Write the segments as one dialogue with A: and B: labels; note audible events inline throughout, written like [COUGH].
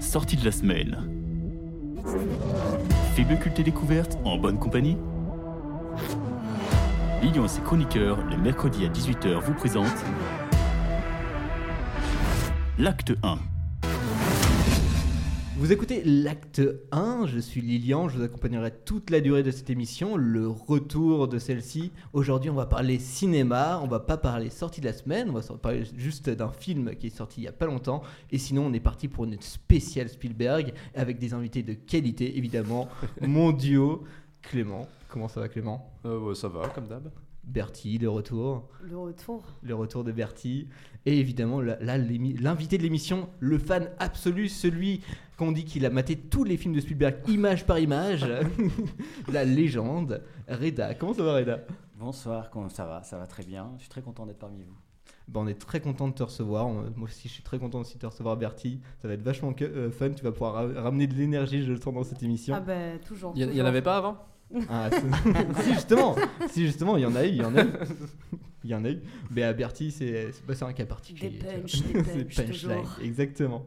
A: sortie de la semaine. Faible culte et découverte en bonne compagnie Lilian et ses chroniqueurs, les mercredis à 18h, vous présentent l'acte 1.
B: Vous écoutez l'acte 1, je suis Lilian, je vous accompagnerai toute la durée de cette émission, le retour de celle-ci. Aujourd'hui on va parler cinéma, on va pas parler sortie de la semaine, on va parler juste d'un film qui est sorti il y a pas longtemps. Et sinon on est parti pour une spéciale Spielberg avec des invités de qualité évidemment, mon duo Clément. Comment ça va Clément
C: Euh, ouais, ça va, comme d'hab.
B: Bertie de retour,
D: Le retour.
B: le retour de Bertie. Et évidemment là là, l'émi- l'invité de l'émission, le fan absolu, celui qu'on dit qu'il a maté tous les films de Spielberg image
D: [LAUGHS]
B: par image, la légende, Reda. Comment ça va Reda
E: Bonsoir, comment ça va Ça va très bien. Je suis très content d'être parmi vous.
B: Bah, on est très content de te recevoir. On- moi aussi, je suis très content aussi de te recevoir, Bertie. Ça va être vachement que, euh, fun. Tu vas pouvoir ra- ramener de l'énergie, je le sens, dans cette
D: Ah
B: émission.
F: bah,
D: ben toujours.
C: Il n'y en
D: toujours.
C: avait pas avant
B: Ah, c'est- si, justement, si, justement, il y en a eu, il y en a eu. Il y en a eu. Mais à Bertie, c'est c'est- bah, c'est un cas particulier.
D: Des
B: tu vois.
D: punchs,
F: [LAUGHS]
D: des
B: C'est
D: punchs,
B: punchline, [LAUGHS]
D: toujours.
B: exactement.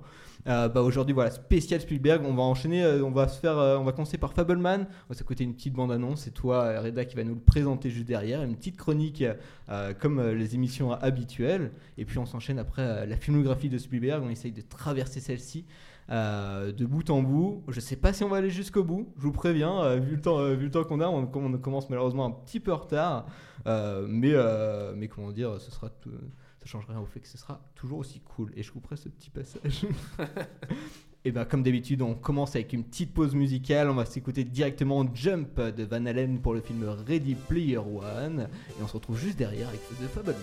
B: Euh, bah aujourd'hui voilà spécial Spielberg on va enchaîner euh, on va se faire euh, on va commencer par Fableman on va s'écouter une petite bande annonce et toi euh, Reda qui va nous le présenter juste derrière une petite chronique euh, comme euh, les émissions habituelles et puis on s'enchaîne après euh, la filmographie de Spielberg on essaye de traverser celle-ci euh, de bout en bout je sais pas si on va aller jusqu'au bout je vous préviens euh, vu le temps euh, vu le temps qu'on a on, on commence malheureusement un petit peu en retard euh, mais euh, mais comment dire ce sera tout- ça change rien au fait que ce sera toujours aussi cool. Et je couperai ce petit passage. [LAUGHS] Et bien, comme d'habitude, on commence avec une petite pause musicale. On va s'écouter directement Jump de Van Halen pour le film Ready Player One. Et on se retrouve juste derrière avec The Fableman.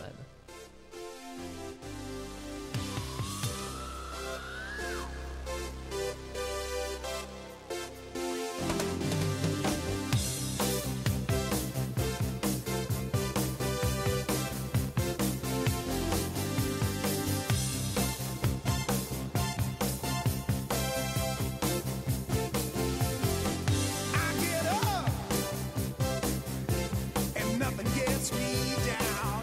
G: I get up and nothing gets me down.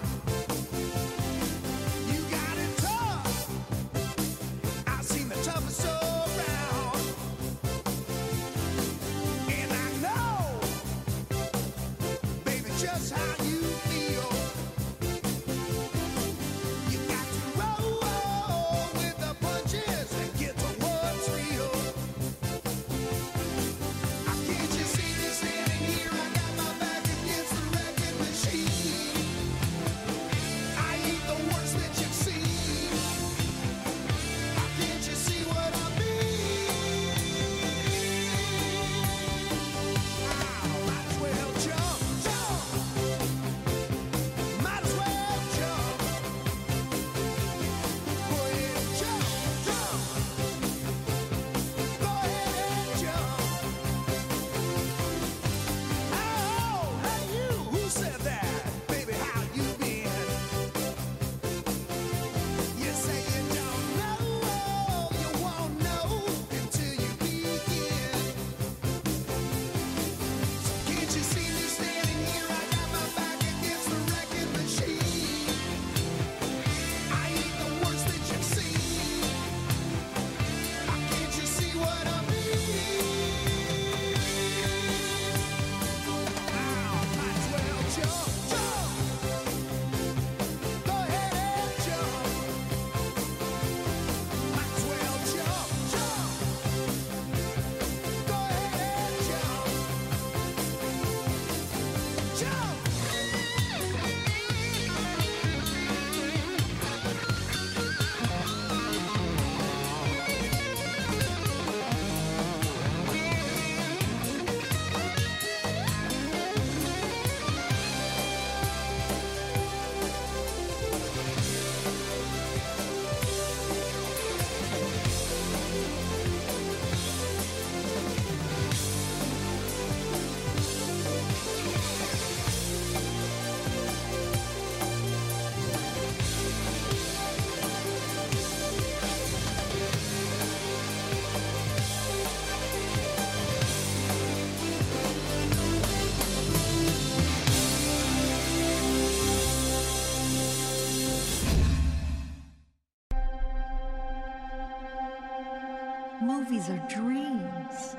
C: Movies are dreams.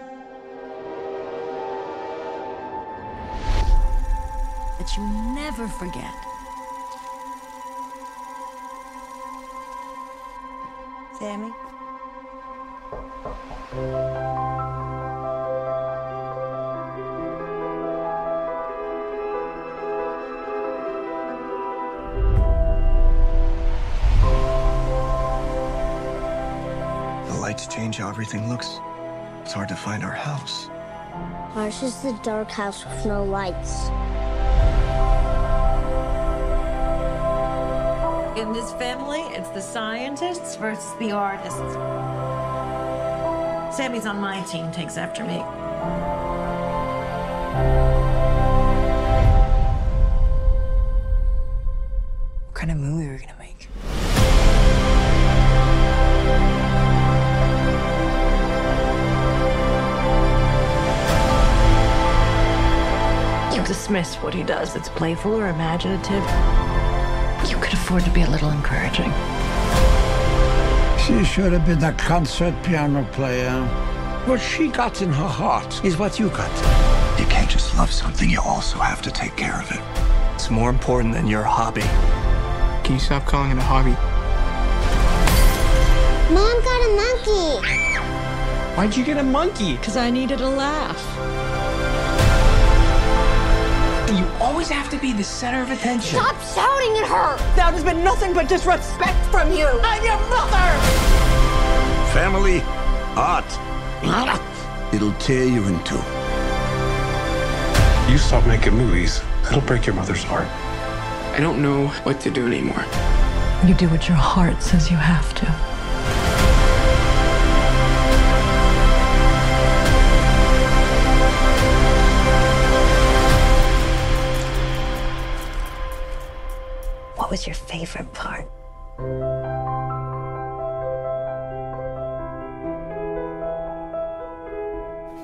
C: That you never forget. Sammy?
D: The lights change how everything looks. It's hard to find our house.
G: Ours is the dark house with no lights.
H: In this family, it's the scientists versus the artists. Sammy's on my team, takes after me.
C: What kind of movie are we gonna make?
H: You dismiss what he does. It's playful or imaginative. You could afford to be a little encouraging.
I: She should have been a concert piano player. What she got in her heart is what you got.
D: You can't just love something, you also have to take care of it. It's more important than your hobby.
J: Can you stop calling it a hobby?
G: Mom got a monkey.
J: Why'd you get a monkey?
H: Because I needed a laugh.
J: You always have to be the center of attention.
G: Stop shouting at her. That has been nothing but disrespect from you. I'm your mother.
I: Family, art. It'll tear you in two.
K: You stop making movies, it'll break your mother's heart.
J: I don't know what to do anymore.
C: You do what your heart says you have to.
H: What was your favorite part?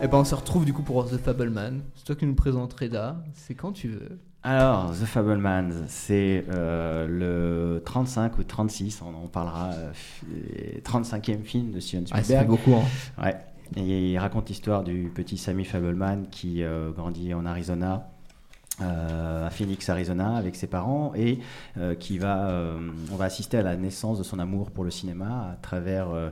B: Et ben on se retrouve du coup pour The Fableman. C'est toi qui nous présentes Reda. C'est quand tu veux.
E: Alors, The Fablemans, c'est euh, le 35 ou 36, on en parlera, euh, f- 35e film de Steven
B: Ah, c'est
E: Spielberg.
B: beaucoup. Hein.
E: Ouais. Et il raconte l'histoire du petit Sammy Fableman qui euh, grandit en Arizona, euh, à Phoenix, Arizona, avec ses parents, et euh, qui va, euh, on va assister à la naissance de son amour pour le cinéma à travers euh,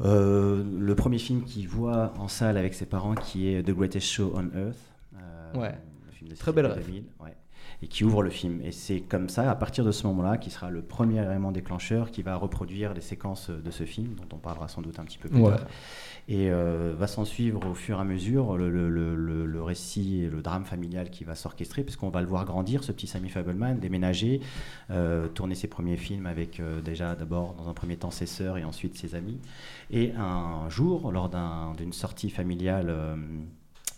E: euh, le premier film qu'il voit en salle avec ses parents, qui est The Greatest Show on Earth. euh,
B: Ouais.
E: le film de
B: Très belle
E: Spielberg de 2000, ouais, Et qui ouvre le film. Et c'est comme ça, à partir de ce moment-là, qui sera le premier élément déclencheur qui va reproduire les séquences de ce film, dont on parlera sans doute un petit peu plus
B: Ouais.
E: tard et euh, va s'en suivre au fur et à mesure le, le- le- le- le récit et le drame familial qui va s'orchestrer, puisqu'on va le voir grandir, ce petit Sammy Fableman, déménager, euh, tourner ses premiers films avec euh, déjà d'abord, dans un premier temps, ses sœurs et ensuite ses amis. Et un jour, lors d'un- d'une sortie familiale... euh,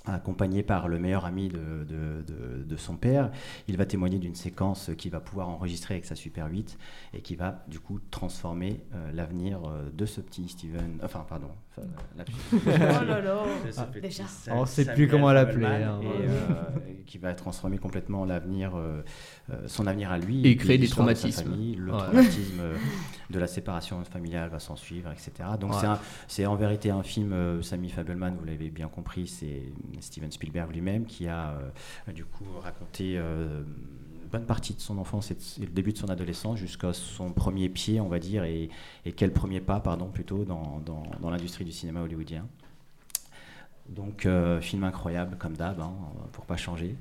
E: accompagnée par le meilleur ami de, de- de- de son père, il va témoigner d'une séquence qu'il va pouvoir enregistrer avec sa Super 8 et qui va du coup transformer euh, l'avenir euh, de ce petit Steven, enfin pardon, fa- euh, lapsus.
F: Oh
E: De ce petit
C: déjà.
E: Sam-
B: On sait plus
E: Samuel
B: comment l'appeler,
E: Goldman,
B: hein.
E: et, euh, et qui va transformer complètement l'avenir, euh, euh, son avenir à lui,
B: Et
E: puis
B: créer des
E: l'histoire de sa
B: traumatismes.
E: famille, le
B: Ouais.
E: traumatisme euh, de la séparation familiale va s'en suivre, etc. Donc
B: Ouais.
E: c'est un- c'est en vérité un film, euh, Sammy Fableman, vous l'avez bien compris, c'est Steven Spielberg lui-même qui a euh, du coup raconté euh, une bonne partie de son enfance et, de- et le début de son adolescence jusqu'à son premier pied, on va dire, et, et quel premier pas, pardon, plutôt dans, dans- dans l'industrie du cinéma hollywoodien. Donc, euh, film incroyable, comme d'hab, hein, pour pas changer.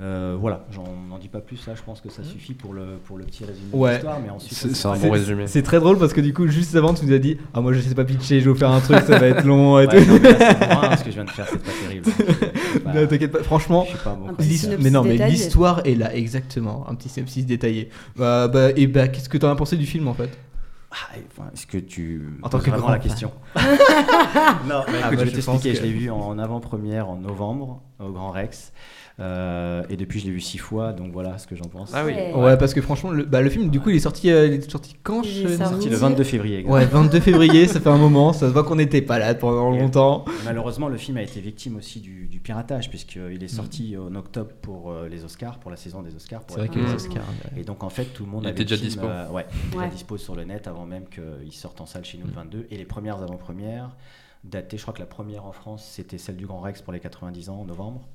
E: Euh, voilà, j'en n'en dis pas plus là, je pense que ça suffit pour le, pour le petit résumé
B: Ouais.
E: de l'histoire, mais ensuite.
K: C'est
E: on
K: c'est un
E: fera-
K: bon résumé.
B: C'est très drôle parce que du coup, juste avant, tu nous as dit Ah, moi je sais pas pitcher, je vais vous faire un truc, ça va être long et [LAUGHS]
E: Ouais,
B: tout.
E: non, mais là, c'est moi, hein, ce que je viens de faire, c'est pas terrible.
B: [LAUGHS]
E: Je- bah,
B: Ne t'inquiète pas, franchement.
E: je suis pas
C: Un
E: bon. quoi.
C: petit
B: l'his-
C: synopsis
B: Mais non, mais
C: détaillé.
B: l'histoire est là, exactement. Un petit synopsis détaillé. Bah, bah, et bah, qu'est-ce que t'en as pensé du film en fait
E: Ah, et, enfin, Est-ce que tu me
B: En tant
E: poses
B: que
E: vraiment
B: grand
E: la question [LAUGHS] Non, mais écoute,
B: bah,
E: je
B: je
E: vais
B: pense
E: t'expliquer.
B: que-
E: Je l'ai vu en avant-première en novembre au Grand Rex. Euh, et depuis, je l'ai vu six fois, donc voilà ce que j'en pense.
L: Ah oui.
B: Ouais, parce que franchement, le, bah, le film, du coup, il est sorti, euh, il est sorti quand
E: Il est
B: je-
L: Ah
E: sorti le 22 février,
B: Ouais, 22 février, ça fait un moment. Ça se voit qu'on n'était pas là pendant
E: Et
B: longtemps.
E: Malheureusement, le film a été victime aussi du, du piratage, puisqu'il est
L: Mm.
E: sorti en octobre pour euh, les Oscars, pour la saison des Oscars. pour
L: C'est
E: la
L: vrai qu'il y a les
E: finale.
L: Oscars,
E: Et donc, en fait, tout le monde
L: Il
E: avait
L: était déjà
E: le film,
L: dispo.
E: euh, ouais, il était
L: Ouais.
E: déjà dispo sur le net avant même qu'il sorte en salle chez nous
L: Mm.
E: le 22. Et les premières avant-premières datées, je crois que la première en France, c'était celle du Grand Rex pour les 90 ans en novembre.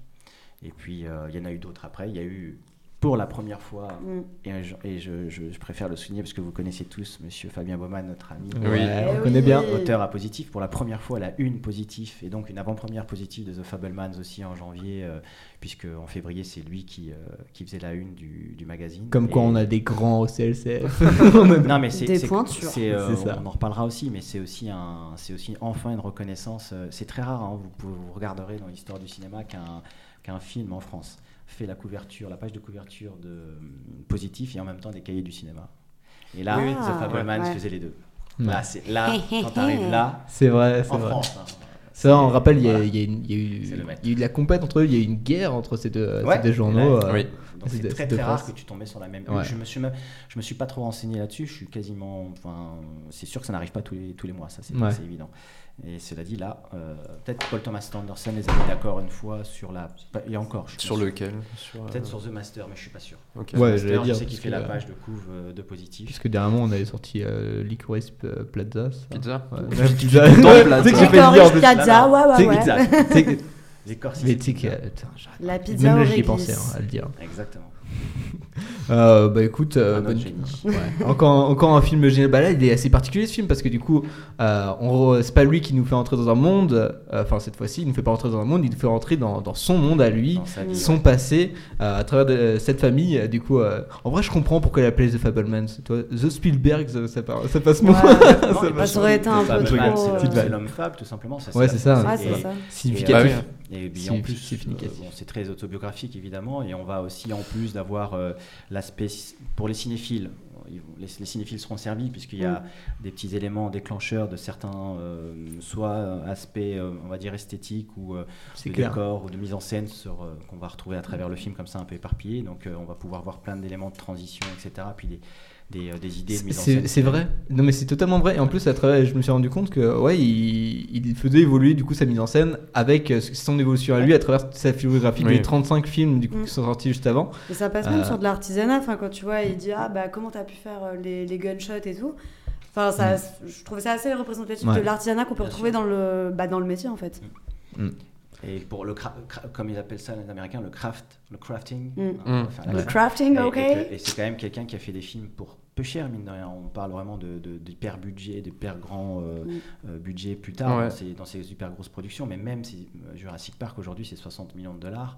E: Et puis, euh, il y en a eu d'autres après. Il y a eu. Pour la première fois,
M: Mm.
E: et, je, et je- je- je préfère le souligner parce que vous connaissez tous Monsieur Fabien Baumann, notre ami,
B: Oui. Ouais, on Eh connaît oui. bien.
L: Mm.
E: auteur à positif. Pour la première fois, la une positif et donc une avant-première positive de The Fablemans aussi en janvier, euh, puisque en février c'est lui qui, euh, qui faisait la une du, du magazine.
B: Comme quoi,
E: Et-
B: on a des grands au CLCF.
E: non mais c'est
B: Des
E: c'est-
B: pointures.
E: c'est, euh,
B: C'est ça.
E: on en reparlera aussi, mais c'est aussi un, c'est aussi enfin une reconnaissance. euh, C'est très rare. hein, vous, pouvez- vous regarderez dans l'histoire du cinéma qu'un qu'un film en France fait la couverture, la page de couverture de euh, positif et en même temps des cahiers du cinéma. Et là,
L: Oui, oui.
E: The Fablemans
L: Ah. Ouais.
E: faisait les deux.
B: Ouais.
E: Là, c'est là
L: [LAUGHS]
E: quand t'arrives là.
B: C'est vrai, c'est
E: en
B: vrai.
E: France, hein.
B: Ça, on rappelle, il y a- il y, a une- il y a eu-
E: C'est le maître.
B: il y a eu de la compète entre eux, il y a eu une guerre entre ces deux,
E: Ouais.
B: ces deux journaux.
E: Et là,
B: euh,
E: donc
B: ces
E: c'est
B: deux-
E: très
B: ces deux
E: très rare
B: presses.
E: que tu tombais sur la même.
B: Ouais.
E: Je me suis même- je me suis pas trop renseigné là-dessus. Je suis quasiment. Enfin, c'est sûr que ça n'arrive pas tous les tous les mois. Ça c'est
B: Ouais.
E: c'est évident. Et cela dit, là, euh, peut-être Paul Thomas Anderson les a mis d'accord une fois sur la. Et encore. je suis
L: Sur
E: pas sûr.
L: lequel Sur,
E: Peut-être
L: euh,
E: sur The Master, mais je suis pas sûr.
L: Ok.
E: The
B: Ouais,
E: Master,
B: j'allais dire,
E: Je sais qu'il
B: parce
E: fait
B: que-
E: la page de couve euh, de positif.
B: Puisque dernièrement, on avait sorti euh, Licorice euh, Plaza. ça.
L: Pizza.
B: Ouais.
L: Tu- tu-
B: Pizza.
L: tu- tu-
B: Ouais,
L: Plaza.
B: tu sais que j'ai fait le
L: Licorice
B: dire en plus.
F: Plaza, ouais,
B: Tu
F: ouais,
B: sais-
F: ouais.
E: [LAUGHS]
B: exact. Tu sais que-
E: Les Corses,
B: Mais
E: c'est
B: tu sais que.
E: pizza.
B: euh, putain, j'arrête
F: La
B: pas.
F: pizza
B: Même
F: au
B: là, j'y ai
F: réglisse.
B: pensé, hein, à le dire.
E: Exactement.
B: Euh, bah écoute, euh,
E: Un autre
B: bonne-
E: génie.
B: ouais. [LAUGHS] encore, encore un film génial. Bah là, il est assez particulier ce film parce que du coup, euh, on re- c'est pas lui qui nous fait entrer dans un monde. euh, Enfin, cette fois-ci, il nous fait pas entrer dans un monde, il nous fait entrer dans, dans son monde à lui,
E: sa vie,
B: son passé, euh, à travers de- cette famille. euh, Du coup, euh, en vrai, je comprends pourquoi il appelait The Fableman. The Spielberg, ça, ça, part- [LAUGHS] ça passe moins.
E: Non, mais pas
F: ça aurait
E: sur-
F: été un
E: c'est
F: peu
E: pas mal,
F: trop,
E: c'est le-
F: euh,
E: C'est l'homme fable, tout simplement.
B: Ouais, c'est ça.
F: Ouais, Ah, c'est ça.
B: Significatif.
E: et- Et, puis en
B: Signifi-
E: plus,
B: significatif.
E: euh, bon, c'est très autobiographique évidemment, et on va aussi en plus d'avoir euh, l'aspect pour les cinéphiles. ils vont- Les, les cinéphiles seront servis puisqu'il y a
B: Mm.
E: des petits éléments déclencheurs de certains, euh, soit euh, aspects, euh, on va dire esthétiques ou euh,
B: C'est
E: de
B: clair.
E: décor ou de mise en scène sur, euh, qu'on va retrouver à travers le film comme ça un peu éparpillé. Donc euh, on va pouvoir voir plein d'éléments de transition, etc. Puis des, des, euh, des idées de mise en
B: C'est
E: scène.
B: c'est vrai. Non, mais c'est totalement vrai. Et en plus, à travers, je me suis rendu compte que ouais, il, il faisait évoluer du coup sa mise en scène avec euh, son évolution à lui à travers sa filmographie
L: Oui.
B: des 35 films du coup qui sont sortis juste avant.
F: Et ça passe même
B: Euh,
F: sur de l'artisanat. Enfin, quand tu vois, il dit Ah, bah comment t'as pu faire euh, les, les gunshots et tout. Enfin, ça, je trouvais ça assez représentatif
B: Mm. Ouais.
F: de l'artisanat qu'on peut retrouver dans le, bah, dans le métier en fait.
E: Et pour le cra- cra- comme ils appellent ça les Américains, le craft, le crafting.
F: Mm.
E: hein,
F: Mm.
E: enfin, la-
F: Le crafting,
E: et- et
F: ok. Eh
E: que- Et, c'est quand même quelqu'un qui a fait des films pour peu cher, mine de rien. On parle vraiment de, de- d'hyper budget, d'hyper grand euh, euh, budget plus tard
L: Ouais.
E: dans, ces, dans ces hyper grosses productions. Mais même si euh, Jurassic Park aujourd'hui c'est 60 millions de dollars,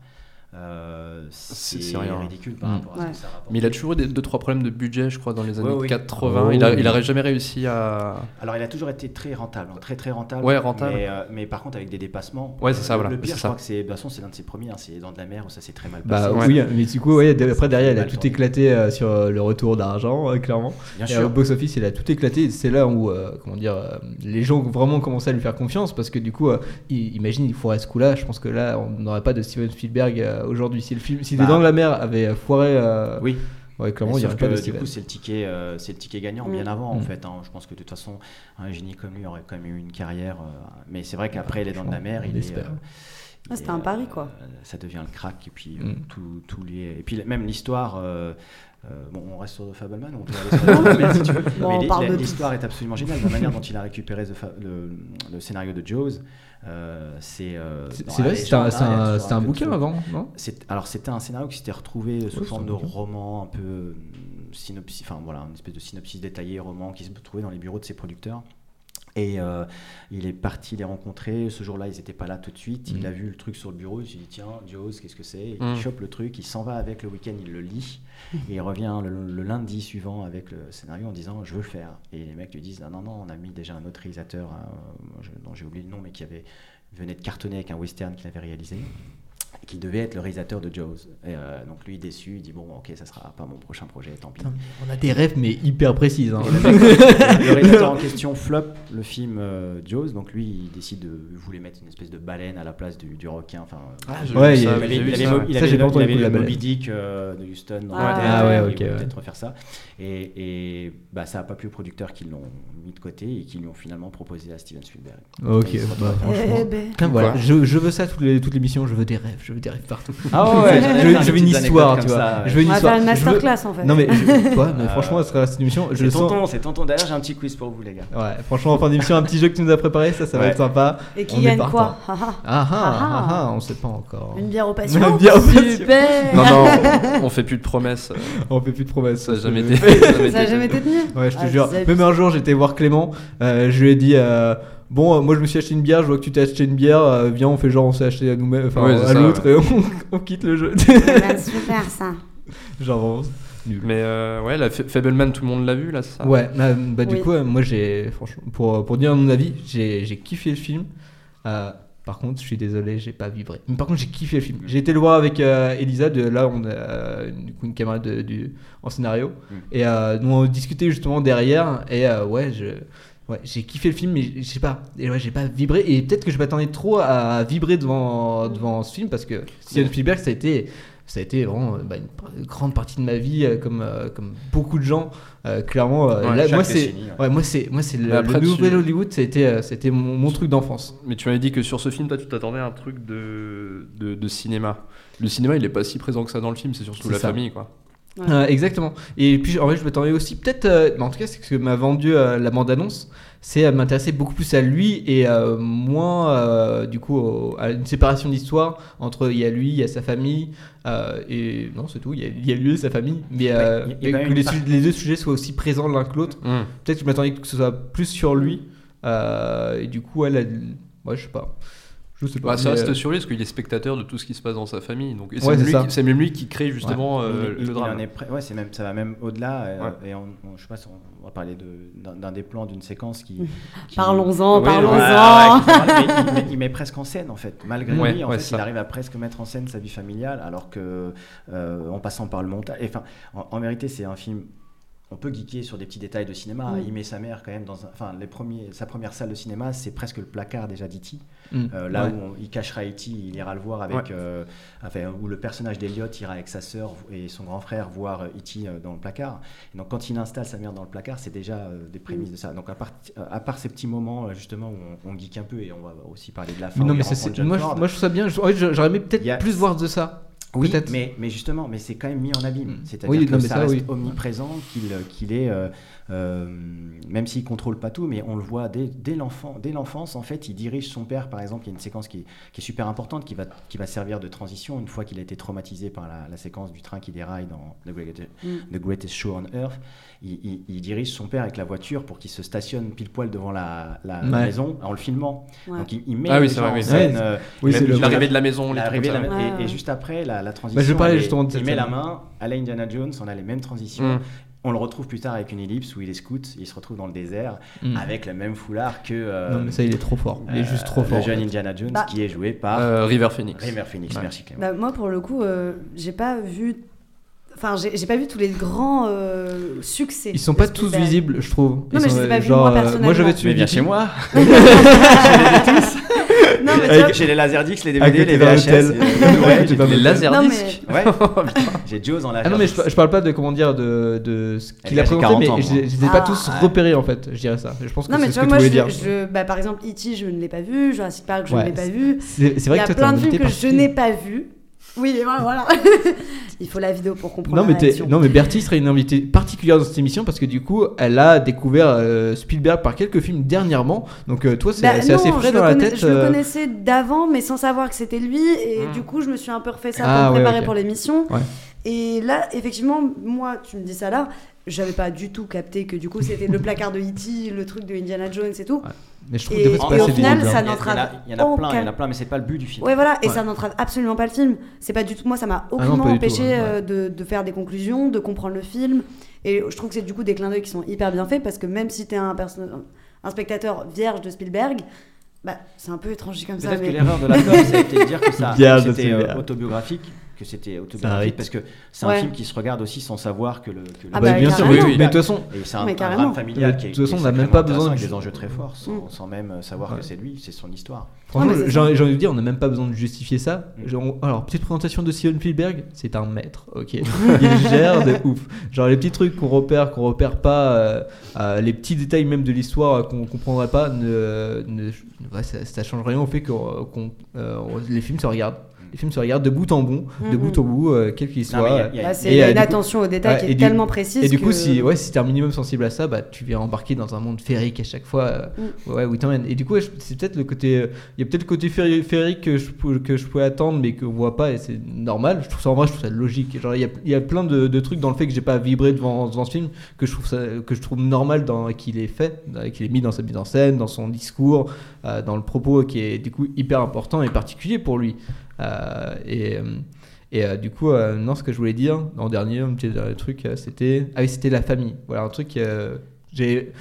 E: euh, c'est, ridicule par
L: Mm.
E: rapport à ce que ça rapporte.
L: Mais il a toujours eu des- deux trois problèmes de budget, je crois, dans les
E: Ouais,
L: années
E: oui.
L: 80.
E: Oh,
L: il a-
E: oui.
L: il aurait jamais réussi à.
E: Alors, il a toujours été très rentable, hein, très très rentable.
L: Ouais, rentable.
E: Mais, euh, mais par contre, avec des dépassements. euh,
L: Ouais, c'est ça,
E: le-
L: voilà,
E: Le pire,
L: c'est
E: je
L: ça.
E: crois que c'est, de toute façon, c'est l'un de ses premiers, hein, c'est dans de la mer où ça s'est très mal
B: Bah
E: passé.
B: oui, mais du coup, ouais, après derrière, il a
E: mal
B: tout
E: tourné.
B: éclaté euh, sur euh, le retour d'argent, euh, clairement.
E: Bien
B: et
E: sûr.
B: au box-office, il a tout éclaté. Et C'est là où, euh, comment dire, euh, les gens ont vraiment commencé à lui faire confiance parce que du coup, euh, il- imagine, il foirait ce coup-là. Je pense que là, on n'aurait pas de Steven Spielberg euh, aujourd'hui. Si le film, si
E: Bah.
B: Les Dents de la Mer avait foiré, euh,
E: Oui.
B: ouais, clairement,
E: Mais
B: il n'y aurait
E: sauf
B: pas de
E: que, du
B: Steven.
E: coup, c'est le ticket, euh, c'est le ticket gagnant
L: Mm.
E: bien avant en
L: Mm.
E: fait. hein. Je pense que de toute façon, un génie comme lui aurait quand même eu une carrière. euh, mais c'est vrai qu'après, il est dans de la mer,
B: on
E: il est,
B: l'espère.
E: euh,
F: Ah, c'était un pari quoi.
E: euh, ça devient le crack et puis euh,
B: Mm.
E: tout, tout lié. Et puis même l'histoire. euh, euh, bon, on reste sur The Fableman, on peut
F: [LAUGHS]
E: aller sur The Fableman si tu veux.
F: Bon,
E: Mais
F: on
E: les-
F: parle
E: la-
F: de tout.
E: l'histoire est absolument géniale. La manière dont il a récupéré The Fa- le, le scénario de Jaws, euh, c'est. euh,
B: C'est-
E: dans
B: c'est
E: la
B: vrai, c'était un-
E: légende,
B: c'est
E: hein, il y a
B: un-
E: toujours
B: c'était un
E: peu de
B: bouquin
E: tout.
B: avant, non
E: C'est- Alors, c'était un scénario qui s'était retrouvé sous
B: Ouais,
E: forme
B: c'est
E: de
B: un bouquin.
E: roman, un peu euh, synopsis, enfin voilà, une espèce de synopsis détaillé, roman qui se trouvait dans les bureaux de ses producteurs. Et euh, il est parti les rencontrer. Ce jour-là, ils n'étaient pas là tout de suite. Il
L: Mm.
E: a vu le truc sur le bureau. Il s'est dit Tiens, Jaws, qu'est-ce que c'est
L: Mm.
E: Il chope le truc. Il s'en va avec le week-end. Il
L: [LAUGHS]
E: le lit. et il revient le, le lundi suivant avec le scénario en disant Je veux le faire. Et les mecs lui disent Non, non, non, on a mis déjà un autre réalisateur hein, euh, je- dont j'ai oublié le nom, mais qui avait venait de cartonner avec un western qu'il avait réalisé. qui devait être le réalisateur de Jaws. Et, euh, donc lui déçu, il dit bon ok ça sera pas mon prochain projet, tant pis.
B: On a des rêves mais hyper précises. hein.
E: Et le mec- le réalisateur
B: [LAUGHS]
E: en question flop le film euh, Jaws, donc lui il décide de il voulait mettre une espèce de baleine à la place du, du requin. Enfin, euh,
B: Ah, j'ai Ouais, vu
E: il
B: ça,
E: avait-
B: j'ai vu
E: il avait
B: ça.
E: Mo- il
B: Ça,
E: avait
B: j'ai pas
E: le- il
B: entendu
E: avait
B: le coup de
E: le
B: la baleine.
E: Moby Dick euh, de Houston. dans
B: Ah.
E: la tête,
B: Ah ouais,
E: il
B: ok,
E: voulait
B: ouais.
E: Peut-être refaire ça. Et, et bah ça a pas plu aux producteurs qui l'ont mis de côté et qui lui ont finalement proposé à Steven Spielberg.
B: [LAUGHS] Ok,
E: Et il se retrouve
B: bah,
E: à-
B: franchement.
F: ben.
B: Putain, voilà,
E: Quoi
B: je, je veux ça toutes les, toutes les missions, je veux des rêves, je veux des rêves partout.
E: Ah [LAUGHS] ouais, j'en ai
B: je,
E: plein
B: je
E: de
B: veux une
E: petites
B: histoire, tu
E: anecdotes
B: vois.
E: comme ça.
B: Je veux une
F: On va
B: histoire.
F: faire
B: Je
F: une
B: veux-
F: masterclass, en fait.
B: Non mais, je-
F: [LAUGHS]
B: toi, mais
E: Euh,
B: franchement, ce sera cette émission, je
E: C'est
B: le sens.
E: tonton, c'est tonton. D'ailleurs, j'ai un petit quiz pour vous, les gars.
B: Ouais, franchement, en fin d'émission, un petit jeu que tu nous as préparé, ça, ça va
E: Ouais.
B: être sympa.
F: Et qui
B: On est
F: gagne
B: partant.
F: quoi [LAUGHS] Ah ah.
B: Ah ah,
F: Ah
B: ah
F: ah.
B: ah, on sait pas encore.
F: Une bière au
B: [LAUGHS]
F: patient
B: Une bière au patient.
F: Super
L: Non, non, on fait plus de promesses. euh,
B: On fait plus de promesses.
L: Ça a
B: je- [LAUGHS]
L: jamais été- ça a jamais
F: Ça a jamais été tenu
B: Ouais, je te
F: Ah,
B: jure.
F: c'est
B: Même un jour, j'étais voir Clément, euh, je lui ai dit euh, Bon, euh, moi je me suis acheté une bière, je vois que tu t'es acheté une bière, euh, viens, on fait genre on s'est acheté à nous-mêmes, enfin
L: Ouais, c'est
B: à
L: ça,
B: l'autre,
L: ouais.
B: et on, [LAUGHS] on quitte le jeu.
F: Ah, Super ça.
B: genre vraiment. Nul.
L: Mais euh, ouais, la Fa- Fableman, tout le monde l'a vu là, c'est ça
B: Ouais, bah, bah, du
F: Oui.
B: coup, euh, moi j'ai, franchement, pour, pour dire mon avis, j'ai j'ai kiffé le film. Euh, par contre, je suis désolé, j'ai pas vibré. Mais par contre, j'ai kiffé le film. J'ai été le voir avec euh, Elisa, de, là on a euh, du coup, une camarade de- du, en scénario,
E: Mm.
B: et euh, nous on discutait justement derrière, et euh, ouais, je. Ouais, j'ai kiffé le film, mais je sais pas, et ouais, j'ai pas vibré, et peut-être que je m'attendais trop à vibrer devant, devant ce film, parce que Steven Spielberg, ça a été, ça a été vraiment euh, bah, une pr- grande partie de ma vie, euh, comme, euh, comme beaucoup de gens, euh, clairement. euh,
L: Ouais,
B: là,
L: chaque
B: moi, c'est,
E: décennie, ouais.
B: ouais, moi, c'est, moi, c'est le,
L: Mais après,
B: le
L: tu-
B: nouvel Hollywood, c'était, euh, c'était mon, mon truc d'enfance.
L: Mais tu m'avais dit que sur ce film, toi, tu t'attendais à un truc de, de, de cinéma. Le cinéma, il est pas si présent que ça dans le film, c'est surtout
B: C'est
L: la
B: ça.
L: famille, quoi.
F: Ouais.
B: Euh, exactement. Et puis, en vrai, je m'attendais aussi, peut-être, euh, mais en tout cas, c'est ce que m'a vendu euh, la bande-annonce, c'est euh, m'intéresser beaucoup plus à lui et euh, moins, euh, du coup, au- à une séparation d'histoire entre il y a lui, il y a sa famille, euh, et non, c'est tout, il y, a- il y a lui et sa famille, mais, euh,
E: il y a-
B: mais
E: il y a
B: que
E: une
B: les,
E: partie-
B: su- les deux sujets soient aussi présents l'un que l'autre.
L: Hum.
B: Peut-être que je m'attendais que ce soit plus sur lui, euh, et du coup, elle a. Ouais, je sais pas. Je sais pas.
L: Bah, ça
B: mais,
L: reste
B: euh,
L: sur lui parce qu'il est spectateur de tout ce qui se passe dans sa famille. Donc, et c'est
B: Ouais,
L: même
B: c'est
L: lui
B: ça.
L: qui- c'est même, lui qui crée justement
E: Il-
L: euh,
E: il- il
L: le
E: en
L: drame.
E: est prêt- ouais, c'est même, ça va même au-delà. euh,
L: Ouais.
E: Et on, on- je sais pas si on, on va parler de- d'un d'un des plans, d'une séquence qui.
F: [LAUGHS]
E: qui-
F: Parlons-en,
L: Oui,
E: Ouais, ouais,
F: parlons-en.
E: ouais, qui-
F: [LAUGHS]
E: il, met, il met presque en scène en fait. Malgré
L: Ouais,
E: lui, en
L: ouais,
E: fait,
L: ça.
E: il arrive à presque mettre en scène sa vie familiale, alors que euh, en passant par le montage. et Enfin, en, en vérité, c'est un film. On peut geeker sur des petits détails de cinéma.
F: Mm.
E: Il met sa mère quand même dans. un- Enfin, les premiers, sa première salle de cinéma, c'est presque le placard déjà d'E.T.
B: Mm.
E: Euh, là
B: Ouais.
E: où on- il cachera Haïti, il ira le voir avec,
L: Ouais.
E: euh, enfin, où le personnage d'Eliot ira avec sa sœur et son grand frère voir Haïti dans le placard. Et donc quand il installe sa mère dans le placard, c'est déjà euh, des prémices de ça. Donc à part, euh, à part ces petits moments euh, justement où on, on geek un peu et on va aussi parler de la fin.
B: Mais non,
E: où il
B: mais ça,
E: rencontre
B: c'est-
E: Jack
B: moi, je,
E: Lord.
B: moi, je trouve ça bien. Je- en fait, je- J'aurais aimé peut-être
E: Il y a-
B: plus voir de ça.
E: Oui,
B: peut-être. Mm.
E: mais, mais justement, mais c'est quand même mis en abîme. C'est-à-dire
B: Oui,
E: que
B: non, mais
E: ça,
B: ça,
E: reste
B: oui.
E: omniprésent, qu'il qu'il est, euh, euh, même s'il contrôle pas tout, mais on le voit dès, dès l'enfant- dès l'enfance, en fait, il dirige son père, par exemple. Il y a une séquence qui, qui est super importante, qui va, qui va servir de transition une fois qu'il a été traumatisé par la, la séquence du train qui déraille dans The Greatest, The Greatest Show on Earth. Il, il- il dirige son père avec la voiture pour qu'il se stationne pile poil devant la, la
B: Ouais.
E: maison en le filmant.
F: Ouais.
E: Donc il, il met
L: Ah oui,
E: les
L: c'est
E: gens
L: vrai,
E: en
L: oui.
E: scène.
B: Ouais.
E: euh,
B: Oui,
E: même
B: c'est le-
E: l'arrivée
L: L'arrivée de la maison, les trucs
E: L'arrivée
L: comme
E: de la-
F: ça.
E: et-
F: Ouais,
E: et,
F: ouais.
E: juste après, la, la transition.
B: Bah, je vais parler
E: elle est-
B: justement de
E: Il
B: cette
E: met la
B: scène.
E: main à la Indiana Jones, on a les mêmes transitions.
L: Mm.
E: On le retrouve plus tard avec une ellipse où il est scout, il se retrouve dans le désert
B: Mm.
E: avec le même foulard que euh,
B: Non, mais ça, il est trop fort. Il est
E: euh,
B: juste trop fort.
E: le jeune Indiana Jones
F: Bah.
E: qui est joué par
L: Euh, River Phoenix.
E: ah. River Phoenix.
L: Ouais.
E: Merci Clément.
F: Bah, moi, pour le coup, euh, j'ai pas vu. Enfin, j'ai j'ai pas vu tous les grands euh, succès.
B: Ils sont
F: de
B: pas tous
F: Spielberg.
B: visibles, je trouve. Ils
F: mais je
B: sont,
F: les ai pas vus,
B: genre,
F: moi,
B: euh,
F: personnellement.
B: Moi, j'avais tué
E: bah, mais viens
B: Bibi.
E: chez moi
F: Non,
B: [LAUGHS]
F: mais tu
E: Avec-
F: vois,
E: J'ai les Laserdix, les
B: À
E: DVD,
B: côté
E: les
B: d'un
E: VHS.
B: hôtel.
E: euh, ouais, j'ai-
B: Dans
L: Les
B: le-
L: laserdiscs.
B: [LAUGHS]
E: ouais, j'ai Jaws en laser.
B: Oh, Ah non, mais je, je parle pas de comment dire de, de ce qu'il
E: Elle
B: a
E: a
B: présenté,
E: 40
B: mais
E: ans,
B: je, les- je les ai
F: moi.
B: pas tous
E: Ah.
B: repérés en fait, je dirais ça. Je pense que
F: non, mais
B: c'est ce
F: tu vois,
B: que
F: moi,
B: tu voulais
F: je,
B: dire.
F: je- bah, par exemple, E.T., je ne l'ai pas vu. Jurassic Park, je
B: Ouais,
F: ne l'ai pas vu.
B: C'est c'est
F: Il
B: vrai
F: y a
B: que toi, t'es
F: plein de
B: embêté
F: films que
B: par
F: je
B: ce
F: n'ai
B: film.
F: pas vu. Oui, voilà. voilà. [LAUGHS] Il faut la vidéo pour comprendre.
B: Non mais,
F: la
B: t'es-
F: réaction.
B: non mais Bertie serait une invitée particulière dans cette émission parce que du coup elle a découvert euh, Spielberg par quelques films dernièrement donc euh, toi c'est
F: Bah,
B: c'est assez
F: non,
B: frais
F: je
B: dans
F: le
B: la
F: connais-
B: tête
F: Je le
B: euh,
F: connaissais d'avant, mais sans savoir que c'était lui. Et
L: Hmm.
F: du coup, je me suis un peu refait ça
B: Ah,
F: pour me
B: ouais,
F: préparer
B: ok.
F: pour l'émission.
B: Ouais.
F: Et là, effectivement, moi, tu me dis ça là, j'avais pas du tout capté que du coup, c'était le placard de E.T., le truc de Indiana Jones et tout.
B: mais je trouve
F: Et-
B: des fois
F: et
B: c'est pas
F: au
B: assez
F: final,
B: visible, hein.
F: ça
E: Il y en a-
F: n'entrave
E: Il y en a plein, il y en
F: aucun.
E: a plein, mais c'est pas le but du film.
F: Ouais, voilà,
B: Ah,
F: et
B: Ouais. Ah
F: ça n'entrave absolument pas le film. C'est pas du tout, moi, ça m'a
B: non,
F: aucunement
B: pas du tout,
F: empêché
B: ouais, ouais.
F: euh, de, de faire des conclusions, de comprendre le film. Et je trouve que c'est du coup des clins d'œil qui sont hyper bien faits parce que même si t'es un, perso- un spectateur vierge de Spielberg, Bah, c'est un peu étranger comme ça.
E: Peut-être
F: mais-
E: que l'erreur de l'acteur, ça a été de dire que
B: [LAUGHS]
E: ça
B: Bien,
E: que c'était
B: c'est
E: euh,
B: bien.
E: autobiographique, que c'était
B: arrive.
E: autobiographique, parce que c'est
F: Ouais.
E: un film qui se regarde aussi sans savoir que le. que le-
F: Ah bah, Bah, bien sûr, carrément. oui, oui.
B: Mais de toute façon-
E: Et c'est un,
F: Mais
E: un
F: carrément. Mm.
E: drame familial qui est.
B: De toute façon,
E: qui est
B: on n'a même
E: sacrément
B: pas besoin
E: intéressant,
B: de-
E: avec des enjeux très forts, sans, sans même savoir que c'est lui, c'est son histoire.
B: Franchement,
F: Non, mais c'est
B: j'ai
F: ça.
B: j'ai envie de dire, on n'a même pas besoin de justifier ça.
E: Mm.
B: Genre, alors, petite présentation de Steven Spielberg, c'est un maître,
F: [LAUGHS]
B: ok. Il gère de ouf. Genre, les petits trucs qu'on repère, qu'on repère pas, euh, euh, les petits détails même de l'histoire euh, qu'on comprendrait pas, ne, ne- ouais, ça, ça change rien au fait que euh, les films se regardent. Les films se regardent de bout en bout, de
F: Mhm.
B: bout en bout, euh, quel qu'il
E: Mm. Non,
B: soit.
E: mais il y a-
B: euh,
E: il y a-
F: Bah, c'est-
B: et,
F: il y a
B: euh,
F: une
B: du coup-
F: attention au détail
B: ouais,
F: qui
B: et
F: est
B: du-
F: tellement précise.
B: Et du coup,
F: que-
B: si, ouais, si t'es un minimum sensible à ça, bah, tu vas embarquer dans un monde féerique à chaque fois. euh,
F: Mm.
B: ouais, où il t'emmène. Et du coup, ouais, je- c'est peut-être le côté. euh, Il y a peut-être le côté féeri- féerique que je, pou- que je pouvais attendre, mais qu'on voit pas, et c'est normal. Je trouve ça en vrai, je trouve ça logique. Genre, il y a, il y a plein de, de trucs dans le fait que j'ai pas vibré devant, devant ce film, que je trouve, ça, que je trouve normal dans, qu'il ait fait, dans- qu'il ait mis dans sa mise en scène, dans son discours, euh, dans le propos qui est du coup hyper important et particulier pour lui. Euh, et. euh, et euh, du coup, euh, non, ce que je voulais dire en dernier, un petit dernier truc, euh, c'était ah oui, c'était la famille. Voilà un truc. euh, j'ai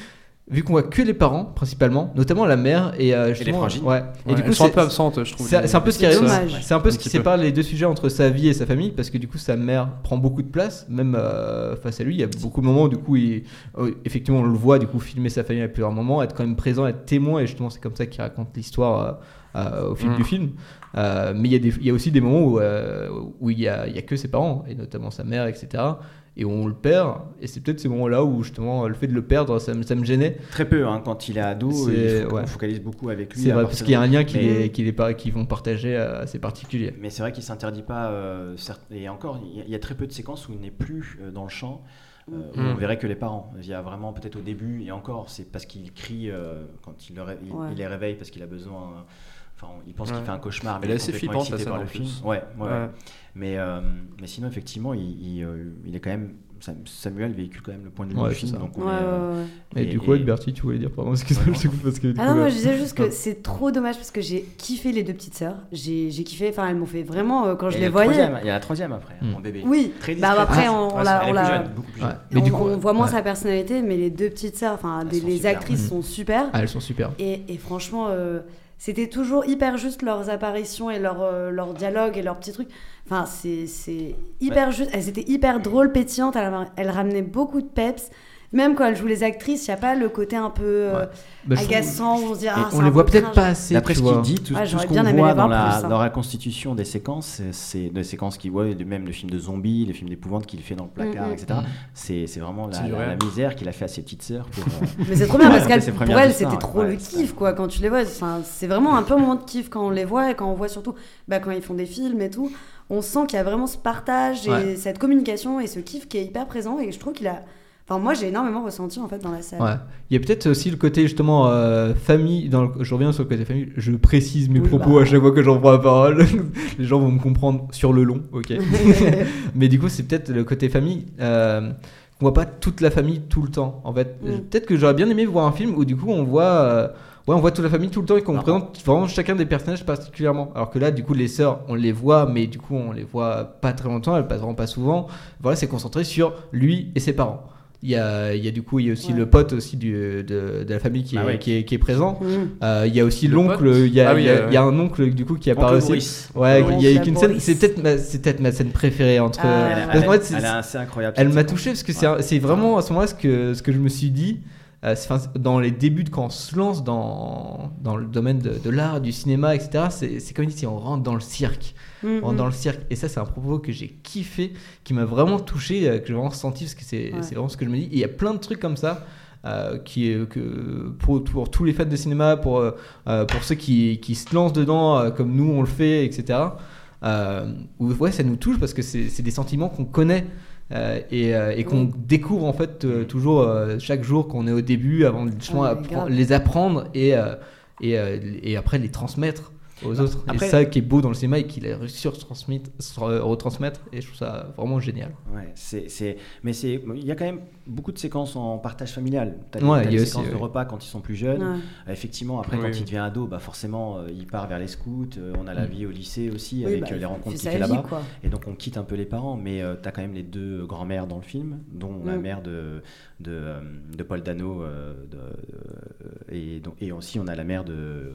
B: vu qu'on voit que les parents principalement, notamment la mère et, euh, justement-
L: frangines.
B: Ouais.
L: Ouais,
B: et du coup,
L: elles sont un
B: c'est-
L: peu absentes, je trouve,
B: C'est
L: les-
B: c'est un peu ce qui
L: les
B: arrive.
L: sœurs.
B: C'est un peu
L: Un
B: ce qui
L: petit peu.
B: sépare les deux sujets entre sa vie et sa famille, parce que du coup, sa mère prend beaucoup de place, même euh, face à lui. Il y a beaucoup de moments où du coup, il, euh, effectivement, on le voit du coup filmer sa famille à plusieurs moments, être quand même présent, être témoin. Et justement, c'est comme ça qu'il raconte l'histoire euh, euh, au fil
L: Mm.
B: du film. Euh, mais il y, a des- il y a aussi des moments où, euh, où il n'y a, il y a que ses parents, et notamment sa mère, etc. Et on le perd, et c'est peut-être ces moments-là où justement le fait de le perdre, ça me, ça me gênait.
E: Très peu, hein, quand il est ado,
B: C'est-
E: il faut-
B: ouais.
E: on focalise beaucoup avec lui.
B: C'est
E: à
B: vrai,
E: partir
B: parce qu'il y a
E: de-
B: un lien qui
E: Mais-
B: est- qui est pas- qu'ils vont partager euh, assez particulier.
E: Mais c'est vrai qu'il s'interdit pas. euh, certes- et encore, il y a- il y, a très peu de séquences où il n'est plus euh, dans le champ. euh, où
L: Mm.
E: On verrait que les parents. Il y a vraiment peut-être au début, et encore, c'est parce qu'il crie euh, quand il, le ré- il-
L: Ouais.
E: il les réveille parce qu'il a besoin. euh, Enfin, il pense
L: Ouais.
E: qu'il fait un cauchemar. Mais
L: Elle
E: il
L: est assez
E: complètement
L: flippante, la
E: excité
L: scène,
E: par le
L: en
E: film.
L: plus.
E: Ouais, ouais, ouais.
L: Ouais.
E: Mais, euh, mais sinon, effectivement, il, il, euh, il est quand même. Sam- Samuel véhicule quand même le point de vue
B: Ouais,
E: du
B: c'est
E: film.
B: ça.
E: donc on
F: Ouais,
E: est, euh,
F: ouais,
B: Et, du coup, Bertie, tu voulais dire, pardon, excuse-moi, je te coupe parce que. du
F: Ah
B: coup,
F: non, moi
B: euh,
F: je disais juste
B: non.
F: que c'est trop dommage parce que j'ai kiffé les deux petites sœurs. J'ai j'ai kiffé, enfin elles m'ont fait vraiment euh, quand je
E: Et
F: les
E: le
F: voyais.
E: troisième, Il y a la troisième après,
L: Mm.
E: mon bébé.
F: Oui,
E: Très
F: bah
E: discrète.
B: Ah,
F: après on, on
E: Ouais,
F: la-
E: elle est
F: on
E: plus
F: la-
E: jeune, beaucoup plus jeune.
B: Ouais. Mais
F: on,
B: du coup,
F: on voit moins
B: ouais.
F: sa personnalité, mais les deux petites sœurs, enfin des- les actrices
B: Mm.
F: sont super.
B: Ah, elles sont super.
F: Et, et franchement, euh, c'était toujours hyper juste leurs apparitions et leurs euh, leurs dialogues et leurs petits trucs. Enfin, c'est c'est hyper
E: Ouais.
F: juste. Elles étaient hyper drôles, pétillantes. Elles, elles ramenaient beaucoup de peps. Même quand elles jouent les actrices, il n'y a pas le côté un peu euh,
B: Bah, je trouve-
F: agaçant où on se dit
B: Et
F: ah,
B: on
F: c'est
B: les
F: un
B: voit
F: peu
B: peut-être
F: cringe.
B: pas assez.
E: D'après
B: tu
E: ce qu'il
B: vois.
E: dit, tout,
F: Ouais,
E: tout
F: j'aurais
E: ce
F: bien
E: qu'on
F: aimé
E: voit
F: les voir
E: dans la,
F: plus, hein.
E: dans la constitution des séquences, c'est- c'est des séquences qu'il voit, de- même de films de zombies, les films d'épouvante qu'il fait dans le placard,
F: Mm, mm.
E: etc. C'est c'est vraiment la,
L: C'est du
E: la-
L: réel.
E: la misère qu'il a fait à ses petites sœurs. pour, euh,
B: [LAUGHS]
F: Mais c'est trop bien parce
E: raconter
F: qu'elle,
E: ses
F: pour
E: premières
F: elle,
E: histoires,
F: c'était trop
E: ouais.
F: le kiff quoi. Quand tu les vois, Enfin, c'est vraiment un peu un moment de kiff quand on les voit et quand on voit surtout bah, quand ils font des films et tout. On sent qu'il y a vraiment ce partage et
B: Ouais.
F: cette communication et ce kiff qui est hyper présent et je trouve qu'il a. Enfin, moi j'ai énormément ressenti en fait dans la salle.
B: Ouais. Il y a peut-être aussi le côté justement euh, famille. Dans le- Je reviens sur le côté famille. Je précise mes
F: Oui,
B: propos
F: bah.
B: à chaque fois que j'en prends la parole. [LAUGHS] Les gens vont me comprendre sur le long,
F: [LAUGHS]
B: ok. Mais du coup, c'est peut-être le côté famille. euh, qu'on voit pas toute la famille tout le temps. En fait,
F: Mm.
B: peut-être que j'aurais bien aimé voir un film où du coup on voit, euh, ouais, on voit toute la famille tout le temps et qu'on
E: Ah.
B: présente vraiment chacun des personnages particulièrement. Alors que là, du coup, les sœurs, on les voit, mais du coup, on les voit pas très longtemps. Elles passent vraiment pas souvent. Voilà, c'est concentré sur lui et ses parents. Il y, a, il y a du coup il y a aussi
F: Ouais.
B: le pote aussi du, de, de la famille qui est,
E: Ah ouais.
B: qui est, qui est présent.
F: Mm.
B: Euh, il y a aussi
L: Bah Le
B: l'oncle,
L: pote
B: il y a,
L: Ah oui,
B: il y a-
L: euh,
B: il y a un oncle du coup qui
E: Oncle
B: apparaît aussi.
E: Boris.
B: Ouais,
F: Oncle
B: il y a qu'une scène.
F: Boris.
B: C'est peut-être ma, c'est peut-être ma scène préférée entre.
F: Ah. Elle a-
B: parce qu'en
E: elle
B: Euh,
E: a-
B: fait, c'est-
E: elle a- c'est incroyable,
B: Elle
E: cette
B: m'a
E: scène.
B: touché parce que c'est
E: Ouais.
B: un- c'est vraiment à ce moment-là ce que ce que je me suis dit. euh, c'est- 'fin, c'est- dans les débuts de quand on se lance dans, dans le domaine de, de l'art, du cinéma, etc. C'est c'est comme si on rentre dans le cirque
F: Mm,
B: en-
F: mm.
B: dans le cirque. Et ça, c'est un propos que j'ai kiffé, qui m'a vraiment touché, euh, que j'ai vraiment ressenti, parce que c'est
F: Ouais.
B: c'est vraiment ce que je me dis. Et il y a plein de trucs comme ça. euh, qui est que pour, pour tous les fans de cinéma, pour, euh, euh, pour ceux qui, qui se lancent dedans euh, comme nous on le fait, etc. Euh, où, ouais, ça nous touche parce que c'est c'est des sentiments qu'on connaît euh, et, euh, et qu'on
F: Mm.
B: découvre en fait euh, toujours euh, chaque jour qu'on est au début avant de justement
F: Ouais,
B: appren-
F: grave.
B: les apprendre et, euh, et, euh, et après les transmettre aux autres.
E: Bah, après-
B: et ça qui est beau dans le cinéma et qu'il a réussi à retransmettre, se re- retransmettre, et je trouve ça vraiment génial.
E: Ouais, c'est, c'est- mais c'est, il y a quand même beaucoup de séquences en partage familial. T'as
B: Ouais,
E: t'as
B: il y a
E: les
B: aussi,
E: séquences de
B: ouais.
E: repas quand ils sont plus jeunes.
F: Ouais.
E: Euh, Effectivement, après,
L: Oui,
E: quand
L: oui.
E: il devient ado, bah forcément, euh, il part vers les scouts. euh, on a la
B: Mm.
E: vie au lycée aussi,
F: Oui,
E: avec
F: bah,
E: euh, les
F: il
E: rencontres
F: fait
E: qu'il
F: sa
E: fait
F: vie,
E: là-bas.
F: quoi.
E: Et donc, on quitte un peu les parents, mais tu t'as quand même les deux grands-mères dans le film, dont la
F: Mm.
E: mère de, de, euh, de Paul Dano. euh, de- euh, et, donc- et aussi, on a la mère de.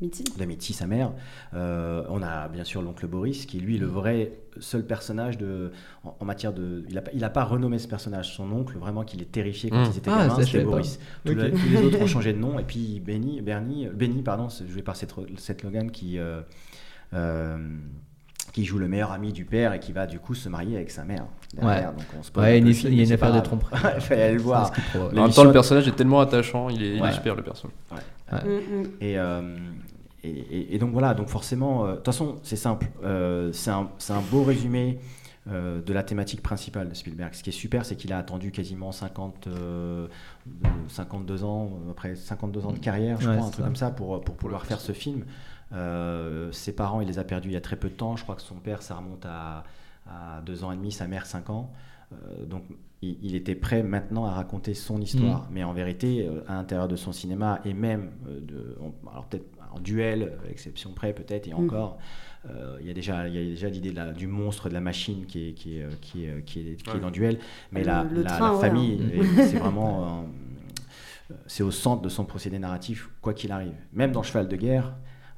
F: Mitty.
E: de Mitty, sa mère. Euh, on a bien sûr l'oncle Boris, qui est lui le
B: Mm.
E: vrai seul personnage de, en, en matière de. Il n'a il a pas renommé ce personnage, son oncle, vraiment qu'il est terrifié quand
B: Mm.
E: il était
B: Ah,
E: gamin,
B: ça, je
E: c'était
B: savais pas.
E: Boris. Tous,
B: Ok.
E: les- tous les
B: [LAUGHS]
E: autres ont changé de nom, et puis Benny, Bernie, Benny pardon, c'est joué par Seth, Seth Logan qui. euh, euh, qui joue le meilleur ami du père et qui va du coup se marier avec sa mère. derrière.
B: Ouais.
E: Donc on spoil
B: Ouais,
E: un peu
B: une
E: le
B: fi-
E: film,
B: il y a
E: mais
B: une
E: c'est
B: affaire
E: pas
B: de [LAUGHS]
E: grave.
B: tromperie.
E: Il fallait
B: C'est
E: le
B: ce
E: voir.
B: qui provoque.
L: En même temps, le personnage est tellement attachant, il est, il est
E: Ouais.
L: super le perso.
E: Ouais.
F: Mmh,
E: Et, euh, et, et- et donc voilà, donc forcément, euh, de toute façon, c'est simple. Euh, c'est un, c'est un beau résumé euh, de la thématique principale de Spielberg. Ce qui est super, c'est qu'il a attendu quasiment 50, euh, de- 52 ans, euh, après 52 ans de carrière, je
B: Ouais,
E: crois, un
B: c'est
E: truc
B: ça.
E: comme ça, pour, pour pouvoir faire ce film. Euh, ses parents, il les a perdus il y a très peu de temps. Je crois que son père, ça remonte à, à 2 ans et demi, sa mère, 5 ans. Euh, donc il, il était prêt maintenant à raconter son
B: Mm.
E: histoire. Mais en vérité, euh, à l'intérieur de son cinéma, et même, euh, de, on- alors peut-être en duel, euh, exception près peut-être, et
F: Mm.
E: encore, euh, il y a déjà, il y a déjà l'idée de la- du monstre, de la machine qui est, qui est, euh, qui est, euh, qui est- qui est
L: Ouais.
E: dans duel. Mais la,
F: Le- le
E: la-
F: train,
E: la
F: ouais.
E: famille,
B: hein.
F: Mm.
E: est-
B: [LAUGHS]
E: c'est vraiment... euh, c'est au centre de son procédé narratif, quoi qu'il arrive. Même dans Cheval de guerre,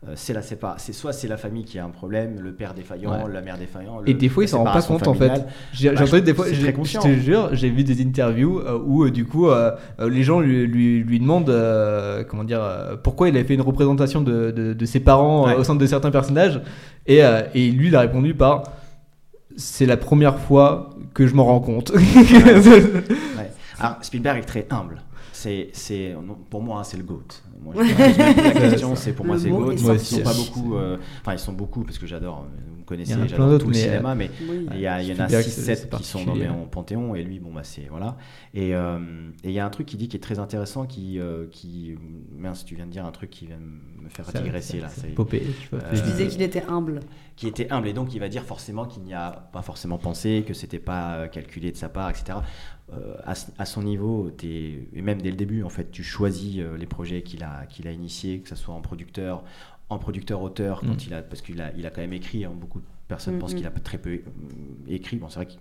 E: euh, c'est la sépa- C'est soit c'est la famille qui a un problème, le père défaillant,
B: Ouais.
E: la mère défaillant.
B: Et
E: le-
B: des fois,
E: la
B: ils s'en rendent pas
E: séparation
B: compte en fait.
E: familiale.
B: J'ai
E: Bah,
B: j'ai
E: je-
B: entendu des fois,
E: c'est
B: j'ai-
E: très
B: je
E: conscient.
B: te jure, j'ai vu des interviews euh, où euh, du coup euh, euh, les gens lui, lui, lui demandent euh, comment dire euh, pourquoi il avait fait une représentation de, de, de ses parents euh,
E: Ouais.
B: au centre de certains personnages et, euh, et lui il a répondu par c'est la première fois que je m'en rends compte. [LAUGHS]
E: Ouais. Alors, Ah, Spielberg est très humble. C'est, c'est, non, pour moi, hein, c'est le GOAT. Moi,
B: [LAUGHS]
E: je- je me pose la question, c'est pour moi,
F: Le
E: c'est le
F: mot
E: GOAT.
F: est
E: Ils
B: sorti.
E: sont pas beaucoup. euh, Enfin, ils sont beaucoup parce que j'adore. euh, Vous me connaissez,
B: Il y en a plein
E: j'adore
B: d'autres,
E: tout le
B: mais, euh,
E: cinéma, mais
F: Oui.
E: il y, a- il y en a
B: Spielberg, c'est-
E: 6-7
B: c'est
E: qui sont nommés
B: particulier.
E: en Panthéon. Et lui, bon, bah, c'est. Voilà. Et euh, et il y a un truc qui dit qui est très intéressant qui. euh, qui mince, tu viens de dire un truc qui vient me faire
B: Ça-
E: digresser
B: ça-
E: là.
B: ça-
E: ça y est.
B: Popé, je sais pas.
F: Je
E: Euh,
F: disais qu'il était humble.
E: qui était humble et donc il va dire forcément qu'il n'y a pas forcément pensé, que c'était pas euh, calculé de sa part, etc. Euh, à, ce- à son niveau, t'es- et même dès le début, en fait, tu choisis euh, les projets qu'il a, qu'il a initiés, que ce soit en producteur, en producteur-auteur, quand
B: Mm.
E: il a, parce qu'il a, il a quand même écrit, hein, beaucoup de personnes
F: Mm,
E: pensent
F: mm.
E: qu'il a très peu euh, écrit, bon c'est vrai qu'il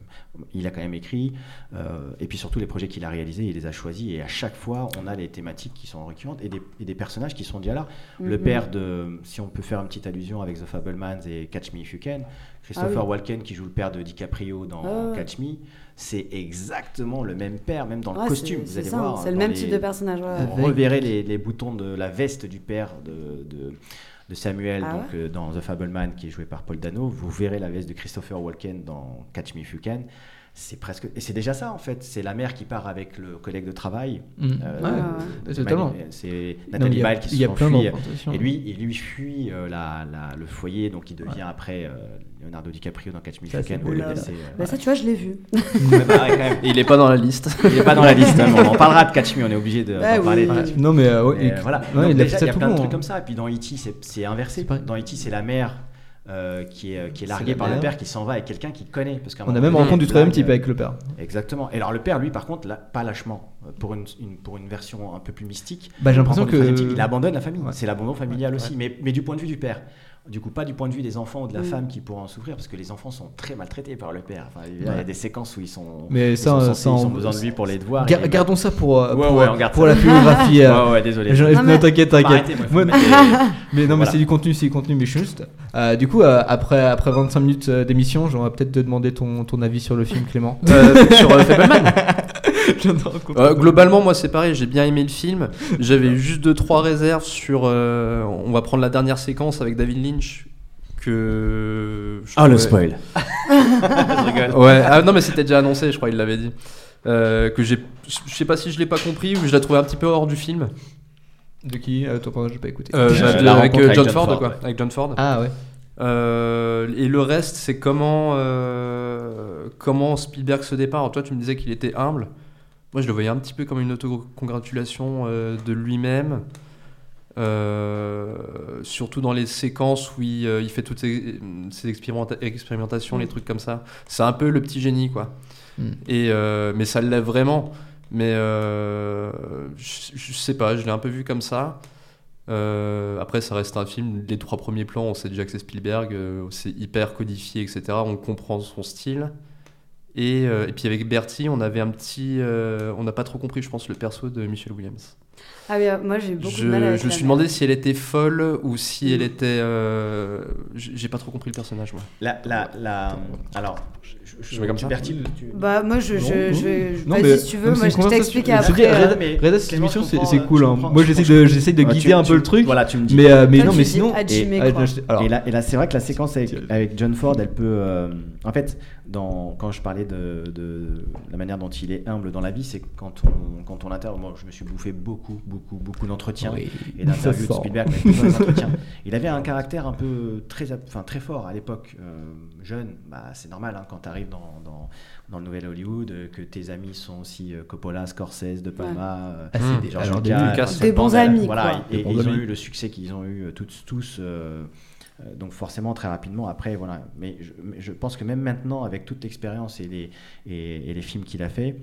E: il a quand même écrit, Euh, et puis surtout les projets qu'il a réalisés, il les a choisis, et à chaque fois, on a les thématiques qui sont récurrentes et des, et des personnages qui sont déjà là. Le
F: Mhm.
E: père de, si on peut faire une petite allusion avec The Fablemans et Catch Me If You Can, Christopher
F: Ah oui.
E: Walken qui joue le père de DiCaprio dans
F: Ah ouais.
E: Catch Me, c'est exactement le même père, même dans
F: Ouais,
E: le
F: c'est-
E: costume. Vous
F: c'est
E: allez
F: ça,
E: voir.
F: c'est le
E: dans
F: même
E: les-
F: type de personnage. ouais.
E: Vous Euh, reverrez les, les boutons de la veste du père de, de, de Samuel
F: Ah
E: donc, euh, dans The Fableman qui est joué par Paul Dano. Vous verrez la veste de Christopher Walken dans Catch Me If You Can. C'est presque et c'est déjà ça en fait. C'est la mère qui part avec le collègue de travail.
B: Mm.
E: euh,
B: Ouais,
E: de- de-
B: totalement.
E: C'est
B: Non, mais il
E: Nathalie
B: y a-
E: Baal qui
B: il y
E: se
B: a plein
E: s'enfuit.
B: d'orientations.
E: Et lui, il lui fuit euh, la, la- le foyer, donc il devient après euh, Leonardo DiCaprio dans Catch Me If
B: Ça,
E: You
B: c'est
E: Can.
B: beau,
E: au lieu
F: là, là.
E: d'être, c'est, euh,
F: Bah, ça, tu vois, je l'ai vu.
E: [LAUGHS] ouais, bah, ouais, quand même.
L: Et il est pas dans la liste.
E: Il n'est pas dans la liste, hein, mais on en parlera de Catch Me, on est obligé de,
F: Bah
E: d'en
F: oui.
E: parler. de
F: Ouais.
E: Catch Me.
B: Non mais euh, ouais,
E: Mais,
B: il-
E: euh, voilà.
B: ouais,
E: Donc
B: il a
E: déjà,
B: fait ça
E: il y a
B: tout
E: plein
B: le
E: de
B: long,
E: trucs
B: hein.
E: comme ça. Et puis dans E.T., c'est, c'est inversé.
B: C'est pas-
E: Dans E.T., c'est la mère euh, qui, est, qui
B: C'est
E: est larguée
B: la
E: par le
B: mère.
E: père qui s'en va avec quelqu'un qu'il connaît. Parce qu'à un
B: On a
E: moment
B: même
E: donné,
B: rencontré du
E: il
B: troisième
E: blague,
B: type
E: euh,
B: avec le père.
E: Exactement. Et alors le père, lui, par contre, là, pas lâchement. Euh, Pour une, une- pour une version un peu plus mystique,
B: Bah, j'ai l'impression
E: rencontre du
B: que-
E: troisième type, il abandonne la famille.
B: Ouais. Mm.
E: C'est l'abandon familial aussi, mais, mais du point de vue du père. Du coup, pas du point de vue des enfants ou de la femme qui pourra en souffrir, parce que les enfants sont très maltraités par le père. Enfin, il y a
B: Ouais.
E: des séquences où ils sont,
B: Mais
E: ils
B: ça,
E: sont
B: euh,
E: censés-
B: ça,
E: ils
B: on-
E: ont besoin de lui pour les devoirs.
B: Gar-
E: il est mal-
B: gardons ça pour euh,
E: Ouais,
B: pour,
E: ouais, on garde
B: pour
E: ça.
B: la filmographie. euh,
E: Ouais, ouais, désolé.
B: Je-
F: Non,
B: non,
F: mais-
B: t'inquiète, t'inquiète.
E: Arrêtez, moi, je
B: Moi-
E: me [LAUGHS] mets-
B: mais non, mais
E: Voilà.
B: c'est du contenu, c'est du contenu, mais juste. Euh, du coup, euh, après, après 25 minutes euh, d'émission, j'aurais peut-être te demander ton, ton avis sur le film, Clément.
L: [LAUGHS] Euh, sur euh, Fableman.
B: J'adore
L: Euh, globalement, moi, c'est pareil. J'ai bien aimé le film. J'avais juste deux trois réserves sur. euh, on va prendre la dernière séquence avec David Lynch que. je
E: Ah, le
L: trouvais-
E: spoil.
L: Ouais. Ah non, mais c'était déjà annoncé. Je crois il l'avait dit. Euh, que j'ai. Je sais pas si je l'ai pas compris ou je la trouvais un petit peu hors du film.
B: De qui euh, Toi, pardon, j'ai pas écouté.
L: Euh,
E: Euh,
L: bah, de-
E: la
L: avec,
E: rencontre
L: euh,
E: avec
L: John
E: John
L: Ford,
E: Ford,
L: quoi.
E: ouais.
L: Avec John Ford.
B: Ah ouais.
L: Euh, et le reste, c'est comment, euh, comment Spielberg se dépeint. Alors, toi, tu me disais qu'il était humble. Moi, je le voyais un petit peu comme une autocongratulation euh, de lui-même. Euh, surtout dans les séquences où il, euh, il fait toutes ses, ses expérimenta- expérimentations, les trucs comme ça. C'est un peu le petit génie, quoi.
B: Mm.
L: Et, euh, mais ça l'est vraiment. Mais euh, je, je sais pas, je l'ai un peu vu comme ça. Euh, après, ça reste un film. Les trois premiers plans, on sait déjà que c'est Spielberg, euh, c'est hyper codifié, etc. On comprend son style. Et, euh, et puis avec Bertie, on avait un petit, euh, on n'a pas trop compris, je pense, le perso de Michel Williams.
F: Ah oui, euh, moi j'ai beaucoup
L: Je,
F: de mal avec
L: je me
F: la
L: suis
F: mère. Mm.
L: demandé si elle était folle ou si elle était. euh, J'ai j'ai pas trop compris le personnage, moi.
E: La, la, la- alors, je, je,
L: Je vais comme
E: tu
L: ça.
E: Bertil, tu-
F: Bah, moi, je- je- je- je-
B: Non,
F: vas-y,
B: mais-
F: si tu veux,
B: non,
F: moi,
B: c'est
F: je
B: une
F: t'explique
B: conversation.
F: après,
B: Je veux dire,
F: euh,
B: Red-
F: mais
B: Red Hat, cette
F: Clément,
B: émission,
F: je
B: c'est
F: comprends,
B: c'est
F: euh,
B: cool.
F: je
B: hein.
F: comprends,
B: Moi,
F: je
B: j'essaie
F: comprends.
B: de, j'essaie de
E: Bah, tu-
B: guider un
E: tu-
B: peu le truc.
E: Voilà, tu me dis.
B: Mais, euh, mais
F: Toi,
B: non,
F: tu
B: mais
F: dis
B: sinon.
F: Hajime,
B: Ah,
F: quoi.
B: je- alors-
E: et là, et là, c'est vrai que la séquence avec, avec John Ford, elle peut. euh, en fait, dans, quand je parlais de, de la manière dont il est humble dans la vie, c'est que quand on, quand on l'interroge. Moi, je me suis bouffé beaucoup, beaucoup, beaucoup d'entretiens
B: Oui,
E: et d'interviews
B: ça sent.
E: de Spielberg. mais beaucoup d'entretiens. Il avait un caractère un peu très, ap- enfin, très fort à l'époque. Euh, jeune, bah, c'est normal hein, quand tu arrives dans, dans, dans le nouvel Hollywood, euh, que tes amis sont aussi euh, Coppola, Scorsese, De Palma, euh,
B: Ah, c'est des-
E: George
B: alors des
E: Lucas,
B: Lucas.
E: Vincent
F: Des bons
E: Bonnell.
F: amis,
E: Voilà,
F: quoi.
E: et-
B: Des
E: et
B: bons
E: ils ont
B: amis.
E: eu le succès qu'ils ont eu euh, toutes, tous. euh, euh, donc forcément très rapidement après voilà mais je, mais je pense que même maintenant avec toute l'expérience et les, et, et les films qu'il a fait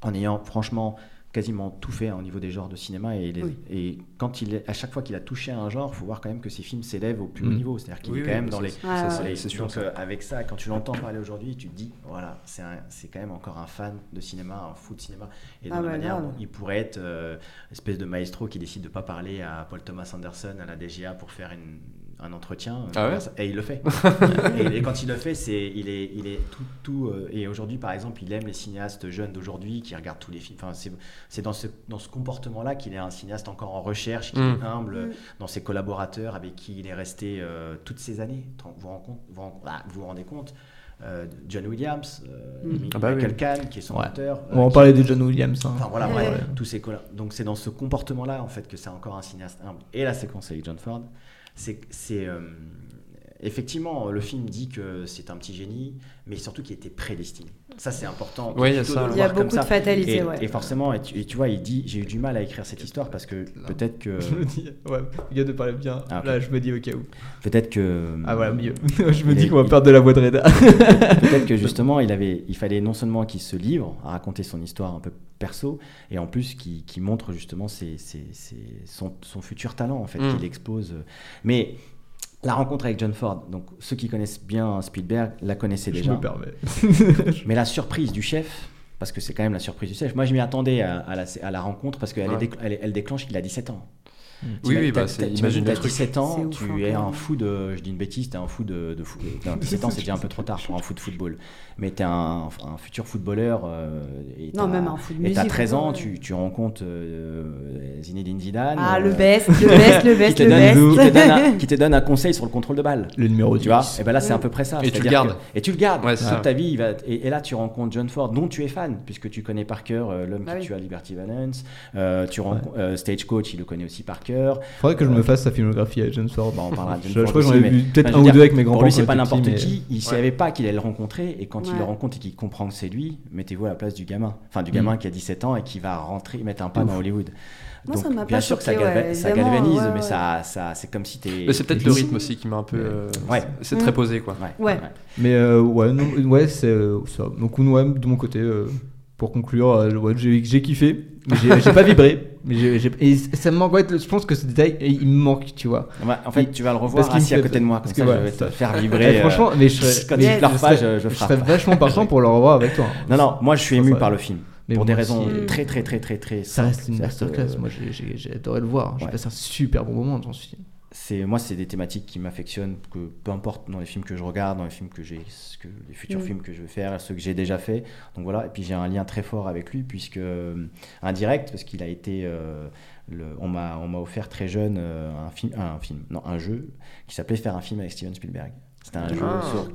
E: en ayant franchement quasiment tout fait hein, au niveau des genres de cinéma et, les-
F: Oui.
E: et quand il est- à chaque fois qu'il a touché à un genre faut voir quand même que ses films s'élèvent au plus haut
B: Mm.
E: niveau c'est-à-dire qu'il
L: Oui,
E: est quand
L: oui,
E: même
L: ça,
E: dans les,
L: c'est-
F: ça,
E: dans
F: c'est-
E: les-
L: c'est sûr,
E: donc, euh, avec ça quand tu l'entends parler aujourd'hui tu te dis voilà c'est un- c'est quand même encore un fan de cinéma un fou de cinéma et de
F: Ah
E: la
F: bah,
E: manière
F: grave.
E: dont il pourrait être euh, espèce de maestro qui décide de pas parler à Paul Thomas Anderson à la DGA pour faire une- un entretien euh,
L: Ah ouais
E: et il
L: [LAUGHS]
E: le fait et, et quand il le fait c'est il est il est tout tout euh, et aujourd'hui par exemple il aime les cinéastes jeunes d'aujourd'hui qui regardent tous les films enfin c'est c'est dans ce dans ce comportement là qu'il est un cinéaste encore en recherche qui
L: Mm.
E: est humble
F: Mm.
E: dans ses collaborateurs avec qui il est resté euh, toutes ces années Vous vous rend compte- vous rend- ah, vous vous rendez compte euh, John Williams euh,
F: Mm.
L: Ah bah oui.
E: Michael Kahn qui est son
B: Ouais.
E: auteur
B: On va
E: euh,
B: en
E: qui-
B: parler de John Williams. hein.
E: Enfin voilà,
F: Ouais.
E: bref,
F: Ouais.
E: tous ces colla- Donc c'est dans ce comportement-là en fait que c'est encore un cinéaste humble. Et la séquence avec John Ford, c'est c'est, euh, effectivement le film dit que c'est un petit génie, mais surtout qu'il était prédestiné. Ça c'est important.
L: Ouais, il y a
E: plutôt
L: ça.
E: le
L: Il y
F: a
E: voir comme
F: beaucoup de
E: ça.
F: fatalité,
E: Et,
F: ouais.
E: et forcément, et tu, et tu vois, il dit, j'ai eu du mal à écrire cette histoire parce que peut-être que
B: Je
L: [LAUGHS]
B: me dis, ouais, les gars de parler bien.
E: Ah, ok.
B: Là, je me dis au cas où.
E: peut-être que
B: Ah, voilà, mieux. je me
E: Il
B: dis
E: est-
B: qu'on va
E: il-
B: perdre de la voix de Reda.
E: [LAUGHS] Peut-être que justement, il, avait, il fallait non seulement qu'il se livre à raconter son histoire un peu perso, et en plus qu'il qu'il montre justement ses- ses- ses- son, son futur talent, en fait,
B: Hmm.
L: Mm.
E: qu'il expose. Mais la rencontre avec John Ford, donc ceux qui connaissent bien Spielberg la connaissaient
B: Je
E: déjà.
B: me permets.
E: Mais la surprise du chef, parce que c'est quand même la surprise du chef, moi je m'y attendais à, à la, à la rencontre parce qu'elle
L: Ouais.
E: est décl- elle, elle déclenche qu'il a 17 ans.
L: Oui,
E: T'imagines-
L: oui, bah,
E: t'as-
L: c'est-
E: t'as-
L: imagine le
E: t'as
L: truc.
E: 17
F: C'est
E: ans,
F: ouf, hein,
E: tu es
F: quand
E: un
F: même.
E: fou de. Je dis une bêtise, t'es un fou de. de fou- non, 17 ans, c'est déjà un peu trop tard pour un fou de football. Mais t'es un, un futur footballeur. euh, et
F: Non,
E: t'as-
F: même un fou de
E: Et t'as
F: musique,
E: 13 ans,
F: ouais.
E: tu, tu rencontres euh, Zinedine Zidane.
F: Ah,
E: euh,
F: le
B: [LAUGHS]
F: best, le best, le
E: qui
F: best,
E: te
F: le
E: donne- qui te
F: [LAUGHS]
E: donne un-
F: best.
E: qui te donne un conseil sur le contrôle de balle.
B: Le numéro
E: Tu
B: 10.
E: vois, et ben là c'est à peu près ça.
L: Et tu le
E: C'est-à-dire
L: gardes.
E: que- et tu le gardes.
L: Ouais, c'est
E: toute
L: ça.
E: ta vie. il va- et, et là tu rencontres John Ford, dont tu es fan, puisque tu connais par cœur euh, l'homme
F: Bah
E: qui
F: oui.
E: tue à Liberty Valance. Euh, tu rencontres euh, Stagecoach, il le connaît aussi par cœur.
B: Faudrait que je me fasse sa filmographie à John Ford.
E: Bon, on
B: [LAUGHS]
E: parlera de
B: je,
E: John Ford
B: je crois que j'en
E: aussi,
B: ai
E: mais-
B: vu peut-être
E: enfin, je
B: un
E: veux
B: ou
E: dire,
B: deux avec mes grands-parents.
E: Pour lui, c'est
B: quand
E: pas
B: j'étais
E: n'importe
B: petit, mais-
E: qui. Il savait pas qu'il allait le rencontrer. Et quand il
F: Ouais.
E: le rencontre et qu'il comprend que c'est lui, mettez-vous à la place du gamin. Enfin, du gamin qui a 17 ans et qui va rentrer, mettre un pas dans Hollywood.
F: Moi, ça
E: Donc,
F: m'a
E: bien
F: pas
E: sûr que ça,
F: choqué,
E: galva-
F: ouais,
E: ça
F: évidemment,
E: galvanise,
F: ouais,
E: mais
F: ouais.
E: ça, ça, c'est comme si t'es.
L: Mais c'est peut-être le rythme aussi qui m'a un peu. euh,
E: Ouais.
L: C'est
F: Mm.
L: très posé, quoi.
E: Ouais.
F: Ouais.
B: Mais euh, ouais, non, ouais, c'est euh, ça. Donc ouais, de mon côté, euh, pour conclure, euh, ouais, j'ai j'ai kiffé, mais j'ai j'ai pas vibré. Mais j'ai- j'ai- et ça me manque, ouais, je pense que ce détail, il me manque, tu vois.
E: Ouais, En fait, tu vas le revoir
B: qu'il me
E: assis à
B: fait-
E: côté de moi, comme
B: parce
E: ça,
B: que
E: je
B: voilà,
E: vais te
B: ça- [LAUGHS]
E: faire
B: Ouais,
E: vibrer. euh,
B: franchement, mais je serais,
E: Quand
B: mais
E: il pleure
B: je
E: pas,
B: serais-
E: je, je
B: je
E: frappe.
B: serais vachement partant pour le revoir avec toi.
E: Non, non, moi je suis
B: Ça,
E: ému
B: ça-
E: par le film.
B: Mais
E: pour des
B: moi
E: raisons euh,
B: aussi. euh,
E: très, très, très, très, très.
B: Ça reste
E: simples.
B: une
E: C'est-à-dire que,
B: masterclass. Moi, j'ai- j'ai j'ai adoré le voir. hein. J'ai
E: Ouais.
B: passé un super bon moment dans ce film.
E: c'est moi c'est des thématiques qui m'affectionnent que peu importe dans les films que je regarde dans les films que j'ai que les futurs
F: Mm.
E: films que je vais faire ceux que j'ai déjà fait donc voilà et puis j'ai un lien très fort avec lui puisque euh, indirect parce qu'il a été euh, le- on m'a on m'a offert très jeune euh, un film un film non un jeu qui s'appelait faire un film avec Steven Spielberg c'était un jeu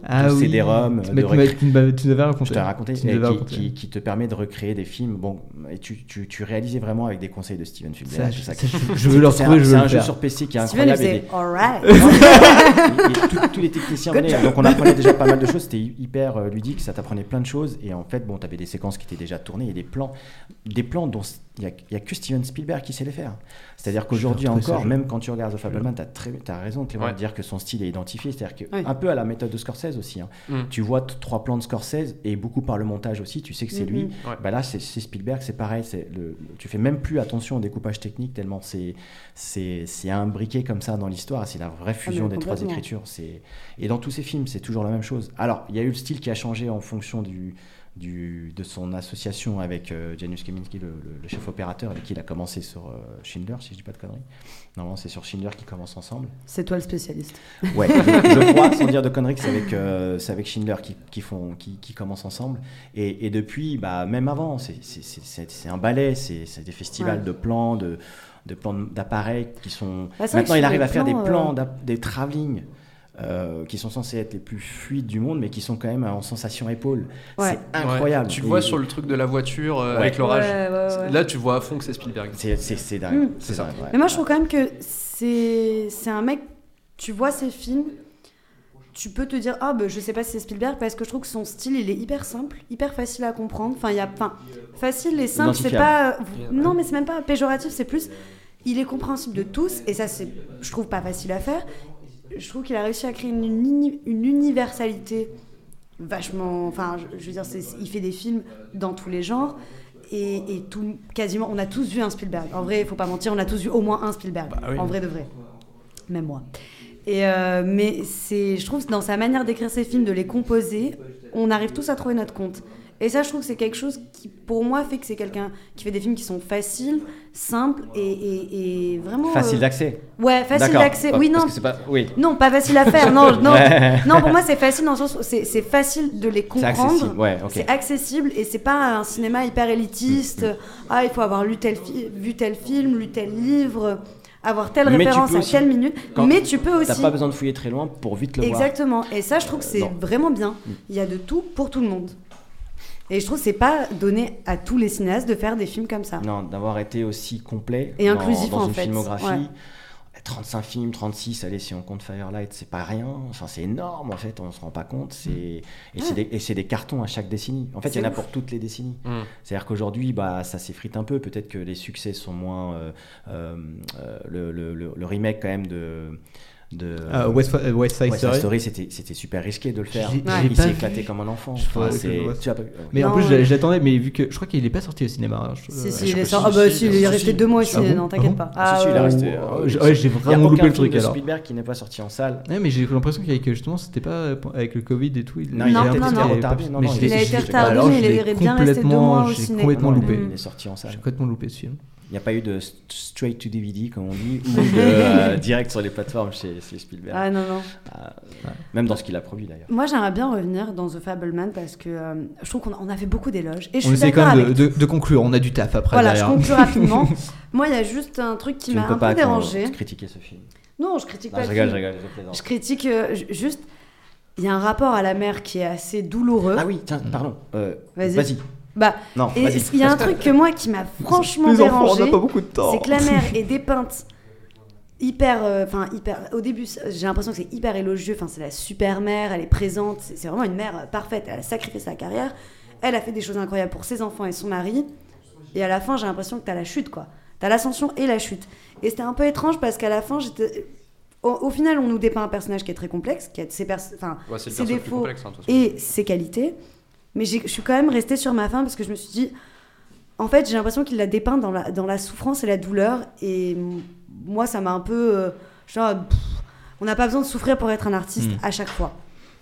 L: Ah.
E: sur CD-ROM
B: Tu
E: euh, de
B: m'as- tu m'as-
E: récré-
B: tu m'avais tu nous avais raconté.
E: je t'ai raconté,
B: Tu nous
E: et
B: avais
E: qui-
B: raconté.
E: qui, qui te permet de recréer des films. Bon, et tu, tu, tu réalisais vraiment avec des conseils de Steven Spielberg.
B: Ça,
E: tout
B: je,
E: ça.
B: ça, je- je veux le
E: C'est
B: retrouver,
E: un-
B: je
E: C'est
B: veux
E: un
B: le
E: jeu
B: faire.
E: sur PC
F: [LAUGHS]
E: qui est
F: Steven, il
E: incroyable. et des-
F: faisait alright.
B: [LAUGHS]
E: et- et tous- tous les techniciens venaient, donc on apprenait déjà pas mal de choses, c'était hyper euh, ludique, ça t'apprenait plein de choses, et en fait, bon, t'avais des séquences qui étaient déjà tournées, et des plans, des plans dont il n'y a, il y a que Steven Spielberg qui sait les faire. C'est-à-dire qu'aujourd'hui
B: vais retrouver
E: encore,
B: ce jeu.
E: même quand tu regardes The Fableman, t'as très- t'as raison, Clément,
L: Ouais.
E: de dire que son style est identifié, c'est-à-dire que,
F: Oui.
E: un peu à la méthode de Scorsese aussi, hein.
L: Mm.
E: tu vois t- trois plans de Scorsese, et beaucoup par le montage aussi, tu sais que c'est lui,
F: Mhm.
L: Ouais.
E: bah là, c'est c'est Spielberg, c'est pareil. c'est Le, tu fais même plus attention au découpage technique tellement c'est c'est c'est imbriqué comme ça dans l'histoire. C'est la vraie fusion
F: Ah, mais
E: des trois
F: complètement.
E: écritures. C'est et dans tous ces films, c'est toujours la même chose. Alors, il y a eu le style qui a changé en fonction du du, de son association avec euh, Janusz Kaminski, le, le- le chef opérateur avec qui il a commencé sur euh, Schindler, si je dis pas de conneries. Normalement, c'est sur Schindler qu'ils commencent ensemble.
F: C'est toi le spécialiste.
E: Ouais, je, [LAUGHS] je crois, sans dire de conneries, que c'est avec, euh, c'est avec Schindler qui, qui, font, qui, qui commencent ensemble. Et, et depuis, bah, même avant, c'est- c'est- c'est c'est- c'est un ballet, c'est c'est des festivals
F: Ouais.
E: de plans, de, de plans d'appareils qui sont.
F: Bah, c'est vrai
E: Maintenant,
F: que
E: il
F: sur
E: arrive
F: les
E: à faire
F: plans,
E: des plans,
F: euh,
E: d'ap- des travelling. euh, qui sont censés être les plus fluides du monde, mais qui sont quand même euh, en sensation épaule.
F: Ouais.
E: C'est incroyable.
L: Ouais, Tu le vois
E: Et-
L: sur le truc de la voiture euh,
E: Ouais.
L: avec l'orage.
F: Ouais, ouais, ouais.
L: Là, tu vois à fond que c'est Spielberg.
E: C'est c'est dingue.
F: Mm.
E: C'est ça.
F: Mais moi, je trouve quand même que c'est c'est un mec. Tu vois ses films, tu peux te dire ah ben je sais pas si c'est Spielberg parce que je trouve que son style il est hyper simple, hyper facile à comprendre. Enfin il y a enfin facile et simple, c'est pas
E: Identifiable.
F: non mais c'est même pas péjoratif, c'est plus il est compréhensible de tous et ça c'est je trouve pas facile à faire. Je trouve qu'il a réussi à créer une, uni- une universalité vachement enfin je, je veux dire c'est- il fait des films dans tous les genres. Et, et tout, quasiment, on a tous vu un Spielberg. En vrai, il faut pas mentir, on a tous vu au moins un Spielberg.
E: Bah
M: oui.
F: En vrai de vrai même moi. Et euh, mais c'est, je trouve, que dans sa manière d'écrire ses films, de les composer, on arrive tous à trouver notre compte. Et ça, je trouve que c'est quelque chose qui, pour moi, fait que c'est quelqu'un qui fait des films qui sont faciles, simples et, et- et vraiment.
E: Facile
F: euh,
E: d'accès.
F: Ouais, facile
E: D'accord.
F: d'accès. Oui,
E: Parce
F: non.
E: que c'est pas- oui.
F: Non, pas facile à faire. Non,
E: [LAUGHS]
F: non,
E: Ouais.
F: non. Pour moi, c'est facile dans le sens où c'est c'est facile de les comprendre.
E: accessible, ouais, ok. Mm,
F: C'est accessible et c'est pas un cinéma hyper élitiste. Ah, il faut avoir lu tel fi- vu tel film, lu tel livre, avoir telle
E: Mais tu
F: référence
E: peux
F: à
E: aussi-
F: telle minute.
E: quand-
F: mais tu peux aussi.
E: T'as pas besoin de fouiller très loin pour vite le
F: Exactement. Et ça, je trouve que
E: Euh,
F: c'est
E: non.
F: vraiment bien.
E: Mm.
F: Il y a de tout pour tout le monde. Et je trouve que c'est pas donné à tous les cinéastes de faire des films comme ça.
E: voir. Non, d'avoir été aussi complet
F: Et
E: dans,
F: inclusif,
E: dans
F: en
E: une
F: fait.
E: filmographie.
F: Ouais.
E: 35 films, 36, allez, si on compte Firelight, c'est pas rien. Enfin, c'est énorme, en fait, on se rend pas compte. C'est... Et,
F: Mm. Ouais.
E: c'est des, et c'est des cartons à chaque décennie. En fait, il y en a
F: C'est ouf.
E: pour toutes les décennies.
L: Mm.
E: C'est-à-dire qu'aujourd'hui, bah, ça s'effrite un peu. Peut-être que les succès sont moins. euh, euh, euh, le, le- le- le remake, quand même, de. De,
B: Euh, West- euh, West Side Story.
E: c'était, c'était super risqué de le faire.
B: J'ai- j'ai
E: Il
B: pas
E: s'est
B: vu.
E: éclaté comme un enfant.
B: Je
E: Enfin,
B: faudrait que
E: c'est-
B: je le vois.
E: tu as pas- ah oui.
B: Mais en
F: Non,
B: plus,
F: ouais.
B: j'a- j'attendais, mais vu que je crois qu'il est pas sorti au cinéma. hein, je-
F: Si,
B: euh,
F: si,
B: je
F: il est
B: sais pas
F: sorti. Ah, bah si, il est
B: Ah
F: resté
B: bon
F: deux mois au ciné,
B: Ah bon
F: non, t'inquiète pas.
E: Ah, si, si, il est
F: ouais.
E: resté.
B: Ah,
E: ah,
B: j'ai-
E: oui,
B: ouais,
E: c'est-
B: j'ai
E: il y a
B: vraiment
E: aucun
B: loupé le
E: film
B: truc,
E: de
B: alors.
E: Spielberg qui n'est pas sorti en salle.
B: Ouais, mais j'ai l'impression qu'il y a que justement, c'était pas euh, pour- avec le Covid et tout.
E: Non, il
F: Non,
B: j'ai
F: non,
B: l'impression
F: non.
B: qu'il y avait
E: Il a
B: pas- mais
E: été
B: je
E: retardé,
B: l'ai-
F: non, non,
B: je l'ai-
F: il a été retardé,
B: alors,
F: mais
B: je
F: il
B: l'ai
F: est bien resté deux
B: complètement-
F: mois au
B: J'ai
F: ciné.
B: complètement
F: Non, non,
B: loupé.
F: il
E: Il est sorti en salle.
B: J'ai complètement loupé ce film.
E: Il n'y a pas eu de st- straight to DVD, comme on dit,
B: [LAUGHS]
E: ou de euh, direct sur les plateformes chez, chez Spielberg.
F: Ah, non, non.
E: Ah, Même dans ce qu'il a produit d'ailleurs.
F: Moi, j'aimerais bien revenir dans The Fableman parce que euh, je trouve qu'on a, on a fait beaucoup d'éloges. Et je
B: On
F: suis
B: essaie
F: d'accord
B: quand
F: avec
B: même de, de- de conclure, on a du taf après.
F: Voilà,
B: derrière.
F: je conclue rapidement. Moi, il y a juste un truc qui
E: Tu ne
F: m'a
E: peux
F: un
E: pas
F: peu dérangé.
E: con- critiquer ce film.
F: Non, je critique
E: Non,
F: pas.
E: je
F: le
E: rigole,
F: film.
E: je rigole, je plaisante.
F: Je critique euh, ju- juste. Il y a un rapport à la mère qui est assez douloureux.
E: Ah oui, tiens,
B: Mm.
E: pardon. euh,
F: Vas-y.
E: vas-y.
F: Bah,
E: Non,
F: et
E: vas-y.
F: il y a un truc que moi qui m'a franchement
B: Les enfants, on
F: dérangé.
B: n'a pas beaucoup de temps.
F: C'est que la mère est dépeinte hyper, euh, enfin hyper. Au début, c'est- j'ai l'impression que c'est hyper élogieux. Enfin, c'est la super mère, elle est présente. C'est c'est vraiment une mère euh, parfaite. Elle a sacrifié sa carrière. Elle a fait des choses incroyables pour ses enfants et son mari. Et à la fin, j'ai l'impression que t'as la chute, quoi. T'as l'ascension et la chute. Et c'était un peu étrange parce qu'à la fin, j'étais. Au, au final, on nous dépeint un personnage qui est très complexe, qui a ses, pers- enfin,
L: Ouais, c'est le
F: ses
L: perso le plus
F: défauts
L: complexe, hein, de toute façon.
F: et ses qualités. Mais j'ai- je suis quand même restée sur ma fin parce que je me suis dit, en fait, j'ai l'impression qu'il la dépeint dans la, dans la souffrance et la douleur. Et m- moi, ça m'a un peu. euh, genre, pff, on n'a pas besoin de souffrir pour être un artiste
M: Mm.
F: à chaque fois.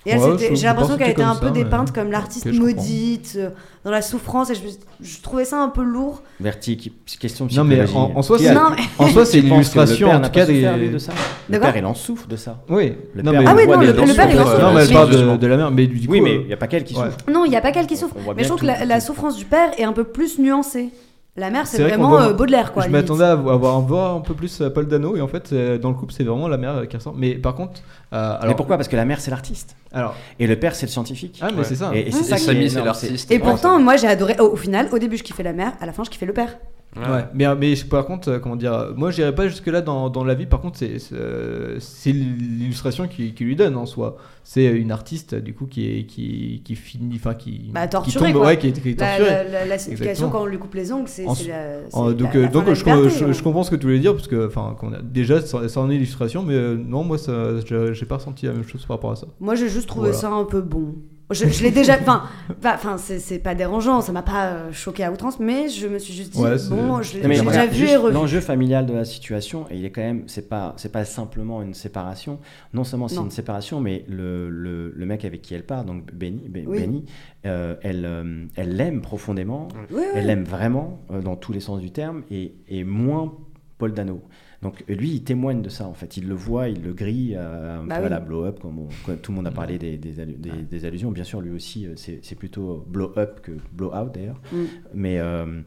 F: Et elle,
M: Ouais,
F: c'était-
M: je- je
F: j'ai l'impression
M: pense que
F: qu'elle
M: c'est
F: était un
M: comme
F: peu
M: ça, mais-
F: dépeinte comme l'artiste
E: Ok, je comprends.
F: maudite, euh, dans la souffrance. Et je, me suis- je trouvais ça un peu lourd.
E: Vertique, question
B: Non, mais
E: psychologique.
B: en- en soi,
E: Qui
B: c'est-
E: a-
F: Non, mais-
B: en soi, c'est
E: Tu penses que le
B: l'illustration,
E: père
B: en
E: n'a
B: tout
E: pas
B: cas, des-
E: souffert, lui, de ça Le
F: D'accord.
E: père, il en souffre de ça.
B: Oui.
E: Le
B: Non,
E: père,
B: mais-
E: on
B: Ah oui,
E: voit
B: non,
E: des
B: le- le
E: gens
B: père, il en
E: souffrir,
B: souffre.
E: euh,
B: Non, mais elle
E: aussi,
B: parle de-
E: justement.
B: de la mère, mais du
E: Oui,
B: coup,
E: mais
B: euh,
E: il n'y a pas qu'elle qui
B: ouais.
E: souffre.
F: Non, il n'y a pas qu'elle qui souffre.
E: On voit
F: Mais je
E: bien
F: trouve que la,
E: tout-
F: la souffrance du père est un peu plus nuancée. La mère, c'est
B: qu'on
F: vraiment
B: voit-
F: euh, Baudelaire, quoi.
B: Je
F: limite.
B: m'attendais à vo- avoir un voir un peu plus euh, Paul Dano et en fait euh, dans le couple c'est vraiment la mère euh, qui ressort. Mais par contre, euh, alors
E: Mais pourquoi Parce que la mère, c'est l'artiste.
B: Alors.
E: Et le père, c'est le scientifique.
B: Ah mais c'est ça.
E: Et, et c'est ça qui est
L: Samy, c'est
E: énorme,
L: l'artiste.
F: Et pourtant, moi, j'ai adoré. Au, au final, au début, je kiffais la mère. À la fin, je kiffais le père.
B: Ouais. Mais, euh, mais je- par contre, euh, comment dire, euh, moi j'irais pas jusque là dans, dans la vie. Par contre, c'est c'est, euh, c'est l'illustration qui, qui lui donne en soi. C'est une artiste euh, du coup qui est qui, qui finit, enfin qui
F: Bah,
B: qui
F: torturée,
B: tombe,
F: quoi.
B: ouais, qui est, qui est
F: La-
B: torturée.
F: Bah, la- la- la signification
B: Exactement.
F: quand on lui coupe les ongles, c'est-
B: En-
F: c'est la- c'est
B: en-
F: la-
B: donc
F: la
B: euh,
F: fin
B: donc
F: de la
B: je, com-
F: liberté,
B: je,
F: hein.
B: je comprends ce que tu voulais dire parce que enfin qu'on a- déjà ça ça en est l'illustration, mais euh, non moi ça je- j'ai pas ressenti la même chose par rapport à ça.
F: Moi, j'ai juste trouvé
B: Voilà.
F: ça un peu bon. Je, je l'ai déjà. Enfin, pas- enfin, c'est c'est pas dérangeant, ça m'a pas euh, choqué à outrance, mais je me suis juste dit,
B: Ouais, c'est-
F: bon, je l'ai
E: Non, mais
F: j'ai déjà
E: regarde,
F: vu
E: juste
F: et revu.
E: L'enjeu familial de la situation, et il est quand même, c'est pas, c'est pas simplement une séparation. Non seulement c'est
F: Non.
E: une séparation, mais le, le, le mec avec qui elle part, donc Benny, Be-
F: Oui.
E: Benny, euh, elle, euh, elle l'aime profondément,
F: Oui, oui.
E: elle l'aime vraiment euh, dans tous les sens du terme, et, et moins Paul Dano. Donc euh, lui, il témoigne de ça en fait. Il le voit, il le grille euh, un
F: Bah
E: peu à
F: oui.
E: la blow-up, comme, on- comme tout le monde a parlé des, des allu- des- des allusions. Bien sûr, lui aussi, euh, c'est c'est plutôt blow-up que blow-out d'ailleurs.
F: Mm.
E: Mais euh,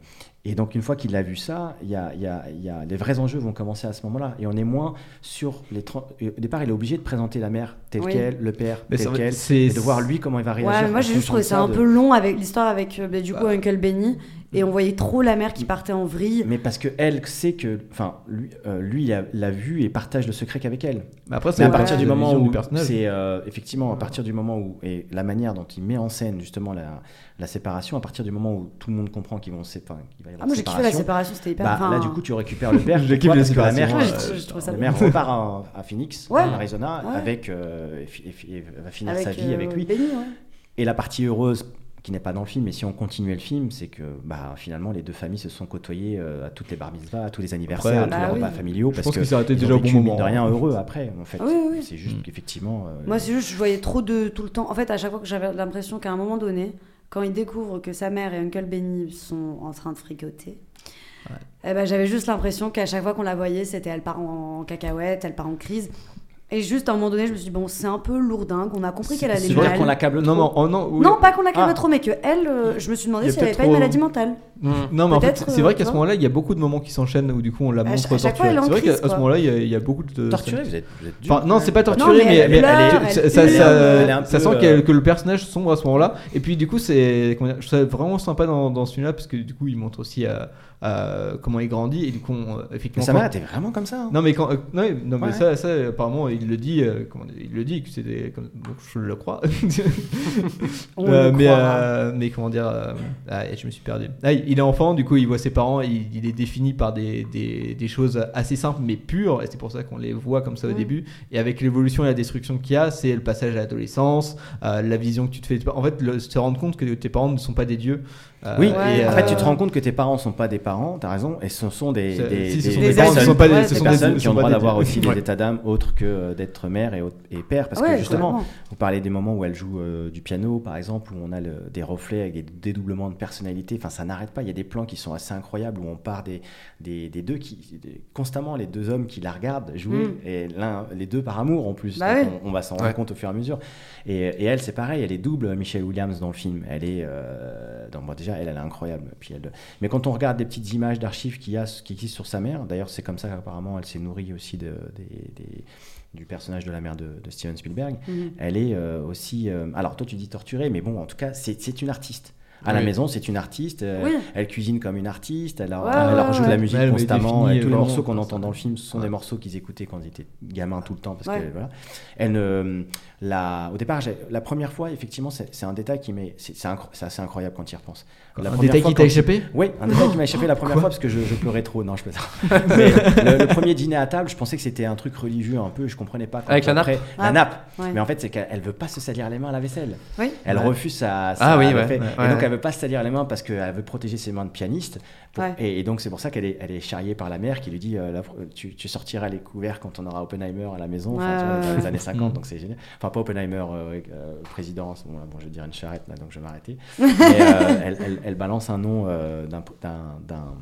E: et donc une fois qu'il a vu ça, il y a, il y a- il y a- les vrais enjeux vont commencer à ce moment-là. Et on est moins sur les. tran- Au départ, il est obligé de présenter la mère telle
F: Oui.
E: qu'elle, le père
B: Mais
E: tel
B: c'est-
E: quel,
B: c'est-
E: et de voir lui comment il va réagir.
F: Ouais, mais moi
E: en
F: j'ai juste
E: fonction
F: trouvé
E: de
F: ça un
E: de-
F: peu long avec l'histoire avec euh, bah, du coup
E: Bah.
F: Uncle Benny et on voyait trop la mère qui partait en vrille.
E: Mais parce que elle sait que, enfin, lui, euh, lui il a- l'a vu et partage le secret qu'avec elle.
B: Mais après, c'est
E: à
B: la
E: partir du
B: vision
E: moment
B: du
E: où,
B: personnage.
E: c'est euh, effectivement à partir du moment où et la manière dont il met en scène justement la, la séparation, à partir du moment où tout le monde comprend qu'ils vont se séparer, qu'il va y avoir
F: Ah, moi, j'ai kiffé la séparation, c'était hyper-
E: Bah,
F: enfin,
E: là, du coup, tu récupères le père.
B: [LAUGHS] J'ai
E: pourquoi
B: kiffé la
E: Parce que la mère, euh,
B: séparation,
F: ouais, je- je trouve ça
E: la
F: bon.
E: mère repart à, à Phoenix,
F: Ouais.
E: en Arizona,
F: Ouais.
E: avec euh, et fi- et fi- et va finir
F: Avec,
E: sa vie
F: euh,
E: avec lui.
F: Benny, ouais.
E: Et la partie heureuse qui n'est pas dans le film, mais si on continuait le film, c'est que bah, finalement les deux familles se sont côtoyés euh, à toutes les bar mitzvahs, à tous les anniversaires,
B: Après,
E: à tous
F: bah
E: les
F: oui.
E: repas familiaux,
B: Je
E: parce
B: pense
E: que
B: qu'ils s'arrêtaient
E: ils ont
B: déjà au bon
E: vécu, mine
B: moment, hein. Mm.
E: de rien
B: en fait.
E: heureux après. En fait,
F: Ah oui, oui.
E: c'est juste qu'effectivement. euh,
F: Moi c'est juste je voyais trop de tout le temps. En fait à chaque fois que j'avais l'impression qu'à un moment donné, quand il découvre que sa mère et Uncle Benny sont en train de fricoter, eh ben, j'avais juste l'impression qu'à chaque fois qu'on la voyait, c'était elle part en, en cacahuète, elle part en crise. Et juste à un moment donné, je me suis dit, bon, c'est un peu lourdingue, on a compris qu'elle allait
B: C'est vrai
F: mal.
B: qu'on l'accable. Non, non, oh, non, oui.
F: Non, pas qu'on la calme
B: Ah.
F: trop, mais que elle, euh, je me
B: Il
F: suis demandé
B: y a
F: si elle avait
B: peut-être
F: pas une
B: trop-
F: maladie mentale.
B: Non, mais en fait,
F: Peut-être,
B: c'est
F: euh,
B: vrai qu'à
F: tu
B: ce
F: vois.
B: moment-là, il y a beaucoup de moments qui s'enchaînent où du coup on la
F: À
B: montre
F: chaque- à chaque fois,
B: torturée.
F: elle est en
B: C'est vrai
F: crise,
B: qu'à ce
F: quoi.
B: moment-là, il y a- il y, a beaucoup de.
E: Torturée, vous êtes, vous êtes dur.
B: Enfin, non, c'est pas
F: Non,
B: torturé,
F: mais
B: mais,
F: elle
B: mais
F: pleure,
B: tu- ça-
F: elle
B: ça-
F: pleure.
B: ça-
E: Elle est un
B: ça
E: peu,
B: sent qu'elle-
E: euh,
B: que le personnage sombre à ce moment-là. Et puis du coup, c'est comment dire, je trouve ça vraiment sympa dans, dans ce film-là parce que du coup, il montre aussi euh, euh, comment il grandit et du coup, on- euh,
E: Mais
B: effectivement.
E: sa
B: quand-
E: mère était vraiment comme ça. hein.
B: Non mais quand, euh, non, mais- non, mais
E: Ouais.
B: ça, ça, apparemment il le dit, euh, comment dire, il le dit que c'est des- comme- donc, je le crois.
F: [LAUGHS] On
B: Euh,
F: le
B: mais
F: croira.
B: euh, mais comment dire, euh, ah, je me suis perdu. Ah, il il est enfant, du coup il voit ses parents, il, il est défini par des, des, des choses assez simples mais pures, et c'est pour ça qu'on les voit comme ça au
F: Ouais.
B: début. Et avec l'évolution et la destruction qu'il y a, c'est le passage à l'adolescence, euh, la vision que tu te fais. En fait, le, se rendre compte que tes parents ne sont pas des dieux. euh,
E: Oui,
F: Ouais,
B: et,
E: en
B: euh,
E: fait, tu te rends compte que tes parents sont pas des parents, t'as raison, et ce sont des,
B: C'est-
E: des,
B: si, ce
E: des-
B: sont
E: des
F: des parents,
E: personnes,
F: ce sont pas des- ce
E: des
F: sont
B: des-
E: personnes
B: ce
E: qui
B: sont
E: ont le
B: pas
E: droit
B: des-
E: d'avoir aussi des
B: [LAUGHS] Ouais.
E: états d'âme autres que euh, d'être mère et, autre- et père. Parce
F: Ouais,
E: que justement,
F: clairement.
E: vous parlez des moments où elle joue euh, du piano, par exemple, où on a le- des reflets avec des dédoublements de personnalité, enfin, ça n'arrête pas. Il y a des plans qui sont assez incroyables où on part des, des, des deux qui. des- constamment, les deux hommes qui la regardent jouer,
F: Mm.
E: et l'un, les deux par amour en plus.
F: Bah
E: Donc,
F: ouais.
E: on, on va s'en rendre
L: Ouais.
E: compte au fur et à mesure. Et, et elle, c'est pareil, elle est double Michelle Williams dans le film. Elle est, euh, dans, bon, déjà, elle, elle est incroyable. Puis elle, mais quand on regarde des petites images d'archives qu'il y a, qui existent sur sa mère, d'ailleurs, c'est comme ça qu'apparemment elle s'est nourrie aussi de, des- des- du personnage de la mère de, de Steven Spielberg.
F: Mhm.
E: Elle est euh, aussi. euh, alors toi, tu dis torturée, mais bon, en tout cas, c'est c'est une artiste. À la
L: Oui.
E: maison, c'est une artiste. euh,
F: Oui.
E: Elle cuisine comme une artiste. Elle, a-
F: Ouais,
E: elle
F: ouais,
E: leur joue de
F: ouais.
E: la musique
B: Elle, mais
E: constamment.
B: définie,
E: et tous les
B: vraiment,
E: morceaux qu'on
B: ça.
E: entend dans le film, ce sont
B: Ouais.
E: des morceaux qu'ils écoutaient quand ils étaient gamins tout le temps. Parce
F: Ouais.
E: que voilà. Elle ne- la, au départ, j'ai- la première fois, effectivement, c'est c'est un détail qui m'est. C'est c'est incro- c'est assez incroyable quand tu y repenses. La
B: un
E: première
B: détail
E: fois,
B: qui t'a
E: quand-
B: échappé. Oh,
E: oui, un détail qui m'a échappé la première fois parce que je, je pleurais trop. Non, je plaisante.
B: [LAUGHS]
E: Mais le, le premier dîner à table, je pensais que c'était un truc religieux un peu. Je comprenais pas. quand
L: Avec la nappe
E: La
F: Ah,
E: nappe.
F: ouais.
E: Mais en fait, c'est qu'elle elle veut pas se salir les mains à la vaisselle.
F: Oui.
E: Elle
L: Ouais.
E: refuse sa. sa
L: Ah oui,
E: elle
L: ouais,
E: fait-
L: ouais,
E: Et donc,
L: ouais.
E: elle veut pas se salir les mains parce qu'elle veut protéger ses mains de pianiste. Pour-
F: Ouais.
E: et, et donc, c'est pour ça qu'elle est, elle est charriée par la mère qui lui dit euh, la pro- tu, tu sortiras les couverts quand on aura Oppenheimer à la maison. Enfin,
F: Ouais,
E: tu vois,
F: ouais,
E: dans
F: ouais.
E: les années
L: Mm.
E: 50, donc c'est génial. Enfin, pas Oppenheimer, euh, euh, président. Bon, là, bon, je vais dire une charrette, là, donc je
F: [LAUGHS]
E: vais m'arrêter. Mais, euh, elle, elle- elle balance un nom euh, d'un- d'un. d'un-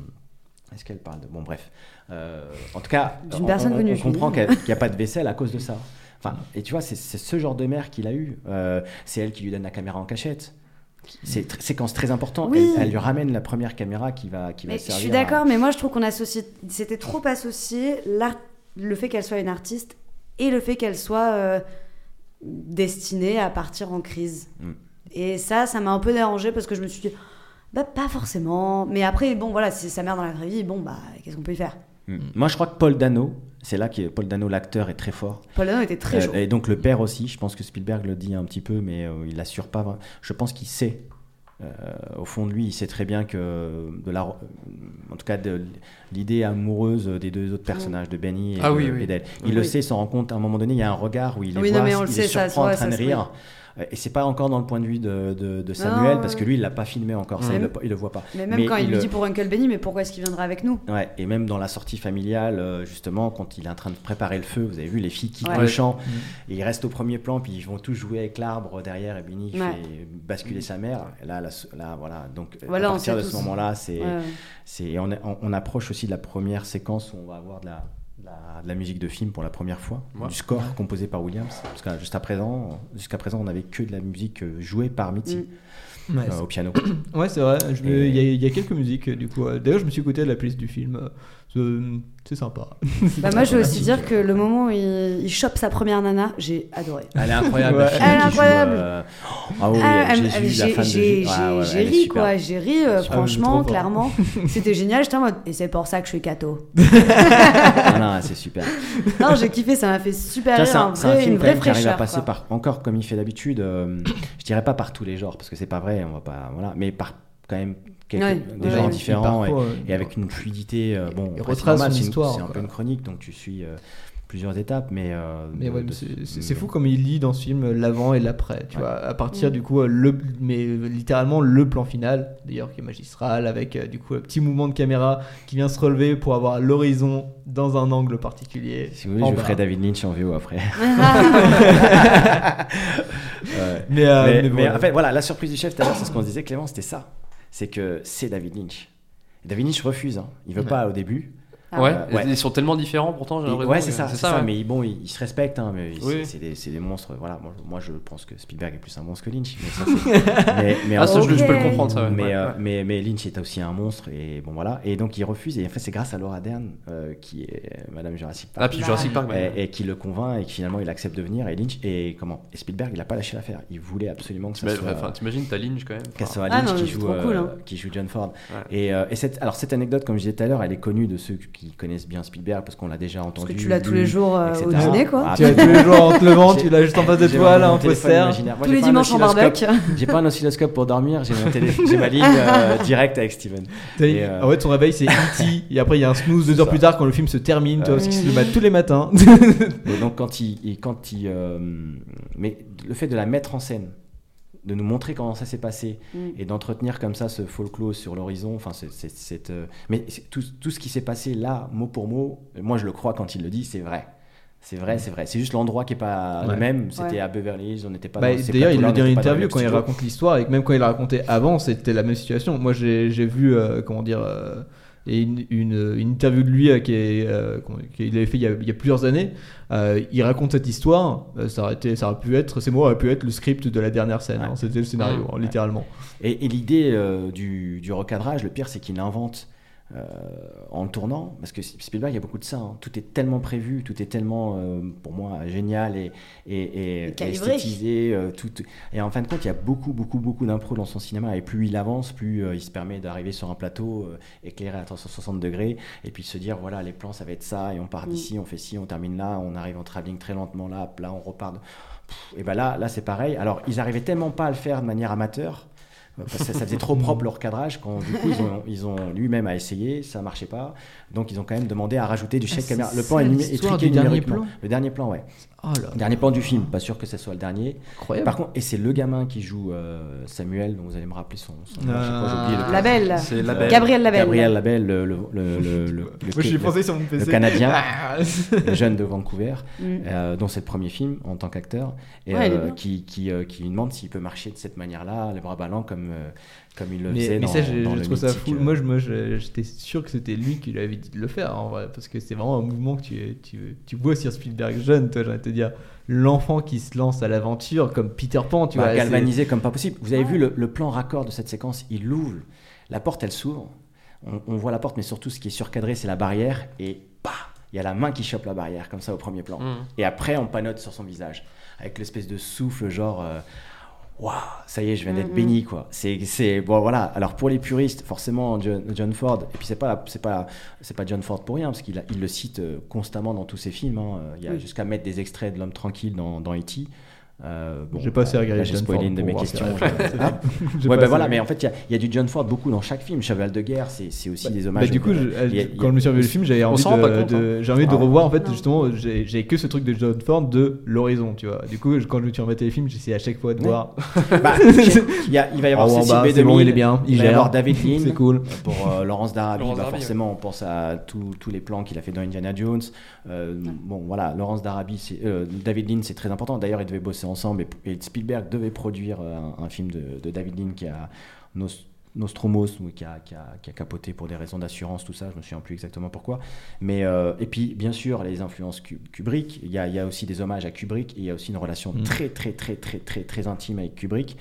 E: Est-ce qu'elle parle de. Bon, bref. Euh, en tout cas,
F: D'une
E: on,
F: personne
E: on-
F: connue,
E: on
F: je
E: comprend
F: dis.
E: qu'elle- qu'il n'y a pas de vaisselle à cause de ça. Enfin, et tu vois, c'est c'est ce genre de mère qu'il a eu. Euh, c'est elle qui lui donne la caméra en cachette. C'est tr- séquence très importante.
F: Oui.
E: Elle, elle lui ramène la première caméra qui va, qui va
F: Mais je
E: servir.
F: suis
E: à-
F: d'accord, mais moi je trouve qu'on associe, c'était trop associé l'art- le fait qu'elle soit une artiste et le fait qu'elle soit euh, destinée à partir en crise.
E: Mm.
F: Et ça, ça m'a un peu dérangé parce que je me suis dit, bah pas forcément. Mais après, bon voilà, c'est sa mère dans la vraie vie, bon bah qu'est-ce qu'on peut y faire
E: Mm. Moi, je crois que Paul Dano, c'est là que Paul Dano, l'acteur, est très fort.
F: Paul Dano était très
E: Euh,
F: chaud.
E: et donc le père aussi, je pense que Spielberg le dit un petit peu, mais euh, il l'assure pas. vra- Je pense qu'il sait. Euh, au fond de lui, il sait très bien que, de la, euh, en tout cas, de l'idée amoureuse des deux autres personnages, de Benny et,
L: Ah
E: de-
L: oui, oui.
E: et d'elle. Il le
F: Oui.
E: sait, il s'en rend compte. À un moment donné, il y a un regard où il les
F: Oui, non,
E: voit,
F: mais on
E: il
F: le
E: les
F: sait, ça,
E: surprend en
F: ouais,
E: train
F: ça
E: de
F: se-
E: rire. Et c'est pas encore dans le point de vue de, de- de Samuel,
F: Non,
E: parce
F: ouais.
E: que lui, il l'a pas filmé encore, ça,
F: Ouais.
E: il, le, il le voit pas.
F: Mais même quand il, lui
E: le-
F: dit pour Uncle Benny, mais pourquoi est-ce qu'il viendra avec nous
E: Ouais, et même dans la sortie familiale, euh, justement, quand il est en train de préparer le feu, vous avez vu les filles quittent
F: Ouais. Mmh.
E: le
F: Ouais.
E: champ, et ils restent au premier plan, puis ils vont tous jouer avec l'arbre derrière, et Benny qui
F: Ouais. Mmh.
E: fait basculer sa mère. Et là, là, ce- là, voilà. Donc,
F: Voilà,
E: à
F: on
E: partir
F: sait
E: de ce
F: tous.
E: moment-là, c'est,
F: Ouais, ouais.
E: c'est et on, est- on- on approche aussi de la première séquence où on va avoir de la, de la, de la musique de film pour la première fois,
L: Ouais.
E: du score composé par Williams. Parce que jusqu'à présent, jusqu'à présent, on n'avait que de la musique euh, jouée par Mitzi
F: Mmh.
B: Mm.
E: euh,
B: Ouais, c'est-
E: au piano.
B: Ouais, c'est vrai. je me- Il y, a- il y a quelques musiques, euh, du coup. euh, D'ailleurs, je me suis écouté de la playlist du film. euh, ce- C'est sympa.
F: Bah
B: [LAUGHS]
F: moi, je veux aussi dire que le moment où il, il chope sa première nana, j'ai adoré.
E: Elle est incroyable.
B: Ouais.
E: la fille
F: Elle est
E: qui joue,
F: incroyable.
E: euh, Ah oui,
F: Ah, elle- elle-
E: Jésus, la
F: j'ai-
E: femme de
F: j'ai-
E: Jésus. Ah ouais,
F: j'ai- j'ai
E: elle est
F: ri
E: super.
F: quoi, j'ai ri euh,
E: Ah, mais
F: franchement,
B: trop fort.
E: [LAUGHS]
F: clairement. C'était génial, j'étais en mode et c'est pour ça que je suis cato.
E: Ah non, c'est super.
F: non, j'ai kiffé, ça m'a fait super
E: Tiens,
F: rire,
E: c'est un,
F: un
E: c'est un
F: vrai-
E: film
F: une
E: quand
F: vraie
E: même qui arrive à
F: fraîcheur.
E: passer
F: quoi.
E: par encore comme il fait d'habitude. euh, je dirais pas par tous les genres parce que c'est pas vrai, on va pas voilà, mais par quand même quelques,
F: Ouais,
E: des
F: ouais,
E: genres
F: ouais.
E: différents
B: Il
E: et,
B: parcourt,
E: et avec une fluidité. euh, bon,
B: il
E: après, c'est
B: retrace
E: normal,
B: son
E: c'est une-
B: histoire,
E: C'est un peu
B: quoi.
E: une chronique, donc tu suis euh, plusieurs étapes, mais. euh,
B: Mais
E: de-
B: ouais, mais
E: de-
B: c'est- c'est c'est fou comme il lit dans ce film euh, l'avant et l'après, tu
E: Ouais.
B: vois. À
F: Mm.
B: partir du coup, euh, le, mais euh, littéralement le plan final, d'ailleurs qui est magistral, avec euh, du coup un petit mouvement de caméra qui vient se relever pour avoir l'horizon dans un angle particulier.
E: Si vous voulez,
B: en
E: je
B: bas.
E: ferai David Lynch en
F: [LAUGHS]
E: VO après. [LAUGHS] Ouais.
B: Mais, euh, mais
E: mais, mais
B: voilà.
E: en fait, voilà, la surprise du chef, tout à l'heure, c'est ce qu'on se disait, Clément, c'était ça. C'est que c'est David Lynch. David Lynch refuse, hein. il veut pas au début.
F: Ah
L: Ouais, ouais.
E: Euh, ouais.
L: Ils sont tellement différents pourtant, j'ai
E: Il-
L: l'impression.
E: ouais, c'est
L: que-
E: ça, c'est ça,
L: ouais.
E: mais bon, ils, ils se respectent, hein, mais ils-
L: Oui.
E: c'est- c'est des, c'est des monstres. Voilà, moi, je- moi, je pense que Spielberg est plus un monstre que Lynch. Mais
L: [LAUGHS]
E: ça, c'est- mais, mais
L: Ah,
E: en-
L: ça, je le- je peux le
F: Ok.
L: comprendre, ça, ouais.
E: Mais,
L: Ouais,
E: euh,
L: ouais.
E: mais, mais Lynch est aussi un monstre, et bon voilà. Et donc il refuse, et en fait, c'est grâce à Laura Dern, euh, qui est Madame Jurassic Park.
L: Ah, puis Jurassic Park, ouais.
E: et, et qui le convainc, et qui finalement il accepte de venir. Et Lynch, et comment Et Spielberg, il a pas lâché l'affaire. Il voulait absolument que ça
L: T'imagines-
E: soit.
L: Enfin, t'imagines ta Lynch quand même. Enfin,
E: Cassandra
F: Ah
E: Lynch
F: non,
E: qui,
F: c'est
E: joue,
F: trop
E: euh,
F: cool, hein.
E: qui joue John Ford.
L: Ouais.
E: Et, euh, et cette, alors cette anecdote, comme je disais tout à l'heure, elle est connue de ceux qui connaissent bien Spielberg parce qu'on l'a déjà entendu.
F: tu l'as tous les jours, euh, au
E: etc.
F: dîner, quoi.
E: Ah,
B: Tu as tous les jours en te levant, tu l'as juste en face de
E: [LAUGHS] j'ai
B: toi, là,
E: mon
B: en
E: téléphone
B: poster.
E: imaginaire. Moi,
F: Tous
E: j'ai
F: les
E: pas un
F: dimanches en
E: oscilloscope.
F: barbecue.
E: J'ai pas un oscilloscope pour dormir, j'ai mon télé-
F: [LAUGHS]
E: j'ai ma ligne euh, directe avec Steven.
B: T'as-
E: Et, euh,
B: En fait, son réveil c'est
E: [LAUGHS]
B: E.T. et après il y a un snooze deux heures
E: ça.
B: plus tard quand le film se termine, tu vois,
E: Euh,
B: parce qu'il se le bat tous les matins.
E: Ah Et donc quand il, il- quand il, euh, mais le fait de la mettre en scène, de nous montrer comment ça s'est passé
F: Mm.
E: et d'entretenir comme ça ce folklore sur l'horizon, enfin c'est- c'est- c'est, euh, mais c'est tout, tout ce qui s'est passé là, mot pour mot, moi je le crois quand il le dit, c'est vrai. C'est vrai, c'est vrai. C'est juste l'endroit qui est pas
B: Ouais.
E: le même. C'était
F: Mm. Ouais.
E: à Beverly Hills, on n'était pas.
B: Bah,
E: dans ces
B: D'ailleurs, il
E: plateaux-là,
B: le
E: on
B: dit en
E: n'était pas dans les
B: interview
E: mêmes
B: quand il
E: studios.
B: raconte l'histoire et que même quand il la racontait avant, c'était la même situation. Moi, j'ai j'ai vu, euh, comment dire, euh, et une, une- une interview de lui euh, qui est, euh, qu'on- qu'il avait fait il y a, il y a plusieurs années. Euh, il raconte cette histoire. euh, ça, aurait été, ça aurait pu être, ces mots auraient pu être le script de la dernière scène.
E: Ouais.
B: hein, c'était le scénario, hein, littéralement.
E: Et, et l'idée euh, du, du recadrage, le pire, c'est qu'il l'invente euh, en le tournant, parce que Spielberg, il y a beaucoup de ça. hein. Tout est tellement prévu, tout est tellement, euh, pour moi, génial et, et, et-
F: Et
E: et
F: calibré.
E: esthétisé. euh, tout, et en fin de compte, il y a beaucoup, beaucoup, beaucoup d'impro dans son cinéma. Et plus il avance, plus euh, il se permet d'arriver sur un plateau euh, éclairé à 360 degrés, et puis de se dire, voilà, les plans, ça va être ça, et on part
F: Mm.
E: d'ici, on fait ci, on termine là, on arrive en travelling très lentement là, là, on repart. de- et ben là, là c'est pareil. Alors, ils arrivaient tellement pas à le faire de manière amateur. euh, parce que Ça, ça faisait [LAUGHS] trop propre leur cadrage quand du coup ils ont, ils ont lui-même à essayer, ça marchait pas, donc ils ont quand même demandé à rajouter du chèque
B: c'est
E: caméra. Le
B: ça
E: plan est, numé- est
B: l'histoire
E: truqué
B: du dernier
E: numériquement.
B: plan
E: Le dernier plan, ouais.
B: Oh là,
E: Dernier plan du film, pas sûr que ce soit le dernier.
B: incroyable.
E: Par contre, et c'est le gamin qui joue euh, Samuel, dont vous allez me rappeler son, son nom, à chaque fois, j'ai
B: Ah,
E: oublié le
F: La belle.
L: C'est la belle.
F: Gabriel Labelle.
E: Gabriel Labelle, le, le, le, le- le-
B: Moi, je suis
E: le-
B: pensé sur mon PC.
E: le Canadien.
B: Ah.
E: le jeune de [LAUGHS] Vancouver,
F: Mm.
E: euh, dont c'est le premier film en tant qu'acteur, et
F: Ouais, il est
E: euh,
F: bien.
E: qui, qui, euh, qui lui demande s'il peut marcher de cette manière-là, les bras ballants, comme, euh, comme il le
B: Mais,
E: faisait
B: mais
E: dans,
B: ça, je,
E: dans
B: je
E: le
B: trouve ça
E: mythique,
B: fou.
E: euh,
B: Moi, je- moi, je- j'étais sûr que c'était lui qui lui avait dit de le faire, en vrai, parce que c'est vraiment un mouvement que tu, tu, tu vois sur Spielberg jeune, toi, j'allais te dire. L'enfant qui se lance à l'aventure, comme Peter Pan, tu
E: bah,
B: vois. c'est- [LAUGHS]
E: galvanisé comme pas possible. Vous avez vu le, le plan raccord de cette séquence Il ouvre, la porte, elle s'ouvre, on, on voit la porte, mais surtout, ce qui est surcadré, c'est la barrière, et bah, il y a la main qui chope la barrière, comme ça, au premier plan.
L: Mm.
E: Et après, on panote sur son visage, avec l'espèce de souffle, genre. euh, Waouh, ça y est, je viens d'être béni, quoi. C'est, c'est, bon, voilà. Alors, pour les puristes, forcément, John, John Ford, et puis c'est pas, la- c'est pas, c'est pas John Ford pour rien, parce qu'il a- il le cite euh, constamment dans tous ses films. hein. Il y a
F: Oui.
E: jusqu'à mettre des extraits de L'homme tranquille dans, dans E.T. Euh, bon,
B: J'ai pas assez
E: là,
B: regardé
E: J'ai
B: John
E: spoilé
B: Ford
E: une de
B: pour
E: mes
B: voir
E: questions.
B: si [LAUGHS] elle- J'ai
E: Ah. ouais,
B: pas
E: bah
B: assez
E: voilà,
B: regardé.
E: mais en fait, il y a- il y, a du John Ford beaucoup dans chaque film. Cheval de guerre, c'est c'est aussi des hommages.
B: Bah, du
E: au-
B: coup, je-
E: il y a- il y a-
B: quand je me suis revu le film, j'avais
E: On
B: envie,
E: s'en rend pas
B: de,
E: compte,
B: de-
E: hein.
B: j'ai envie de
E: Ah.
B: revoir. En fait, justement, j'ai j'ai que ce truc de John Ford de l'horizon, tu vois. Du coup, je- quand je me suis remetté le film, j'essayais à chaque fois de
E: Ouais.
B: voir.
E: Bah,
B: [LAUGHS]
E: il, y a- [LAUGHS] il va y avoir
B: Oh,
E: Cécile
B: bah, c'est
E: B2000,
B: bon, il est bien, il
E: va y
B: gère. [LAUGHS]
E: avoir David Lean
B: C'est cool.
E: pour euh, Laurence Darabi.
B: Laurence
E: bah,
B: Darabi,
E: forcément, on pense à tous tous les plans qu'il a fait dans Indiana Jones. Euh, Bon, voilà, Laurence Darabi, c'est- euh, David Lean, c'est très important. D'ailleurs, ils devaient bosser ensemble et, et Spielberg devait produire euh, un, un film de, de David Lean qui a Nos- Nostromos, ou qui a, qui a- qui a capoté pour des raisons d'assurance, tout ça, je me souviens plus exactement pourquoi. Mais, euh, et puis, bien sûr, les influences Ku- Kubrick, il y a, il y a aussi des hommages à Kubrick, et il y a aussi une relation
B: Mm.
E: très, très, très, très, très, très intime avec Kubrick.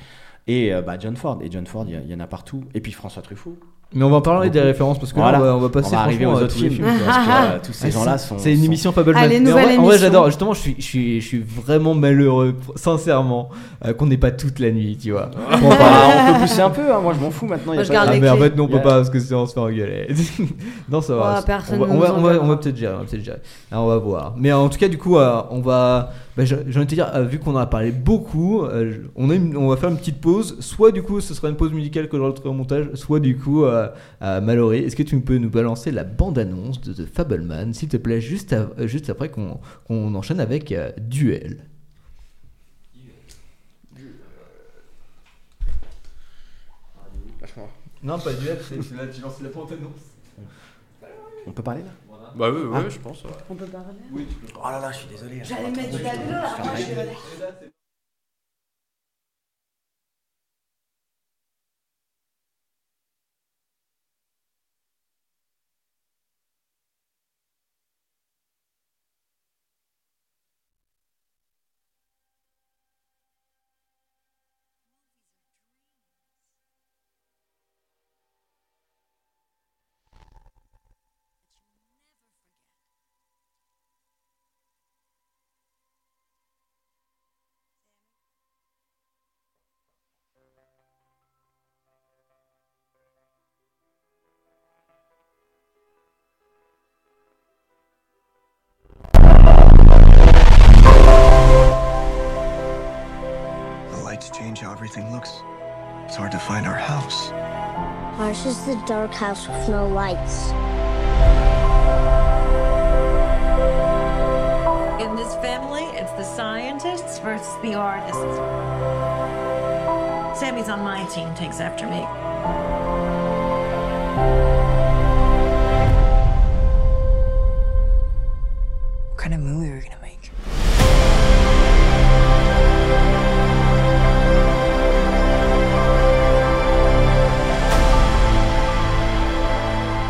E: Et euh, bah, John Ford, et John Ford, il y a- il y, en a partout. Et puis François Truffaut.
B: Mais on va en parler des références parce que là,
E: Voilà.
B: on va, on va passer
E: On va arriver
B: franchement
E: aux
B: à
E: autres
B: tous les
E: films,
B: films.
E: parce que, Ah, euh, tous ces
B: Ah,
E: gens-là
B: c'est-
E: sont-
B: C'est une
E: sont-
B: émission Fableman.
F: Allez,
B: Mais en vrai-
F: nouvelle
B: en vrai,
F: émission.
B: j'adore. Justement, je suis, je suis, je suis vraiment malheureux, sincèrement, euh, qu'on n'ait pas toute la nuit, tu vois. Pour en parler.
E: Bah, on peut pousser un peu, hein, moi je m'en fous maintenant. il y a
F: Moi, je
E: pas-
F: garde
B: Ah,
F: les
B: mais en
F: clés.
B: fait, non, on peut
E: Yeah.
B: pas parce que sinon on se fait engueuler. [LAUGHS] non, ça
F: Oh,
B: va.
F: personne
B: on va, on va, on
F: ne nous
B: va-
F: engueulera.
B: on va peut-être gérer, on va peut-être gérer. Ah, on va voir. Mais en tout cas, du coup, euh, on va. bah, j'ai j'ai envie de te dire, euh, vu qu'on en a parlé beaucoup, euh, je- on, a une- on va faire une petite pause. Soit du coup, ce sera une pause musicale que je retrouverai au montage, soit du coup, euh, euh, Mallory, est-ce que tu peux nous balancer la bande-annonce de The Fableman, s'il te plaît, juste, av- euh, juste après qu'on qu'on enchaîne avec euh, Duel Non, pas Duel, c'est là, tu lances la bande-annonce.
E: On peut parler là
L: Bah oui, oui,
E: Ah.
L: oui, je pense. ouais.
F: On peut parler
E: Oh là là, je suis désolé. là,
F: J'allais
E: je
F: mettre du
E: parle trop
F: tableau là.
E: vite.
D: The lights change how everything looks. It's hard to find our house.
M: Ours is the dark house with no lights.
N: In this family, it's the scientists versus the artists. Sammy's on my team, takes after me.
C: What kind of movie are we gonna make?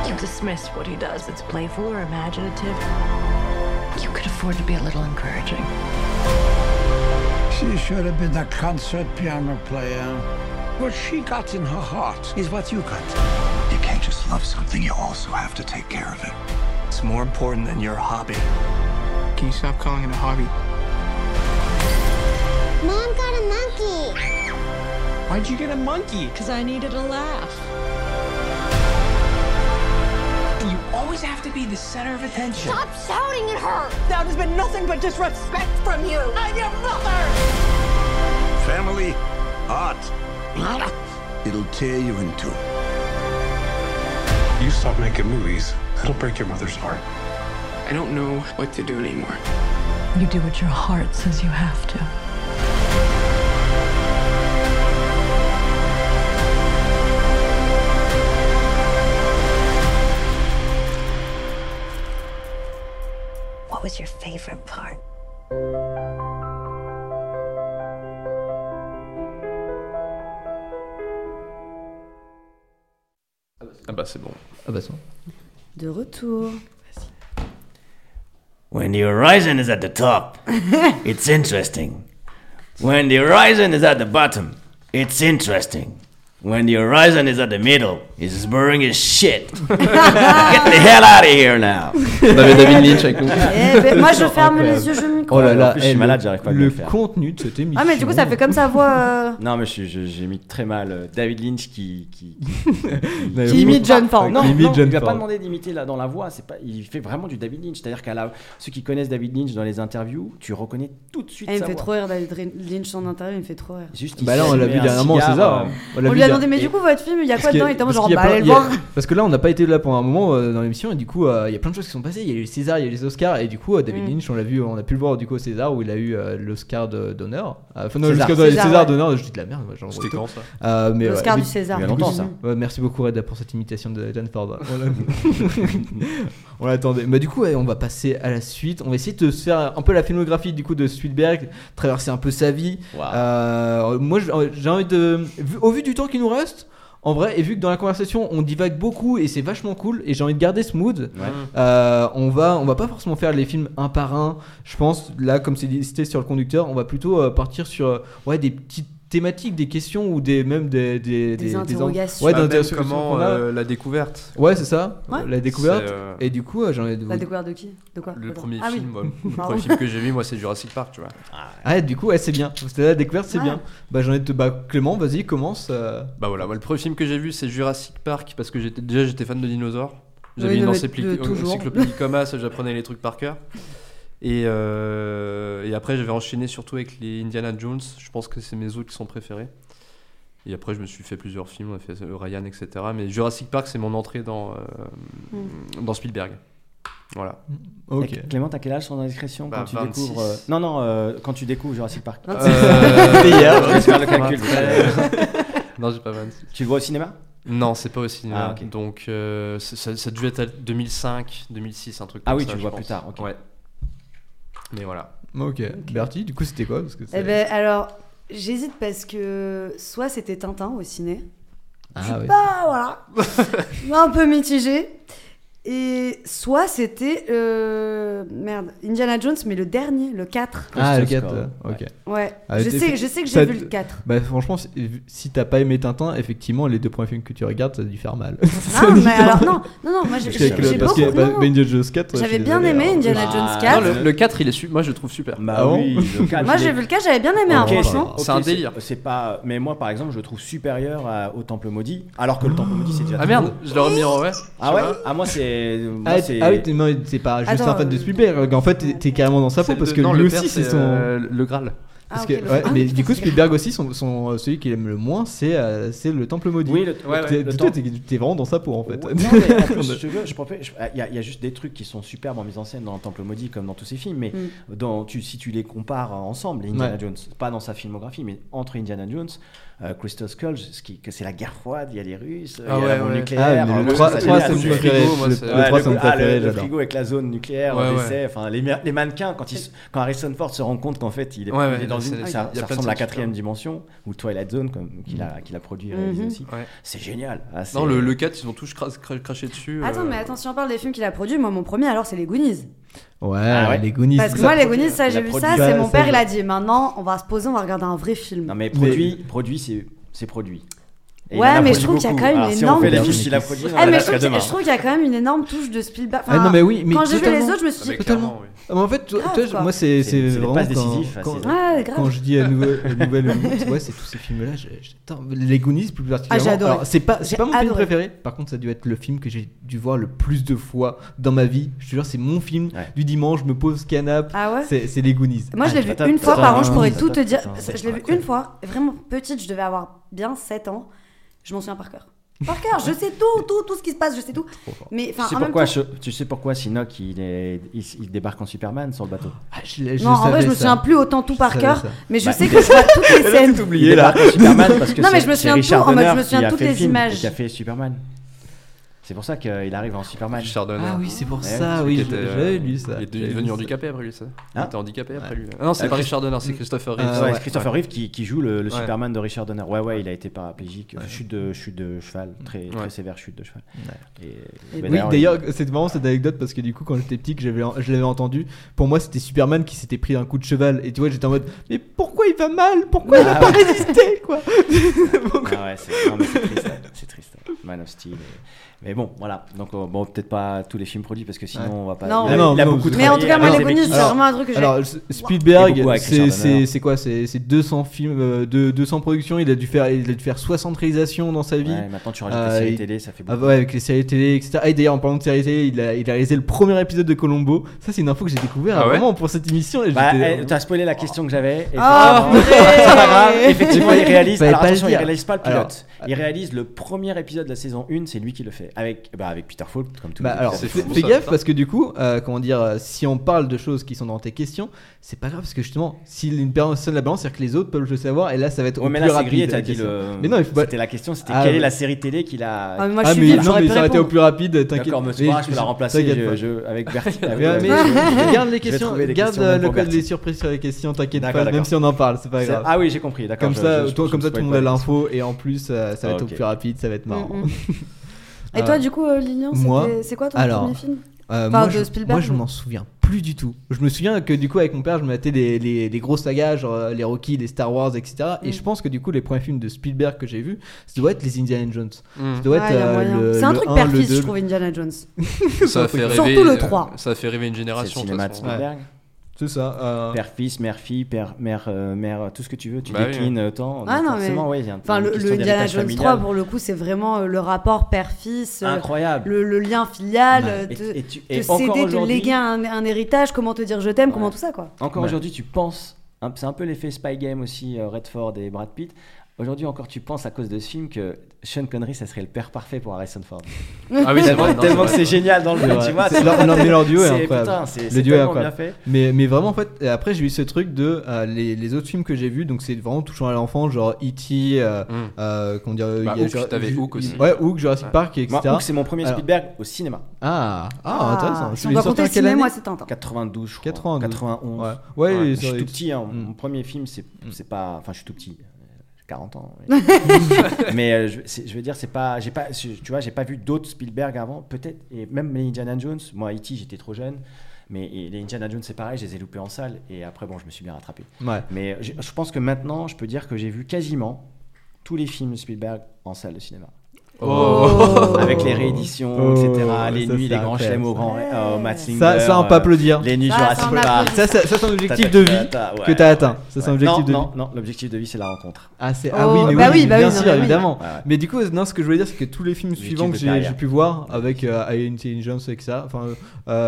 H: You dismiss what he does. It's playful or imaginative. You could afford to be a little encouraging.
I: She should have been a concert piano player. What she got in her heart is what you got.
D: You can't just love something, you also have to take care of it.
J: It's more important than your hobby. Can you stop calling it a hobby?
M: Mom got a monkey.
J: Why'd you get a monkey?
N: Because I needed a laugh.
J: You always have to be the center of attention.
G: Stop shouting at her! That has been nothing but disrespect from you! I'm your mother!
K: Family, art. It'll tear you in two. You stop making movies, it'll break your mother's heart.
J: I don't know what to do anymore.
C: You do what your heart says you have to.
H: What was your favorite part?
L: Ah bah c'est bon.
B: Ah bah ça.
F: De
E: [LAUGHS]
F: retour.
O: When the horizon is at the
E: [LAUGHS]
O: top, it's interesting. When the horizon is at the bottom, it's interesting. When the horizon is at the middle, it's boring as shit. [LAUGHS] Get the hell out of here now.
L: On avait David Lynch avec nous.
F: Eh ben, moi je ferme les yeux, je me dingue.
E: Oh
F: quoi.
E: là là,
F: Ah,
E: je suis
B: eh,
E: malade,
B: le-
E: j'arrive pas à le
B: le
E: faire.
B: contenu de cette émission.
F: mais du coup, ça fait comme sa voix. euh.
E: Non, mais je suis- je- j'ai mis très mal euh, David Lynch qui. qui, [LAUGHS]
F: Qui imite John Ford.
E: Non,
F: Qui imite
E: non,
F: John
E: il lui a
F: Ford.
E: pas demandé d'imiter là, dans la voix. C'est pas, il fait vraiment du David Lynch. C'est-à-dire qu'à la- ceux qui connaissent David Lynch dans les interviews, tu reconnais tout de
F: euh,
E: suite
F: Elle me
E: sa
F: fait
E: voix.
F: trop rire, David Lynch en interview, il me fait trop rire.
E: Juste,
B: Bah
E: il
B: là, on
E: s'est
B: l'a
E: allumé
B: vu
E: un
B: dernièrement au
E: cigare,
B: César.
E: euh,
B: l'a
F: On
B: vu
F: lui a
B: dans-
F: demandé, mais du coup, votre film, il y a
B: Parce
F: quoi
B: qu'il
F: dedans Il était en
B: parce
F: mode genre,
B: qu'il y a
F: bah
B: plein-
F: allez le
B: il y a-
F: voir.
B: Parce que là, on n'a pas été là pendant un moment euh, dans l'émission, et du coup, euh, il y a plein de choses qui sont passées. Il y a eu les Césars, il y a eu les Oscars, et du coup, euh, David
F: Mm.
B: Lynch, on l'a vu, on a pu le voir du coup au César où il a eu euh, l'Oscar de- d'honneur. Euh, Enfin, non,
L: César.
B: l'Oscar de- les
L: César,
B: Césars
L: ouais.
B: d'honneur, je dis de la merde. moi, j'en vois
L: C'était
B: tout.
L: quand, ça
B: Euh, mais,
F: L'Oscar
B: ouais,
F: du
B: mais-
F: César.
E: Il y a longtemps, ça.
B: Ouais, merci beaucoup Reda pour cette imitation de John Ford. On l'a- [LAUGHS] on l'attendait. Mais du coup, ouais, on va passer à la suite. On va essayer de se faire un peu la filmographie du coup de Spielberg, traverser un peu sa vie. Euh, moi, j'ai- j'ai envie de, vu- au vu du temps qui nous reste. En vrai, et vu que dans la conversation on divague beaucoup et c'est vachement cool, et j'ai envie de garder ce mood,
E: Ouais.
B: euh, on va on va pas forcément faire les films un par un. Je pense là, comme c'est listé sur le conducteur, on va plutôt euh, partir sur euh, ouais des petites thématiques, des questions ou des même des des,
F: Des
B: en-
F: interrogations.
B: Ouais,
L: Bah, même
B: d'interrogations
L: comment
B: qu'on a.
L: euh, la découverte
B: Ouais, c'est ça.
F: Ouais.
B: La découverte.
L: C'est, euh,
B: Et du coup, euh, j'ai envie de vous-
F: La découverte de qui De quoi
L: Le
F: Attends.
L: premier
F: Ah oui.
L: film, ouais. le
F: Pardon.
L: premier film que j'ai vu, moi, c'est Jurassic Park, tu vois.
B: Ah, du coup, ouais, c'est bien. C'était la découverte, c'est
F: Ouais.
B: bien. Bah, j'ai envie de te. Bah, Clément, vas-y, commence. euh.
L: Bah voilà, moi, le premier film que j'ai vu, c'est Jurassic Park parce que j'étais déjà j'étais fan de dinosaures. J'avais
F: Oui,
L: une
F: de-
L: encyclé-
F: de toujours.
L: encyclopédie Coma, ça, j'apprenais les trucs par cœur. Et, euh, et après, j'avais enchaîné surtout avec les Indiana Jones. Je pense que c'est mes autres qui sont préférés. Et après, je me suis fait plusieurs films, on a fait euh, Ryan, etc. Mais Jurassic Park, c'est mon entrée dans, euh,
F: Mm.
L: dans Spielberg. Voilà.
B: Ok.
E: Et Clément, t'as quel âge sans indiscrétion
L: Bah,
E: quand tu
L: 26.
E: découvres euh, Non, non, euh, quand tu découvres Jurassic Park.
L: Euh,
E: C'était [LAUGHS] hier, je vais faire le calcul. [LAUGHS]
L: non, j'ai pas 26.
E: Tu le vois au cinéma
L: Non, c'est pas au cinéma.
E: Ah, ok.
L: Donc, euh, ça- ça, ça a dû être à 2005, 2006, un truc
E: Ah
L: comme
E: oui,
L: ça,
E: tu le
L: je
E: vois plus
L: pense.
E: tard, ok.
L: Ouais. Mais voilà.
B: Ok. Bertie, du coup, c'était quoi Parce que
F: Eh
B: c'est-
F: ben alors, j'hésite parce que soit c'était Tintin au ciné.
B: Ah
F: Je suis
B: ouais.
F: pas, voilà. [LAUGHS] un peu mitigé. Et soit c'était. euh, merde, Indiana Jones, mais le dernier, le 4.
B: Ah, le
E: Postal
B: 4. euh,
E: Score.
B: Ok.
F: Ouais.
B: Ah,
F: Je
B: t'es-
F: sais- je sais que j'ai
B: ça-
F: vu le 4.
B: Bah, franchement, si, si t'as pas aimé Tintin, effectivement, les deux premiers films que tu regardes, [LAUGHS] ça a dû faire mal. [LAUGHS]
F: Ah, mais alors, non, non, non, moi
B: Parce
F: j'ai
B: que-
F: j'ai- j'ai
B: parce
F: beaucoup.
B: que bah,
F: non, non.
B: bah, Indiana Jones 4,
F: J'avais
B: je suis
F: bien
B: désolé,
F: aimé
B: hein.
F: Indiana Jones 4.
L: Non, le, le 4, il est su- moi je le trouve super.
E: Bah
B: Ah bon
E: oui,
B: [LAUGHS]
E: le quatre,
F: Moi
E: je l'ai
F: j'ai vu le 4, j'avais bien aimé, hein,
E: Ok,
F: franchement.
L: C'est un délire.
E: C'est pas. Mais moi, par exemple, je le trouve supérieur à- au Temple maudit, alors que le Temple maudit, c'est déjà.
L: Ah
E: très
L: merde,
E: beau.
L: je l'aurais mis en ouais.
E: Ah ouais. Ah moi, c'est. moi,
B: Ah,
E: c'est-
B: ah oui, t'es- non, c'est pas juste
F: Attends,
B: un fan de
F: euh,
B: Spielberg. En fait, t'es- t'es carrément dans sa peau
L: C'est le-
B: parce que
L: non,
B: lui
L: le
B: aussi,
L: père,
B: c'est
L: c'est,
B: son.
L: euh, le Graal.
F: Ah,
B: Parce
F: ok,
B: que,
F: le-
B: ouais,
F: ah,
B: mais
F: putain,
B: du coup,
F: c'est
B: Spielberg aussi, son, son- celui qu'il aime le moins, c'est euh, c'est le Temple Maudit.
E: Oui, le- ouais,
B: T'es-
E: ouais, le
B: toi,
E: Temple-
B: t'es- t'es vraiment dans sa peau en fait.
E: Ouais, non, mais en
B: [LAUGHS]
L: [LAUGHS]
E: plus, si tu veux, je préfère- je- Il y, a- il y a juste des trucs qui sont superbes en mise en scène dans Temple Maudit comme dans tous ces films, mais dans, tu, si tu les compares ensemble, les Indiana
B: Ouais.
E: Jones, pas dans sa filmographie, mais entre Indiana Jones, euh, Crystal Skull, ce qui- que c'est la guerre froide, il y a les Russes, il
L: Ah
E: y a
L: ouais,
E: la bombe
L: ouais.
E: nucléaire.
B: Ah, mais
E: euh,
B: le
E: tout
B: trois-
E: ça,
B: trois,
E: génial,
B: c'est mon
E: c'est-
B: préféré,
L: frigo, moi,
B: le-
L: c'est-
B: le
E: Ouais,
B: trois,
E: le-
B: c'est mon
E: ah, le-
B: préféré,
E: le,
B: j'adore.
E: frigo avec la zone nucléaire,
L: Ouais,
E: les
L: ouais.
E: essais, enfin, les, ma- les mannequins, quand, ils, se- quand Harrison Ford se rend compte qu'en fait, il est,
L: Ouais,
E: il est
L: ouais,
E: dans
L: c'est-
E: une,
L: il y a
E: ça,
L: plein
E: ça
L: de
E: ressemble à la
L: scènes
E: quatrième dimension, ou Twilight Zone, comme- qu'il a, qu'il a produit et réalisé
F: Mhm.
E: aussi.
L: Mm. Ouais.
E: C'est génial. Ah, c'est-
L: Non, le, le 4, ils ont tous cra- cra- craché dessus.
F: Attends,
L: euh,
F: mais attends, si on parle des films qu'il a produits, moi mon premier alors c'est Les Goonies.
B: Ouais,
E: Ah ouais.
B: les Goonies.
F: Parce que
B: ça-
F: moi, les Goonies,
B: hein.
F: ça,
E: il
F: j'ai
E: a
F: vu
E: produit.
F: ça,
B: Ouais,
F: c'est mon
B: ça,
F: père,
B: je-
F: il a dit maintenant, on va se poser, on va regarder un vrai film.
E: Non mais produit, produit c'est c'est produit. il
F: Ouais,
E: en a
F: mais je trouve
E: produit
F: qu'il y a
E: beaucoup.
F: quand même
E: Alors,
F: une
E: Si on fait
F: énorme-
E: les fiches, il a produit. on
F: Eh,
E: en
F: mais
E: a
F: je trouve,
E: jusqu'à
F: qu'il-
E: demain.
F: je trouve qu'il y a quand même une énorme touche de Spielberg.
B: hein. Ah, non, mais oui, mais
F: quand j'ai vu les
B: totalement.
F: autres, je me suis
L: Ah, mais
F: dit.
L: clairement, oui.
B: Ah, mais en fait, toi-
F: Grave,
B: toi, je-
F: quoi.
B: moi, c'est
E: C'est-
B: c'est
E: c'est des
B: vraiment.
E: passes
B: quand-
E: décisives,
B: quand-
E: c'est-
F: Ouais, ah, grave.
B: Ah, Quand je dis à nouveau, nouvelle
F: [LAUGHS]
B: ouais, c'est tous ces films-là, j'ai- j'adore. Les Goonies plus particulièrement.
F: Ah, j'ai adoré.
B: Alors, c'est pas, c'est
F: J'ai
B: pas mon film
F: adoré.
B: préféré. Par contre, ça a dû être le film que j'ai dû voir le plus de fois dans ma vie. Je te jure, c'est mon film
E: Ouais.
B: du dimanche. Je me pose canap.
F: Ah ouais
B: C'est c'est les Goonies.
F: Moi, je l'ai
E: Ah,
F: vu
E: attends,
F: une fois, par
E: attends,
F: an, je pourrais
E: attends,
F: tout te dire.
E: attends,
F: Je l'ai vu
E: attends.
F: une fois, vraiment petite, je devais avoir bien 7 ans. Je m'en souviens par cœur. Par cœur, je sais tout, tout, tout ce qui se passe, je sais tout. Mais
E: Tu sais
F: enfin, en même
E: pourquoi
F: temps.
E: je- tu sais pourquoi Sinoc il, est, il, il débarque en Superman sur le bateau.
B: Ah, je l'ai- je
F: Non, en vrai,
B: savais
F: je me
B: ça.
F: souviens plus autant tout
B: Je
F: par
B: savais
F: cœur,
B: ça.
F: mais je
E: Bah,
F: sais que je vois
B: [LAUGHS]
F: toutes les scènes.
E: Il débarque en Superman parce que
F: Non, mais
E: c'est-
F: je me
E: c'est
F: souviens de
E: Richard
F: tout, en mode, je
E: Donner
F: me souviens
E: qui a
F: de toutes
E: fait le
F: les
E: film et
F: images.
E: Qui a fait Superman. C'est pour ça qu'il arrive en Superman.
L: Richard Donner.
B: Ah oui, c'est pour
E: Ouais,
B: ça.
L: Celui
B: Oui,
L: qui
B: je-
L: était, euh,
B: j'avais lu ça.
L: Il est
B: J'avais
L: devenu
B: lu ça.
L: handicapé après lui, ça. Il
E: Hein
L: était handicapé après
B: Ouais.
L: lui. Ah non, c'est
E: Ah,
L: pas
E: Chris-
L: Richard Donner, c'est Christopher Reeves.
B: Ah,
E: Ouais,
B: ouais.
E: Christopher Reeve qui, qui joue le, le
L: Ouais.
E: Superman de Richard Donner. Ouais, ouais, il a été paraplégique. Chute, de, chute de cheval, très, très
L: Ouais.
E: sévère chute de cheval. Et-
F: Et
E: bah,
B: Oui, d'ailleurs, c'est marrant cette anecdote parce que du coup, quand j'étais petit, que j'avais- je l'avais entendu, pour moi c'était Superman qui s'était pris un coup de cheval. Et tu vois, j'étais en mode, mais pourquoi il va mal Pourquoi il a
E: Ah
B: pas
E: ouais.
B: résisté quoi
E: Ah ouais, c'est non, mais c'est triste. hein. C'est triste. Man of hein. Steel. et- Mais bon, voilà. Donc, euh, bon, peut-être pas tous les films produits parce que sinon,
B: Ouais.
E: on va pas.
F: Non,
E: il a-
F: mais-
E: il a
F: non,
E: beaucoup Ah,
F: mais en tout
B: hein,
F: cas, moi,
E: travaillé
F: les
E: avec
F: bonus,
E: les
F: c'est
E: équipes.
F: vraiment un truc que j'ai-
B: Alors,
F: Wow.
B: S- Spielberg,
E: Et beaucoup avec
B: c'est-
E: Richard
B: c'est
E: Donner.
B: c'est quoi C'est c'est 200 films, euh, de- 200 productions. Il a dû faire, il a dû faire 60 réalisations dans sa vie.
E: Ouais, maintenant, tu rajoutes les séries
B: il-
E: télé, ça fait
B: Ah
E: beaucoup.
B: ouais, avec les séries télé, etc. Et d'ailleurs, en parlant de séries télé, il a, il a réalisé le premier épisode de Colombo. Ça, c'est une info que j'ai découvert
E: Ah ouais
B: vraiment pour cette émission. et
E: Bah,
B: j'étais-
E: eh, t'as spoilé la question que j'avais. et
B: Ah,
E: c'est pas grave.
B: purée
E: C'est pas grave. Effectivement, il réalise.
B: Fallait
E: Alors,
B: pas le
E: attention, il
B: dire.
E: réalise pas le pilote.
B: Alors,
E: il réalise le premier épisode de la saison 1, c'est lui qui le fait. Avec, bah, avec Peter Falk, comme tout
B: Bah, alors, fais, fais gaffe parce que du coup, euh, comment dire, euh, si on parle de choses qui sont dans tes questions, c'est pas grave parce que justement, si une personne la balance, c'est-à-dire que les autres peuvent le savoir et là, ça va être
E: Ouais,
B: au
E: mais
B: plus
E: là, c'est
B: rapide.
E: grillé, t'as
B: la
E: dit
B: question.
E: le-
B: Mais non, il faut pas-
E: c'était la question, c'était
B: Ah,
E: quelle est
B: ouais.
E: la série télé qu'il a.
B: Ah, mais moi, je suis nulle,
E: non,
B: j'aurais
E: mais
B: pu
E: ça aurait été au
B: répondre.
E: plus rapide, t'inquiète.
B: D'accord, mais c'est
E: Mais
B: pas grave,
E: je
B: je
E: peux la
B: la
E: remplacer
B: remplacerai,
E: je,
B: je-
E: je-
B: [LAUGHS]
E: avec Bertie.
B: Mais-
E: avec-
B: mais-
E: Ah, je-
B: garde les
E: je vais
B: questions,
E: trouver des
B: garde
E: questions
B: euh,
E: même
B: le
E: pour
B: code
E: Bertie.
B: des surprises sur les questions, t'inquiète
E: D'accord,
B: pas, même
E: d'accord.
B: si on en parle, c'est pas
E: C'est-
B: grave.
E: ah oui, j'ai compris, d'accord,
B: Comme
E: je-
B: ça,
E: je- je-
B: toi-
E: je
B: comme ça, tout
E: spoil
B: le monde
E: pas
B: a
E: les
B: l'info et en plus, euh, ça va être au
E: Ok.
B: plus rapide, ça va être marrant.
F: Mm,
B: [LAUGHS]
F: Et toi, du coup, euh, Lilian, c'était-
B: Moi,
F: c'est quoi ton
B: alors,
F: premier film
B: euh,
F: Enfin,
B: moi,
F: de
B: je,
F: Spielberg,
B: moi, je
F: mais-
B: m'en souviens plus du tout. Je me souviens que du coup, avec mon père, je me matais les, les, les grosses sagas, genre euh, les Rocky, les Star Wars, etc. Et
F: Mm.
B: je pense que du coup, les premiers films de Spielberg que j'ai vus, ça doit être les Indiana Jones.
L: Mm.
B: Ça doit être
F: Ouais, Ah, y a
B: euh,
F: moyen.
B: le-
F: C'est un
B: le
F: truc
B: 1, le
F: père-fils,
B: 2.
F: je trouve, Indiana
E: [LAUGHS]
F: Jones.
L: Ça a fait rêver,
F: Surtout le
L: euh,
F: 3.
L: Ça a fait rêver une génération.
E: C'est
L: de
E: le
L: toute
E: cinéma de
L: façon.
E: Spielberg.
B: C'est ça. euh,
E: Père-fils, mère-fille, père, mère, euh, mère, tout ce que tu veux, tu
L: Bah oui.
E: déclines euh, tant.
F: Ah
E: donc
F: non, mais.
E: forcément, ouais, il y a un-
F: enfin,
E: une
F: le, le
E: question
F: Indiana
E: d'héritage
F: Jones
E: familial.
F: 3, pour le coup, c'est vraiment euh, le rapport père-fils. euh,
E: Incroyable.
F: Le, le lien filial,
E: Ouais.
F: euh,
E: Et-
F: te,
E: et tu-
F: te
E: et encore
F: céder, te
E: aujourd'hui-
F: léguer un, un héritage, comment te dire je t'aime, comment tout ça, quoi.
E: Encore
F: Ouais.
E: aujourd'hui, tu penses. un- C'est un peu l'effet Spy Game aussi, euh, Redford et Brad Pitt. Aujourd'hui encore, tu penses à cause de ce film que Sean Connery, ça serait le père parfait pour Harrison Ford.
B: Ah oui, c'est vrai, non,
E: Tellement
B: c'est vrai,
E: que c'est
B: ouais.
E: génial dans le
B: C'est
E: film,
B: vrai.
E: tu vois.
B: C'est-
E: tu
B: leur,
E: vois,
B: leur- mais leur duo est
E: c'est-
B: incroyable.
E: putain, c'est-
B: le
E: c'est
B: duo est
E: tellement bien
B: incroyable.
E: fait.
B: Mais, mais vraiment, en fait, euh, après, j'ai eu ce truc de euh, les, les autres films que j'ai vus, donc c'est vraiment touchant à l'enfant, genre E.T., euh,
L: Hum.
B: euh, comment dire,
L: Bah,
B: il y a
L: Hook,
B: genre-
L: t'avais
B: ju-
L: Hook aussi.
B: Ouais, Hook, Jurassic
L: Ouais.
B: Park, etc.
E: Moi, Bah, Hook, c'est mon premier
B: Alors-
E: Spielberg au cinéma.
B: Ah, ah,
E: Ah,
B: intéressant.
E: si
B: Je
E: on
B: l'ai
E: doit
B: sorti
E: compter
B: en
E: le
B: quelle
E: cinéma,
B: année
E: moi, c'est Tintin. 92, je crois. 91.
B: Ouais, ouais,
E: Ouais,
B: oui,
E: je
B: ça-
E: suis tout petit. hein. Mon premier film, c'est c'est pas. Enfin, je suis tout petit. euh, j'ai 40 [LAUGHS] ans. mais- mais euh, je, c'est- je veux dire, c'est pas. J'ai pas. je- Tu vois, j'ai pas vu d'autres Spielberg avant. Peut-être. Et même les Indiana Jones. Moi, Haïti, j'étais trop jeune. Mais et les Indiana Jones, c'est pareil. Je les ai loupés en salle. Et après, bon, je me suis bien rattrapé.
B: Ouais.
E: Mais je, je pense que maintenant, je peux dire que j'ai vu quasiment tous les films de Spielberg en salle de cinéma.
B: Oh.
E: Avec les rééditions,
B: Oh,
E: etc. Les
B: ça,
E: nuits,
B: c'est
E: les grands
B: incroyable,
E: chelems au
B: ça.
E: grand. au Matt
B: Ça,
E: Singer,
B: ça, on peut
E: euh,
B: applaudir.
E: Les nuits
B: Ça, ça,
E: Jurassic
B: on
E: Park.
B: applaudit. Ça, ça- ça, c'est un objectif de vie que t'as atteint. Ça, c'est un objectif
E: Non,
B: de
E: non, Non, l'objectif de vie, c'est la rencontre.
B: Ah, c'est ah oui, mais oui, bien sûr, évidemment. Mais du coup, non, ce que je voulais dire, c'est que tous les films
E: Objectif
B: suivants
E: de
B: que j'ai
E: carrière.
B: j'ai pu voir avec euh, Alien Intelligence et que ça, enfin, euh,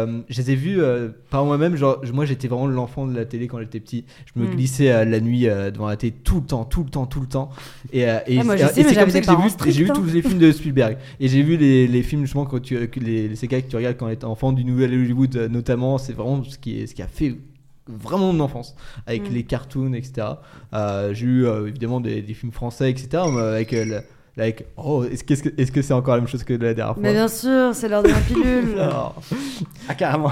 B: euh, je les ai vus euh, par moi-même. Genre, je- moi, j'étais vraiment l'enfant de la télé quand j'étais petit. Je me
F: Mm.
B: glissais euh, la nuit euh, devant la télé tout le temps, tout le temps, tout le temps. Et, euh, et,
F: Ah, moi, je
B: et
F: sais,
B: c'est
F: mais j'avais
B: comme ça que j'ai
F: des
B: vu,
F: parents
B: j'ai vu
F: stricts,
B: tous
F: hein.
B: les films de
F: [LAUGHS]
B: Spielberg. Et j'ai vu les, les films, justement, quand tu, que les, les séquences que tu regardes quand t'es enfant, du Nouvel Hollywood euh, notamment. C'est vraiment ce qui, est- ce qui a fait vraiment mon enfance avec
F: Mm.
B: les cartoons etc Euh, j'ai eu euh, évidemment des, des films français etc mais avec euh, le- avec oh est-ce qu'est-ce que est-ce que c'est encore la même chose que la dernière fois
F: Mais bien sûr, c'est l'heure de la
E: [LAUGHS]
F: pilule.
B: Alors,
E: Ah, carrément.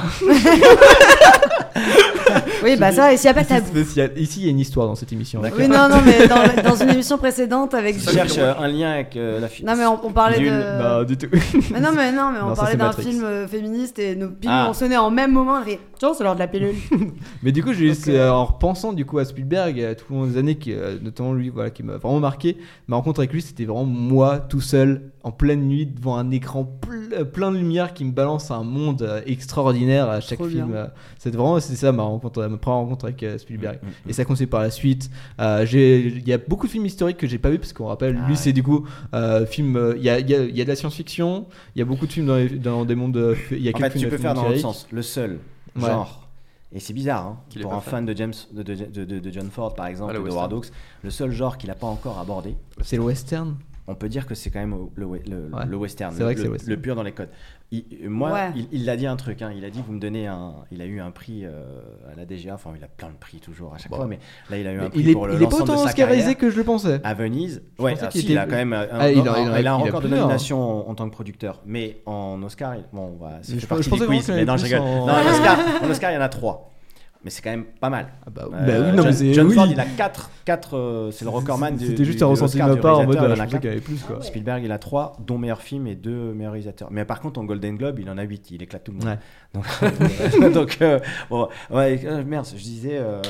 F: oui, bah ça, et s'il n'y a pas
E: [LAUGHS]
F: de
B: c'est
F: tabou.
B: spécial. ici il y a une histoire dans cette émission
F: Oui, non, non, mais dans, le- dans une émission précédente avec.
E: Je cherche euh, un lien avec euh, la fille.
F: Non, mais on, on parlait
E: Nul.
F: de.
B: Bah, du tout
F: Mais non, mais non, mais
B: Non,
F: on
B: ça,
F: parlait
B: c'est
F: d'un
B: Matrix.
F: film euh, féministe et nos pilules
B: Ah.
F: ont sonné en même moment. On fait, tiens, c'est l'heure de la pilule.
B: Mais du coup, j'ai eu ce- en repensant du coup à Spielberg euh, tout au long des années, qui, euh, notamment lui, voilà, qui m'a vraiment marqué. Ma rencontre avec lui, c'était vraiment moi tout seul en pleine nuit devant un écran ple- plein de lumière qui me balance à un monde euh, extraordinaire à chaque
F: Trop
B: film.
F: bien.
B: euh. C'est vraiment c'est ça ma rencontre, ma première rencontre avec euh, Spielberg.
E: Mm,
B: Et ça continue par la suite. Euh, j'ai- Il y a beaucoup de films historiques que j'ai pas vu parce qu'on rappelle,
F: Ah
B: lui, c'est du coup euh, film. euh, Il y, a, il y a- il y a de la science-fiction. Il y a beaucoup de films dans, les- dans des mondes. euh, Il y a
E: En
B: quelques
E: fait, tu
B: films
E: peux
B: de
E: faire dans l'autre
B: atmosphériques.
E: sens. Le seul,
B: Ouais.
E: genre. Et c'est bizarre, hein,
L: est
E: pour
L: pas
E: un
L: fait.
E: fan de James, de, de, de- de- de John Ford par exemple,
L: Ah, le
E: ou de
L: western.
E: Howard Hawks, le seul genre qu'il n'a pas encore abordé.
B: C'est le western.
E: On peut dire que c'est quand même au- le, we- le-
B: Ouais.
E: le western,
B: C'est
E: le,
B: vrai que
E: le-
B: c'est western.
E: le pur dans les codes. Il- moi,
F: Ouais.
E: il, il a dit un truc. hein, il a dit vous me donnez un. Il a eu un prix euh, à la DGA. Enfin, il a plein de prix toujours à chaque
B: Bon.
E: fois, mais là il a eu un
B: Mais
E: prix
B: il est,
E: pour le
B: il est pas
E: l'ensemble de
B: autant
E: sa
B: oscarisé
E: carrière.
B: que je le pensais.
E: À Venise,
B: Je
E: ouais,
B: pensais
E: ah,
B: qu'il
E: si, il
B: était-
E: a quand même un,
B: Ah, il en- il
E: un-
B: en-
E: il a un
B: il a
E: record de
B: plusieurs.
E: nomination en, en tant que producteur, mais en Oscar, il- bon, on va-
B: Mais
E: c'est
B: je-
E: parti
B: je
E: du
B: pensais
E: quiz.
B: vraiment
E: Mais
B: qu'il y en
E: non,
B: avait
E: je
B: plus
E: rigole.
B: en-
E: Non, en
B: [LAUGHS]
E: Oscar, en Oscar, il y en a 3 mais c'est quand même pas mal. Euh,
B: bah oui, non, mais
E: John,
B: c'est-
E: John
B: oui.
E: Ford, il a 4, 4 c'est le recordman du.
B: C'était juste
E: du-
B: un
E: de
B: ressenti de
E: l'Oscar
B: ma
E: du
B: part, en mode,
E: réalisateur,
B: euh,
E: il en a
B: je pensais
E: quatre.
B: qu'il y avait plus, quoi.
E: Spielberg, il a 3, dont meilleur film et 2 meilleurs réalisateurs. Mais par contre, en Golden Globe, il en a 8, il éclate tout le monde. [LAUGHS]
B: Ouais.
E: Donc, donc euh, bon, ouais, euh, merde, je disais. euh,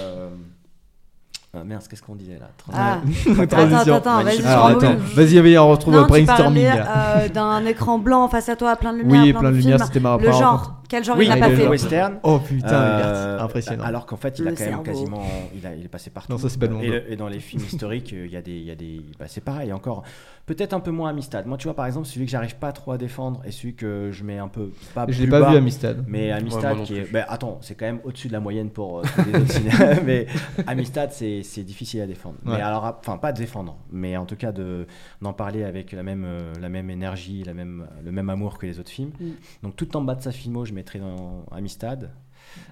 E: Ah, merde, qu'est-ce qu'on disait là
F: Ah.
E: Transition.
B: [LAUGHS]
F: Attends, attends, attends, vas-y, je
B: Alors,
F: remets-
B: attends, vas-y, vas-y, on retrouve
F: Non, tu
B: brainstorming.
F: parlais,
B: là.
F: euh, d'un [LAUGHS] écran blanc face à toi, plein de lumière.
B: Oui, plein de lumière,
F: films.
B: c'était marrant.
F: Le genre, quel genre il a pas fait
E: western.
B: Oh putain,
E: Euh,
B: regarde, impressionnant.
E: Alors qu'en fait, il a
B: Le
E: quand même
B: cerveau.
E: quasiment, il, a- il est passé partout.
B: Non, ça, c'est pas le
E: et,
B: monde.
E: le- et dans les films historiques, euh, il y a des, il y a des, bah, c'est pareil encore. Peut-être un peu moins Amistad. Moi, tu vois, par exemple, celui que j'arrive pas trop à défendre et celui que je mets un peu pas.
B: Je
E: plus
B: l'ai pas
E: bas,
B: vu, Amistad.
E: Mais
B: Ouais,
E: Amistad,
B: moi non
E: qui est, bah, attends, c'est quand même au-dessus de la moyenne pour euh, tous les autres cinémas. [LAUGHS] Mais Amistad, c'est c'est difficile à défendre.
B: Ouais.
E: Mais alors, à- enfin, pas de défendre, mais en tout cas de d'en parler avec la même, euh, la même énergie, la même, le même amour que les autres films.
F: Mm.
E: Donc tout en bas de sa filmo, je mettrais dans Amistad.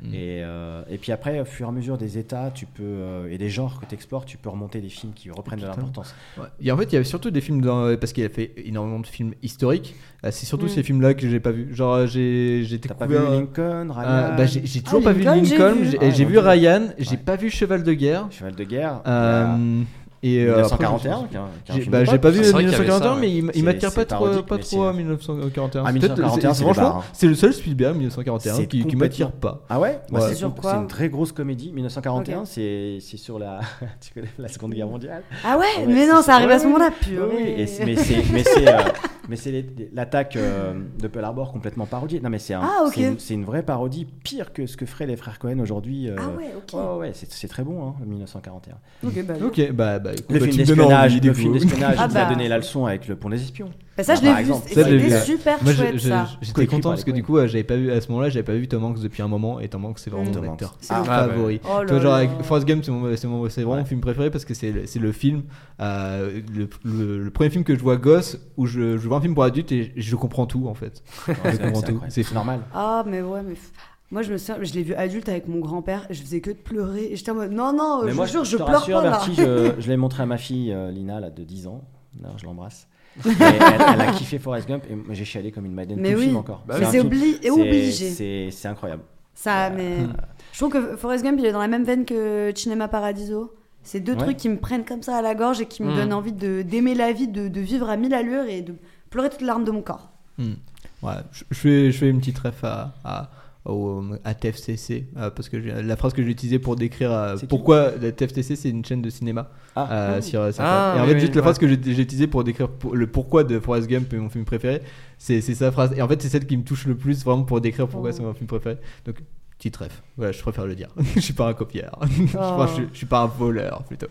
B: Mm.
E: Et, euh, et puis après, au fur et à mesure des états tu peux, euh, et des genres que tu explores, tu peux remonter des films qui reprennent de
B: Putain.
E: l'importance.
B: Ouais. Et en fait, il y avait surtout des films dans- parce qu'il a fait énormément de films historiques. Euh, C'est surtout
E: Mm.
B: ces films-là que j'ai pas vu. Genre, euh, j'ai j'ai
E: T'as pas
B: découvert.
E: vu
B: euh,
E: Lincoln, Ryan
B: euh, bah, j'ai j'ai toujours pas
E: Ah, Lincoln,
B: vu
E: j'ai
B: Lincoln.
E: vu.
B: J'ai
E: Ah,
B: j'ai
E: mon
B: vu
E: Dieu.
B: Ryan. J'ai pas vu Cheval de guerre.
E: Cheval de guerre.
B: Euh, et euh, après,
E: 1941, qui est un- qui est un
B: j'ai-
E: film
B: bah,
E: de Ah,
B: j'ai
E: potes.
B: pas vu
E: C'est vrai qu'il y avait
B: 1941,
E: ça,
B: mais
E: ouais.
B: il, il
E: C'est-
B: m'attire
E: c'est
B: pas trop,
E: parodique,
B: pas
E: mais
B: trop hein, à
E: c'est-
B: 1941.
E: Ah,
B: Peut-être-
E: 1941,
B: c'est-
E: c'est les
B: franchement,
E: barres, hein.
B: c'est le seul Spielberg 1941 qui, qui
E: complètement-
B: m'attire pas.
E: Ah ouais, Bah, c'est,
F: sur
E: c'est
F: quoi
E: une très grosse comédie. 1941,
F: Ok.
E: c'est, c'est sur la, [LAUGHS] tu connais, la Seconde Guerre mondiale.
F: Ah ouais, mais non,
E: c'est
F: ça arrive à
E: ouais,
F: ce moment-là,
E: ouais,
F: purée.
E: ouais, et c'est- mais c'est, mais c'est, euh, mais c'est les- les- l'attaque euh, de Pearl Harbor complètement parodiée. Non, mais c'est, un-
F: Ah, ok.
E: c'est, une, c'est une vraie parodie, pire que ce que feraient les frères Cohen aujourd'hui. euh,
F: Ah ouais, ok.
E: ouais, ouais, c'est, c'est très bon, hein, le 1941.
F: [LAUGHS] Ok, bah,
B: Ok, bah, bah, écoute,
E: Le
B: bah,
E: film
B: tu me donnes envie,
E: d'espionnage,
B: du
E: le
B: coup.
E: film d'espionnage
F: Ah
E: qui a
F: bah.
E: donné la leçon avec le pont des espions.
F: Bah, ça, je l'ai
E: par
F: vu,
E: exemple.
F: c'est- Ça, je l'ai c'était vu. super
B: [LAUGHS] Moi,
F: chouette,
B: je- je-
F: ça.
B: J'étais
E: Coécrit
B: content
E: par
B: parce
E: les
B: que du coup, euh, j'avais pas vu à ce moment-là, j'avais pas vu Tom Hanks depuis un moment et Tom Hanks c'est vraiment
E: Tom
B: mon
E: Hanks.
B: acteur
E: C'est mon
F: bah,
E: Ah,
B: favori.
E: ouais.
B: Tu
E: Oh là
B: vois, genre
E: là.
B: avec Forrest Gump, c'est mon- c'est mon- c'est vraiment mon film préféré parce que c'est le, c'est le film, euh, le, le- le premier film que je vois gosse où je, je vois un film pour adulte et je comprends tout en fait. je
E: [LAUGHS] c'est
B: comprends
E: incroyable.
B: tout, c'est
E: C'est normal.
F: Ah, mais ouais, mais. f- Moi, je me souviens, je l'ai vu adulte avec mon grand-père, je faisais que de pleurer. Et j'étais en mode, non, non, Oh,
E: Mais
F: je
E: moi,
F: vous jure, je,
E: te
F: pleure
E: rassure,
F: pas là.
E: Vertige,
F: [LAUGHS]
E: je, je l'ai montré à ma fille euh, Lina, là, de 10 ans. Là,
F: [LAUGHS]
E: je l'embrasse. Et elle, elle a kiffé Forrest Gump et moi, j'ai chialé comme une madeleine
F: Mais
E: tout le
F: oui.
E: film encore.
F: Bah
E: un
F: oui. C'est
E: film-
F: obli- et
E: c'est-
F: obligé.
E: C'est c'est incroyable.
F: Ça, mais.
E: [LAUGHS]
F: Je trouve que Forrest Gump, il est dans la même veine que Cinema Paradiso. C'est deux
E: Ouais.
F: trucs qui me prennent comme ça à la gorge et qui me
B: Mm.
F: donnent envie de- d'aimer la vie, de, de vivre à mille allures et de pleurer toutes les larmes de mon corps.
B: Hmm. Ouais, je, je fais, je fais une petite ref à, à, au- à TFCC, euh, parce que j'ai- la phrase que j'ai utilisée pour décrire euh, pourquoi la TFCC c'est une chaîne de cinéma.
E: Ah.
B: euh,
E: Ah.
B: sur, euh, sur
E: Ah,
B: Internet. et en
E: oui,
B: fait,
E: oui,
B: juste la
E: ouais.
B: phrase que j'ai j'ai utilisée pour décrire pour- le pourquoi de Forrest Gump est mon film préféré, c'est c'est sa phrase. Et en fait, c'est celle qui me touche le plus vraiment pour décrire pourquoi
E: Oh.
B: c'est mon film préféré. Donc, petite ref, voilà, je préfère le dire. [LAUGHS] je suis pas un copieur, [LAUGHS] Je-
L: Oh.
B: je, je suis pas un voleur plutôt.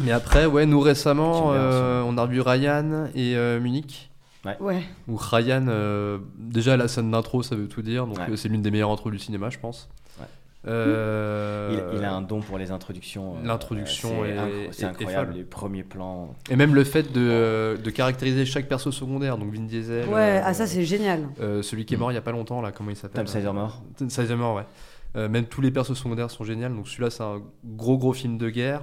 L: Mais après, ouais, nous récemment,
B: Super,
L: euh, on a vu Ryan et euh, Munich.
F: Ouais.
L: Où Ryan, euh, déjà la scène d'intro, ça veut tout dire. Donc euh, c'est l'une des meilleures intros du cinéma, je pense. Euh,
E: Il, il a un don pour les introductions. euh,
L: L'introduction
E: c'est
L: est-
E: incro-
L: est-
E: C'est
L: est
E: incroyable,
L: folle.
E: les premiers plans.
L: Et même le fait de, de caractériser chaque perso secondaire, donc Vin Diesel.
F: Ouais, ah, ça, c'est génial.
L: euh, celui qui est mort il y a pas longtemps, là, comment il s'appelle
E: Tom Sizemore.
L: Tom Sizemore, ouais. Euh, même tous les persos secondaires sont géniaux, donc celui-là, c'est un gros gros film de guerre.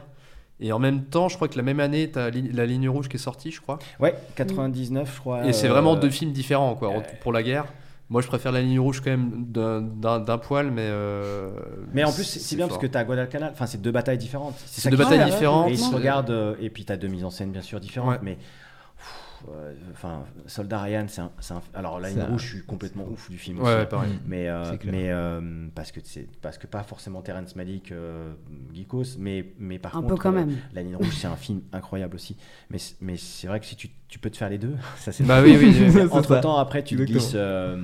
L: Et en même temps, je crois que la même année, t'as li- la ligne rouge qui est sortie, je crois.
E: Ouais, 99, je crois.
L: Et c'est vraiment
E: euh,
L: deux films différents, quoi, pour la guerre. Moi, je préfère la ligne rouge quand même d'un- d'un d'un poil, mais. euh,
E: Mais en plus, c'est c'est bien parce que tu as Guadalcanal, enfin, c'est deux batailles différentes.
L: C'est
E: ça
L: deux
E: qui est
L: batailles
E: génial.
L: différentes.
E: Et ils se
L: Ouais.
E: regardent, euh, et puis tu as deux mises en scène, bien sûr, différentes.
L: Ouais.
E: Mais. pff, euh, Enfin, Soldat Ryan, c'est un, c'est un- Alors, là,
L: C'est un-
E: rouge, je suis complètement ouf du film.
L: Ouais,
E: aussi.
L: ouais, pareil.
E: Mais, euh,
L: C'est clair.
E: mais euh, parce, que c'est- parce que pas forcément Terrence Malick, euh, Geekos, mais, mais par
F: Un peu
E: contre, euh,
F: quand même.
E: La ligne rouge, c'est un film incroyable aussi. Mais, c- mais c'est vrai que si tu, tu peux te faire les deux, ça c'est
L: Bah oui,
B: [LAUGHS]
L: oui, oui.
E: Mais
L: C'est ça.
E: Entre-temps, après, tu te
L: Exactement.
E: glisses euh,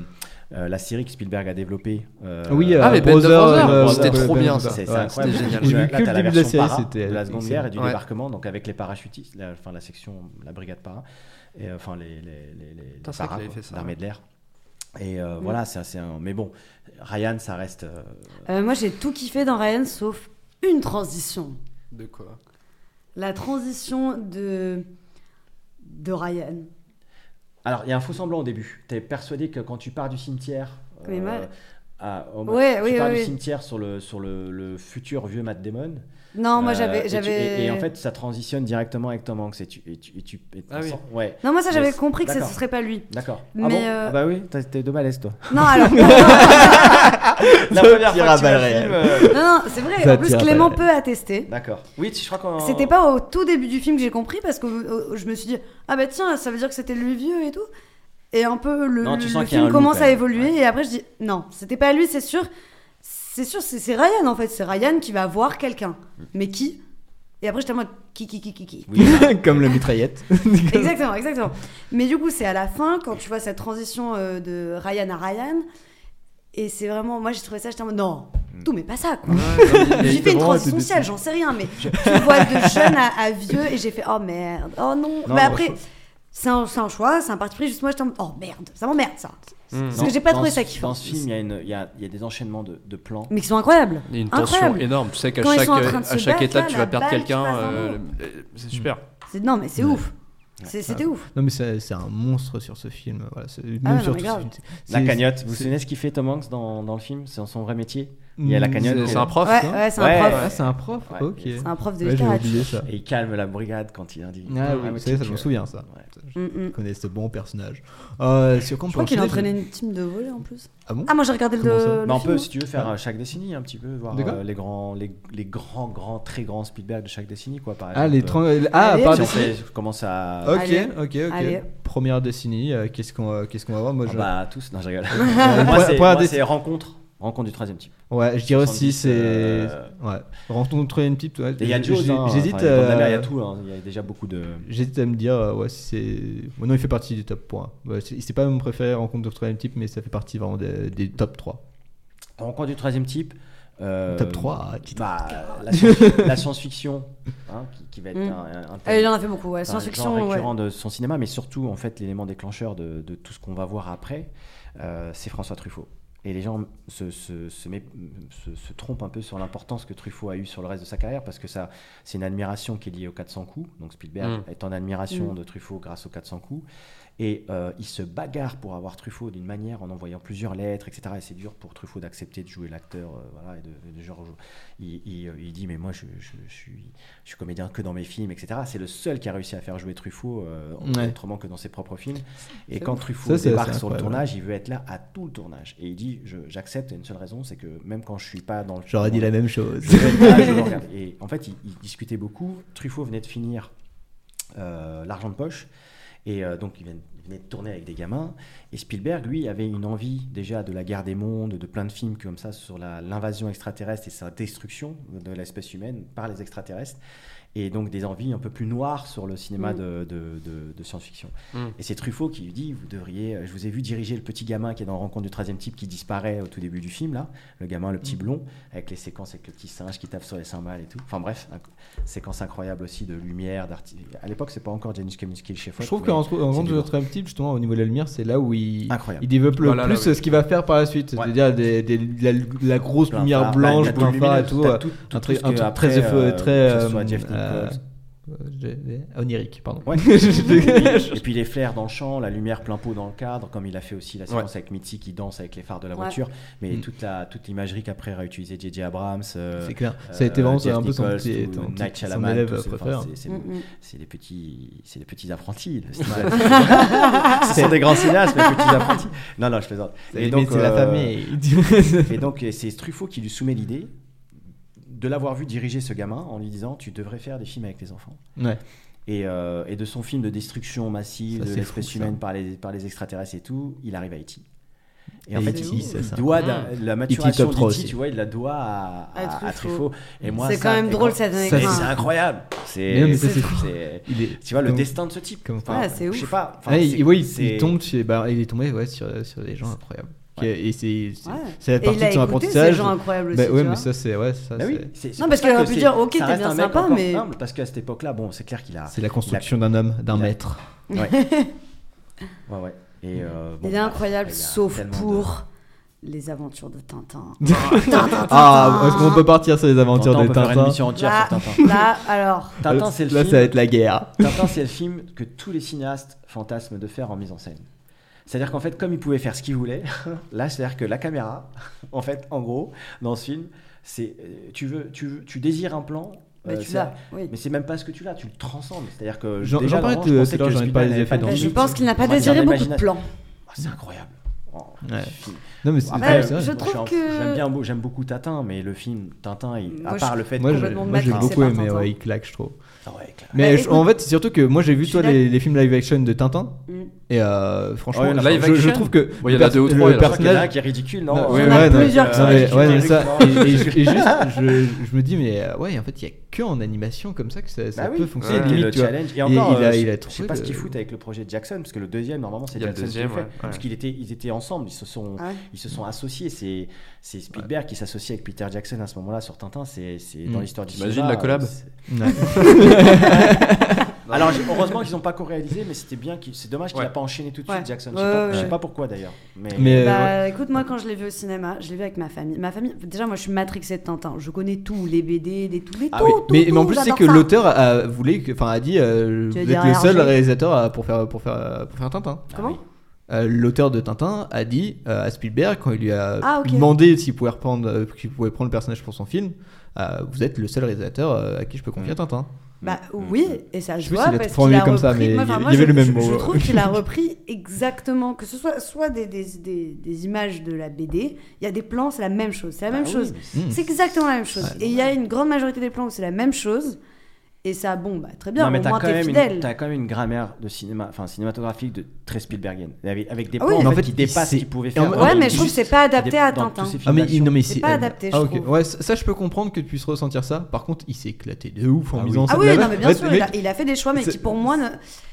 E: euh, la série que Spielberg a développée. euh,
B: Oui, euh, Ah, mais Band of Brothers, Brothers, euh,
L: Ben c'était
B: Brothers,
L: trop
B: Band
L: bien,
B: of
L: ça.
E: C'est c'est
B: Ouais,
E: incroyable.
L: c'était génial.
E: Parce que
B: J'ai
E: là,
B: vu que
E: t'as
B: le
E: la
B: début de la
E: version
B: série,
E: para
B: c'était
E: de la seconde
B: excellent.
E: guerre et du
B: Ouais.
E: débarquement, donc avec les parachutistes, la, enfin, la section, la brigade para, et, euh, enfin les, les, les, les- les
L: Putain, c'est vrai
E: paras,
L: qu'il avait
E: quoi,
L: fait ça,
E: l'armée de l'air. Et euh,
F: Mm.
E: voilà, c'est assez un. Mais bon, Ryan, ça reste. euh,
F: Euh, moi, j'ai tout kiffé dans Ryan sauf une transition.
L: De quoi
F: La transition de. de Ryan.
E: Alors, il y a un faux semblant au début. T'es persuadé que quand tu pars du cimetière. euh,
F: Mais moi-
E: à- au-
F: Ouais,
E: tu
F: oui,
E: pars
F: oui,
E: du
F: oui.
E: cimetière sur le, sur le, le futur vieux Matt Damon.
F: Non, moi,
E: Euh,
F: j'avais-
E: et tu-
F: j'avais-
E: Et, et en fait, ça transitionne directement avec Tom Hanks. Et tu, et tu, et tu- et tu
L: Ah oui.
E: sens- ouais.
F: Non, moi, ça,
E: Mais
F: j'avais
E: c'est-
F: compris que ça,
E: d'accord.
F: ce serait pas
E: [LAUGHS]
F: lui.
E: D'accord. Ah
F: Mais,
E: bon
F: euh,
E: Ah Bah oui, t'as- t'es de
B: [LAUGHS]
E: malaise, toi.
F: Non,
E: [LAUGHS]
F: alors.
B: Petit
E: La première fois que tu
B: rabat
E: vois le film,
F: non,
E: euh,
F: non, c'est vrai.
E: Ça
F: En plus,
E: tire,
F: Clément
E: ouais.
F: peut attester.
E: D'accord. Oui, tu- je crois qu'on.
F: C'était pas au tout début du film que j'ai compris parce que euh, je me suis dit ah bah tiens ça veut dire que c'était lui vieux et tout et un peu le,
E: Non,
F: le-
E: tu
F: le
E: sens qu'il y a
F: film
E: un loup,
F: commence
E: quand
F: à
E: même.
F: évoluer et après je dis non c'était pas lui c'est sûr c'est sûr c'est c'est Ryan en fait c'est Ryan qui va voir quelqu'un mais qui Et après, j'étais en mode qui, qui, qui, qui, qui.
B: [LAUGHS] Comme la mitraillette.
F: exactement, exactement. Mais du coup, c'est à la fin, quand tu vois cette transition euh, de Ryan à Ryan. Et c'est vraiment, moi j'ai trouvé ça, j'étais en mode non, tout mais pas ça quoi. [LAUGHS] j'ai fait une transition sociale, j'en sais rien, mais tu vois de jeune à, à vieux et j'ai fait oh merde, oh non. mais
E: Non, non,
F: après,
E: je-
F: c'est un, c'est un choix, c'est un parti pris, juste moi j'étais en mode oh merde, ça m'emmerde ça. [LAUGHS] Parce
E: Non,
F: que j'ai pas
E: Mm. dans
F: trouvé
E: ce-
F: ça kiffant.
E: Dans ce film, il y, a une- il y a, il y a des enchaînements de, de plans.
F: Mais qui sont incroyables.
L: Il y a une tension
F: Incroyable.
L: énorme. Tu sais qu'à
F: Quand ils
L: chaque, euh,
F: sont en train de
L: à
F: se
L: chaque
F: battre,
L: étape,
F: là,
L: tu
F: la
L: vas perdre
F: balle qui
L: quelqu'un.
F: passe en
L: euh, euh, c'est super.
F: C'est- Non mais c'est ouf. C'est- C'était ouf.
B: Non, mais c'est c'est un monstre sur ce film. Voilà, c'est- même
F: Ah ouais, non,
B: sur
F: mais
B: tout ce
F: grave.
B: film, c'est-
E: La
B: c'est-
E: cagnotte.
B: c'est-
E: Vous vous souvenez ce qu'il fait Tom Hanks dans, dans le film C'est dans son vrai métier. Il y a la
B: Mm,
E: cagnotte.
B: c'est-
E: qui-
B: c'est un prof,
F: Ouais,
L: hein
F: quoi. ouais, c'est un prof.
B: Ah, c'est un prof, ok. C'est
F: un prof de
B: Ouais, j'avais
F: littérature.
B: oublié ça.
E: Et il calme la brigade quand il indique.
B: Ah oui, vous savez, ça, je me souviens ça. Je
F: Mm, mm.
B: connais ce bon personnage. Euh, sur quoi on
F: Je
B: peut
F: crois qu'il
B: enchaîner,
F: entraînait une team de volley en plus.
B: Ah bon
F: moi j'ai regardé le.
B: Comment ça
F: le
E: Mais on
F: film,
E: peut,
F: hein.
E: si tu veux, faire euh, chaque décennie un petit peu, voir
B: D'accord.
E: euh, les grands, les, les grands, grands, très grands Spielberg de chaque décennie, quoi. Par
B: Ah, les
E: exemple.
B: 30 ah,
E: Si
B: par
E: on
B: décennie.
E: fait- Je commence à.
B: Ok,
F: Allez.
B: ok, ok.
F: Allez.
B: Première décennie, euh, qu'est-ce qu'on euh, qu'est-ce qu'on va voir Moi,
E: Ah
B: je-
E: Bah, tous, non, je rigole.
B: Euh,
E: moi,
B: pre-
E: c'est-
B: première
E: moi,
B: décennie.
E: c'est rencontre. Rencontre du troisième type.
B: Ouais, je dirais aussi,
E: 70,
B: c'est.
E: euh,
B: Ouais. Rencontrer une petite. ouais,
E: Et il y a
B: j-
E: Jaws,
B: j-
E: hein,
B: J'hésite.
E: enfin, il y a Bande à mer, il y a
B: euh,
E: tout, hein, il y a déjà beaucoup de-
B: J'hésite à me dire, euh, ouais, si c'est. Bon, non, il fait partie du top point. Ouais, c'est c'est pas mon préféré, rencontre de troisième type, mais ça fait partie vraiment des, des top 3.
E: Rencontre du troisième type. euh,
B: Top 3, titre
E: bah, la science- la science-fiction, hein, qui, qui va être
F: Mm.
E: un, un- un
F: Euh, il en a fait beaucoup, ouais,
E: enfin, un
F: science-fiction,
E: genre récurrent
F: ouais.
E: de son cinéma, mais surtout en fait l'élément déclencheur de, de tout ce qu'on va voir après, euh, c'est François Truffaut. Et les gens se, se- se mé- se- se trompent un peu sur l'importance que Truffaut a eue sur le reste de sa carrière, parce que ça, c'est une admiration qui est liée aux 400 coups. Donc Spielberg
L: Mm.
E: est en admiration
L: Mm.
E: de Truffaut grâce aux 400 coups. Et euh, il se bagarre pour avoir Truffaut d'une manière en envoyant plusieurs lettres, etc. Et c'est dur pour Truffaut d'accepter de jouer l'acteur. euh, voilà, et de, de genre, il, il- il dit Mais moi, je, je- je suis, je suis comédien que dans mes films, etc. C'est le seul qui a réussi à faire jouer Truffaut euh,
B: Ouais.
E: autrement que dans ses propres films. Et
B: C'est
E: quand
B: ouf.
E: Truffaut
B: Ça, c'est-
E: débarque
B: c'est
E: sur le
B: incroyable.
E: tournage, il veut être là à tout le tournage. Et il dit Je- J'accepte, et une seule raison, c'est que même quand je suis pas dans le
B: J'aurais dit la même
E: [LAUGHS]
B: chose.
E: je vais être là, Ah, je le regarde. Et en fait, ils ils discutaient beaucoup. Truffaut venait de finir euh, L'argent de poche. Et euh, donc, il vient- il venait de tourner avec des gamins. Et Spielberg, lui, avait une envie déjà de la guerre des mondes, de plein de films comme ça sur la- l'invasion extraterrestre et sa destruction de l'espèce humaine par les extraterrestres. Et donc, des envies un peu plus noires sur le cinéma
L: Mm.
E: de, de- de- de science-fiction.
L: Mm.
E: Et c'est Truffaut qui lui dit Vous devriez. euh, Je vous ai vu diriger le petit gamin qui est dans Rencontre du troisième type qui disparaît au tout début du film, là. Le gamin, le
L: Mm.
E: petit blond, avec les séquences avec le petit singe qui tape sur les cymbales et tout. Enfin bref, un- séquence incroyable aussi de lumière, d'arti. À l'époque, c'est pas encore Janusz Kaminski chez Fox.
B: Je trouve
E: mais
B: qu'en rencontre
E: c'est
B: de
E: du-
B: troisième type, justement, au niveau de la lumière, c'est là où il,
E: Incroyable.
B: il développe le
L: Voilà, là,
B: plus
L: oui.
B: ce qu'il va faire par la suite. C'est-à-dire des- des- la, la grosse
E: Plein
B: lumière
E: phare, Bah,
B: blanche,
E: plein
B: plein
E: de
B: phare et
E: lumineux,
B: tout.
E: t'as
B: euh,
E: tout- tout
B: un truc,
E: ce
B: un
E: que
B: truc
E: après,
B: très, eff-
E: euh,
B: très
E: que ce soit
B: euh,
E: Jeff
B: euh,
E: Nichols.
B: je- onirique, pardon. [LAUGHS]
E: Ouais. [LAUGHS] et puis les flares dans le champ, la lumière plein pot dans le cadre, comme il a fait aussi la séquence avec Mitzi qui danse avec les phares de la
F: Ouais.
E: voiture, mais
B: Mm.
E: toute la toute l'imagerie qu'après a utilisé JJ Abrams, euh,
B: C'est clair. Ça a été vraiment, c'est
E: Jeff
B: un peu son
E: Nichols,
B: petit-
E: tout,
B: son petit-
E: Night
B: son
E: Shyamalan,
B: élève
E: tous ces- enfin,
B: préféré. hein.
E: c'est- c'est-
F: Mm, mm.
E: C'est des petits, c'est des petits apprentis. le cinéaste. [LAUGHS] Ce sont des grands cinéastes, mais petits apprentis. Non, non, je plaisante.
B: Mm.
E: euh,
B: C'est- mais c'est la
E: [LAUGHS]
B: famille.
E: et donc, et c'est Truffaut qui lui soumet l'idée de l'avoir vu diriger ce gamin en lui disant tu devrais faire des films avec les enfants
B: Ouais.
E: et, euh, et de son film de destruction massive
B: Ça,
E: de
B: c'est
E: l'espèce
B: fou, ça.
E: humaine par les, par les extraterrestres et tout, il arrive à Haïti. Et,
B: Et
E: en fait,
B: E.T.,
E: il,
B: c'est
E: il
B: ça.
E: doit
L: Mm.
E: la, la
B: E.T.
E: maturation
B: top 3
E: d'E.T.,
B: aussi.
E: tu vois, il la doit à,
F: Ah. À
E: à- à
F: Truffaut.
E: Truffaut. Et moi,
F: C'est
E: ça-
F: quand même
E: et
F: drôle,
E: quand-
F: cette
E: c'est-
F: anecdate.
E: C'est incroyable.
B: Mais non,
E: C'est,
B: mais ça, c'est
E: c'est-
B: fou.
E: c'est-
B: Il est-
E: tu vois, le
B: comme-
E: destin de ce type.
B: comme-
E: Enfin,
F: Ouais, c'est
E: Je sais
F: ouf.
E: pas. enfin,
B: Ouais,
E: c'est-
B: il- oui, il-
E: c'est-
B: il tombe chez, bah, il est tombé ouais, sur, sur des gens incroyables. Qui- Et c'est c'est-
F: Ouais.
B: ça fait
F: Et
B: partie
F: il a
B: de son
F: écouté ces
B: apprentissage.
F: gens incroyables
B: Bah
F: aussi,
B: ouais,
F: tu
B: mais
F: vois.
B: ça c'est ouais, ça
E: Bah oui,
B: c'est-
E: c'est- c'est
F: Non,
E: pour
F: parce
E: ça
F: qu'elle
E: que
F: aurait pu
E: c'est-
F: dire, ok,
E: ça
F: t'es
E: reste
F: bien
E: un mec
F: sympa,
E: encore
F: mais-
E: humble, parce qu'à cette époque-là, bon, c'est clair qu'il a.
B: c'est la
E: il a-
B: construction d'un homme, d'un
E: [LAUGHS]
B: maître.
E: Ouais. ouais, ouais. Et, euh, bon,
F: il est
E: bah,
F: incroyable,
E: il y a
F: sauf
E: tellement de-
F: pour les aventures de Tintin.
B: Ah, est-ce qu'on peut partir sur les aventures
E: Tintin, on
B: de
E: peut faire une
B: Tintin
E: émission entière
F: Là,
E: sur Tintin.
F: là, alors.
E: Tintin, c'est le
B: Là,
E: film.
B: ça va être la guerre.
E: Tintin, c'est le film que tous les cinéastes fantasment de faire en mise en scène. C'est-à-dire qu'en fait, comme ils pouvaient faire ce qu'ils voulaient, [LAUGHS] là, c'est-à-dire que la caméra, [LAUGHS] en fait, en gros, dans ce film, c'est euh, tu veux, tu veux, tu désires un plan. euh,
F: Bah, tu
E: c'est-
F: l'as, oui.
E: Mais c'est même pas ce que tu l'as, tu le transformes. C'est-à-dire que
B: J'en-
E: déjà,
B: j'en parlais
E: normalement,
B: tout-
E: je pensais
B: tout à l'heure,
E: que
B: j'en ai parlé
E: Spielberg
B: des effets
E: n'avait pas
B: dans
E: de
B: le
F: Bah, Je
B: film.
E: limite.
F: pense qu'il n'a pas
E: En matière
F: désiré beaucoup de
E: d'imagination.
F: plans.
E: Oh, c'est incroyable. Oh, Ah,
B: Ouais.
E: ce film.
B: Non mais c'est-
E: Après,
B: c'est
F: je
B: vrai.
E: moi,
F: trouve
E: suis un-
F: que-
E: j'aime bien beau- j'aime beaucoup Tintin, mais le film Tintin, il-
F: Moi,
E: à
F: je
E: part
F: suis
E: le fait
B: Moi,
E: que-
B: je-
F: complètement
B: moi, j'ai
F: matrixé
B: beaucoup
F: par
B: aimé,
F: Tintin.
B: ouais, il claque, je trouve.
E: Ah ouais, clair.
B: Mais
F: Bah,
B: je-
F: écoute,
B: en fait, c'est surtout que moi j'ai vu
F: je
B: toi
F: suis
B: les, les films live action de Tintin
F: Mm.
B: et euh, franchement,
E: Ouais,
L: live
B: je, je
L: action
B: trouve que
L: Ouais, il y en a
B: le pers-
L: deux ou
B: le
L: trois, là.
E: Je crois qu'il y en a un
B: personnage
E: qui est ridicule,
B: Non,
E: non Bah
B: ouais,
F: Il y en a
B: ouais, non,
F: plusieurs
B: mais-
F: qui sont
B: non, mais-
F: ridicules,
E: [LAUGHS]
B: ouais,
F: des
B: non,
E: trucs
B: ça.
E: marrants.
B: Et, et- et juste, je, je me dis, mais euh, ouais, en fait, il y a que en animation comme ça que ça, ça
E: Bah oui,
B: peut fonctionner.
E: c'était
B: limite,
E: le
B: tu vois.
E: challenge. Et encore,
B: il
E: euh,
B: a,
E: je-
B: il a
E: je sais
B: trouvé
E: pas ce
B: le-
E: qu'ils foutent avec le projet de Jackson, parce que le deuxième, normalement, c'est
L: Il y a le
E: Jackson qui
L: deuxième,
E: le fait.
L: ouais,
E: Parce
L: ouais.
E: qu'ils étaient, ils étaient ensemble, ils se sont,
L: Ah ouais
E: ils se sont associés. C'est, c'est Spielberg qui s'associe avec Peter Jackson à ce moment-là sur Tintin. C'est, c'est dans
L: Mm.
E: l'histoire du
L: T'imagines
E: cinéma,
L: la collab
E: euh, c'est-
L: Ouais.
E: [LAUGHS] Alors, j'ai- heureusement qu'ils n'ont pas co-réalisé, mais c'était bien. qu'il- C'est dommage qu'il n'a
L: Ouais.
E: pas enchaîné tout de suite, Jackson. Je
F: Ouais,
E: sais pas-
F: ouais,
E: je sais
F: ouais.
E: pas pourquoi d'ailleurs. Mais,
B: euh,
F: bah, écoute, moi quand je l'ai vu au cinéma, je l'ai vu avec ma famille. Ma famille, déjà moi je suis matrixée de Tintin. Je connais tout, les BD, les tout, les
B: Ah
F: tout,
B: oui.
F: tout,
B: mais,
F: tout,
B: mais en plus, c'est
F: j'adore
B: que
F: ça.
B: l'auteur a voulu, que- enfin, a dit, euh, vous
F: Tu veux
B: êtes
F: dire
B: le seul
F: Hergé
B: réalisateur à- pour faire pour faire pour faire Tintin.
E: Ah
F: Comment
B: Euh, L'auteur de Tintin a dit euh, à Spielberg quand il lui a
F: Ah, ok.
B: demandé s'il pouvait reprendre, euh, qu'il pouvait prendre le personnage pour son film, euh, vous êtes le seul réalisateur euh, à qui je peux
E: Mm.
B: confier Tintin.
F: Bah oui, et ça
B: Mm. Je sais
F: je
B: pas
F: vois
B: s'il a
F: parce qu'il
B: formulé
F: a
B: comme
F: repris.
B: ça, mais
F: Moi,
B: il y-
F: enfin,
B: il y
F: moi,
B: avait
F: je-
B: le même
F: je-
B: mot.
F: Je trouve
B: [LAUGHS]
F: qu'il a repris exactement que ce soit soit des, des, des, des images de la BD. Il y a des plans, c'est la même chose, c'est la
E: Bah
F: même
E: oui,
F: chose.
E: mais
B: c'est-
F: C'est exactement la même chose. et
E: Ouais.
F: il y a une grande majorité des plans où c'est la même chose. Et ça, bon, bah très bien.
E: non, mais
F: au
E: t'as
F: moins
E: quand,
F: t'es
E: même
F: fidèle.
E: une, t'as quand même une grammaire de cinéma, enfin cinématographique de très Spielbergienne, avec, avec des
F: Ah
E: plans
F: oui.
E: en
F: En
E: fait,
B: fait,
E: qui dépassent ce
B: c'est-
E: qu'il pouvait
B: et
E: faire.
B: en-
E: dans-
F: Ouais, mais je trouve que
E: juste
F: c'est pas adapté
E: dans
F: à
E: tous
F: Tintin.
E: ces
B: Ah mais
E: filmations.
B: il- non mais
F: C'est pas adapté, je
B: ah, ok.
F: trouve.
B: Ouais, ça, ça, je peux comprendre que tu puisses ressentir ça. Par contre, il s'est éclaté de ouf en
E: Ah oui.
B: misant
F: Ah
B: ça. Bah,
F: oui,
B: de la
F: non,
B: merde.
F: mais bien
B: Ouais,
F: sûr,
B: mec,
F: il, a, il a fait des choix, mais
B: c'est-
F: qui pour moi, ne...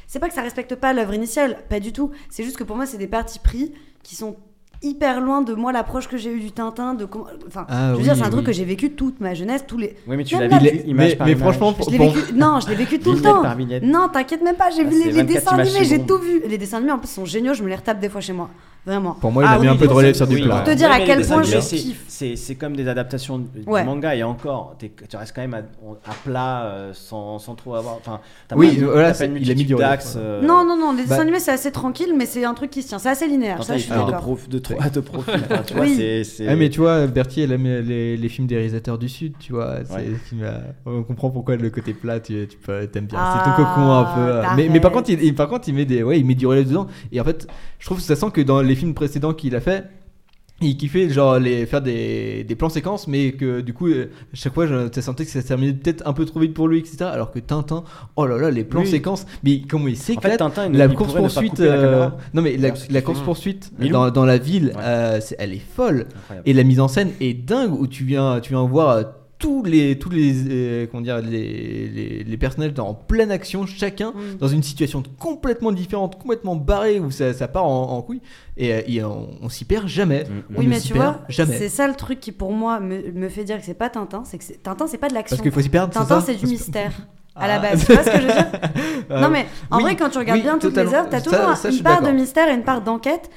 F: c'est pas que ça respecte pas l'œuvre initiale, pas du tout. C'est juste que pour moi, c'est des partis pris qui sont hyper loin de moi l'approche que j'ai eue du Tintin. De... com- Enfin,
B: Ah
F: je veux dire,
B: oui,
F: c'est un truc
B: oui.
F: que j'ai vécu toute ma jeunesse, tous les.
E: Oui, mais tu
F: Même
E: l'as
F: là,
E: vécu image
B: mais-
E: par
B: mais
E: image.
B: franchement, pour-
F: Je l'ai
B: pour-
F: vécu- Non, je l'ai vécu tout le
E: Vignette
F: temps.
E: par vignette.
F: Non, t'inquiète même pas, j'ai
E: Ah,
F: vu
E: c'est
F: les, les
E: 24
F: dessins
E: images
F: animés, j'ai
E: secondes.
F: tout vu. Les dessins animés en plus sont géniaux, je me les retape des fois chez moi. Vraiment.
B: Pour moi, il a mis un peu de relief sur des plans.
F: Pour te dire à
E: mais
F: quel
E: les
F: point
E: animés,
F: je
E: c'est-
F: kiffe.
E: C'est c'est comme des adaptations du
F: Ouais.
E: manga et encore, t'es- tu restes quand même à, à plat euh, sans, sans trop avoir. Enfin, t'as
B: Oui,
E: pas une-
B: voilà,
E: t'as
B: c'est-
E: pas une
B: il a mis du
E: multitude
B: relief,
E: d'axes.
B: voilà.
E: euh,
F: Non, non, non, les dessins
B: bah-
F: animés c'est assez tranquille, mais c'est un truc qui se tient, c'est assez linéaire.
E: Tintin,
F: Ça,
E: il
F: je suis
E: fait de
F: d'accord.
E: prof- de trois- de profil. Enfin, tu vois,
F: Oui.
E: c'est- c'est-
B: Ah, mais tu vois, Berthier elle aime les, les films des réalisateurs du Sud, tu vois. c'est
E: Ouais.
B: les films, euh, on comprend pourquoi le côté plat, tu, tu peux- t'aimes bien. c'est
F: Ah,
B: ton cocon un peu. euh. Mais, mais
F: t'arrêtes.
B: par contre, il, il- par contre, il met des, ouais, il met du relief dedans. Et en fait, je trouve que ça sent que dans les films précédents qu'il a fait. Il kiffait genre les faire des, des plans séquences, mais que du coup, euh, chaque fois, je, ça sentait que ça se terminait peut-être un peu trop vite pour lui, etc. Alors que Tintin, oh là là, les plans
E: Oui.
B: séquences, mais comment il
E: En fait,
B: s'éclate.
E: Tintin, il ne-
B: la
E: il
B: course
E: pourrait ne pas
B: poursuite,
E: couper la
B: euh,
E: caméra.
B: non mais la,
E: D'ailleurs,
B: la
E: c'est ce qu'il
B: course
E: fait.
B: poursuite
E: Milou.
B: dans, dans la ville, euh, c'est- elle est folle.
E: Incroyable.
B: Et la mise en scène est dingue où tu viens, tu viens voir euh, tous les, tous les, euh, comment dire, les, les, les personnages dans- en pleine action, chacun
F: Mm.
B: dans une situation complètement différente, complètement barrée où ça, ça part en, en couille et, euh, et on, on s'y perd jamais.
E: Mm.
B: On
F: Oui,
B: ne
F: mais
B: s'y
F: tu
B: perd
F: vois,
B: jamais.
F: c'est ça le truc qui pour moi me, me fait dire que c'est pas Tintin, c'est que c'est- Tintin c'est pas de l'action.
B: Parce qu'il faut s'y perdre, c'est
F: Tintin
B: ça
F: c'est du
B: Parce que- [LAUGHS]
F: mystère à
B: Ah.
F: la base. Tu vois ce que je
B: [LAUGHS]
F: veux dire
B: Euh,
F: Non mais en
B: oui,
F: vrai quand tu regardes
B: oui,
F: bien toutes les
B: totalement.
F: œuvres, t'as
B: Ça-
F: toujours un-
B: ça, je
F: une
B: suis
F: part de
B: d'accord.
F: mystère et une part d'enquête.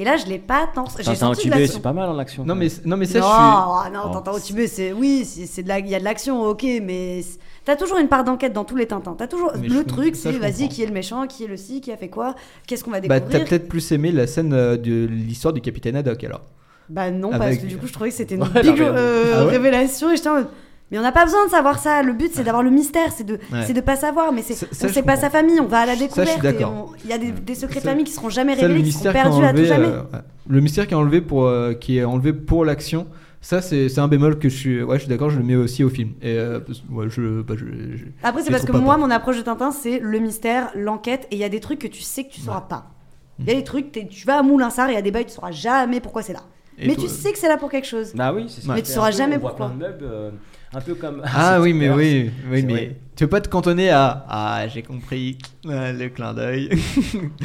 F: Et là je l'ai pas tant. J'ai
E: Tintin
F: senti de
E: Incubé,
F: l'action.
E: c'est pas mal en action.
B: Non mais, non mais ça,
F: non,
B: je suis. Bah,
F: ah non,
B: Oh.
F: Tintin au Tibet, c'est oui, c'est c'est de la, il y a de l'action, ok, mais c'est- t'as toujours une part d'enquête dans tous les Tintins. T'as toujours
B: Mais
F: le
B: je-
F: truc,
B: ça,
F: c'est
B: je
F: vas-y,
B: comprends.
F: qui est le méchant, qui est le si, qui a fait quoi, qu'est-ce qu'on va
B: Bah, t'as
F: découvrir.
B: peut-être plus aimé la scène euh, de l'histoire du capitaine Haddock alors.
F: Bah non, parce
B: Avec-
F: que du coup, je trouvais que c'était une
L: Ouais,
F: big
L: t'as raison.
F: euh,
B: Ah ouais
F: révélation et j'étais en mode. Mais on n'a pas besoin de savoir ça. Le but, c'est d'avoir le mystère, c'est de,
B: Ouais.
F: c'est de pas savoir. Mais c'est,
B: Ça-
F: on
B: ça, je
F: sait pas
B: comprends.
F: sa famille, on va à la
B: Ça, je suis
F: découverte. et
B: d'accord.
F: on- Il y a des, des secrets de
B: Ça-
F: famille qui seront jamais
B: Ça, le
F: révélés, qui seront
B: mystère qu'a
F: perdus à tout
B: enlevé,
F: jamais.
B: euh, ouais. le mystère qui est enlevé pour euh, qui est enlevé pour l'action ça c'est c'est un bémol que je suis ouais je suis d'accord je le mets aussi au film et euh, parce- ouais, je, bah, je- je-
F: Après, c'est
B: je
F: parce que
B: trouve pas
F: moi,
B: bon.
F: mon approche de Tintin, c'est le mystère, l'enquête, et il y a des trucs que tu sais que tu sauras pas.
B: Mm.
F: Il y a des trucs, t'es- tu vas à Moulinsart, il y a des bails, tu sauras jamais pourquoi c'est là.
B: Et
F: mais
B: toi,
F: tu
B: euh,
F: sais que c'est là pour quelque chose.
E: Bah oui, c'est ce
F: Mais
E: qu'il
F: tu
E: fait.
F: sauras
E: Un peu,
F: jamais
E: on voit
F: pourquoi.
E: plein de meubles, euh, un peu comme.
B: ah
E: c'est-
B: oui mais
E: d'ailleurs,
B: oui oui
E: c'est
B: mais
E: vrai.
B: tu veux pas te cantonner à ah j'ai compris [LAUGHS] Ah, le clin d'œil [LAUGHS]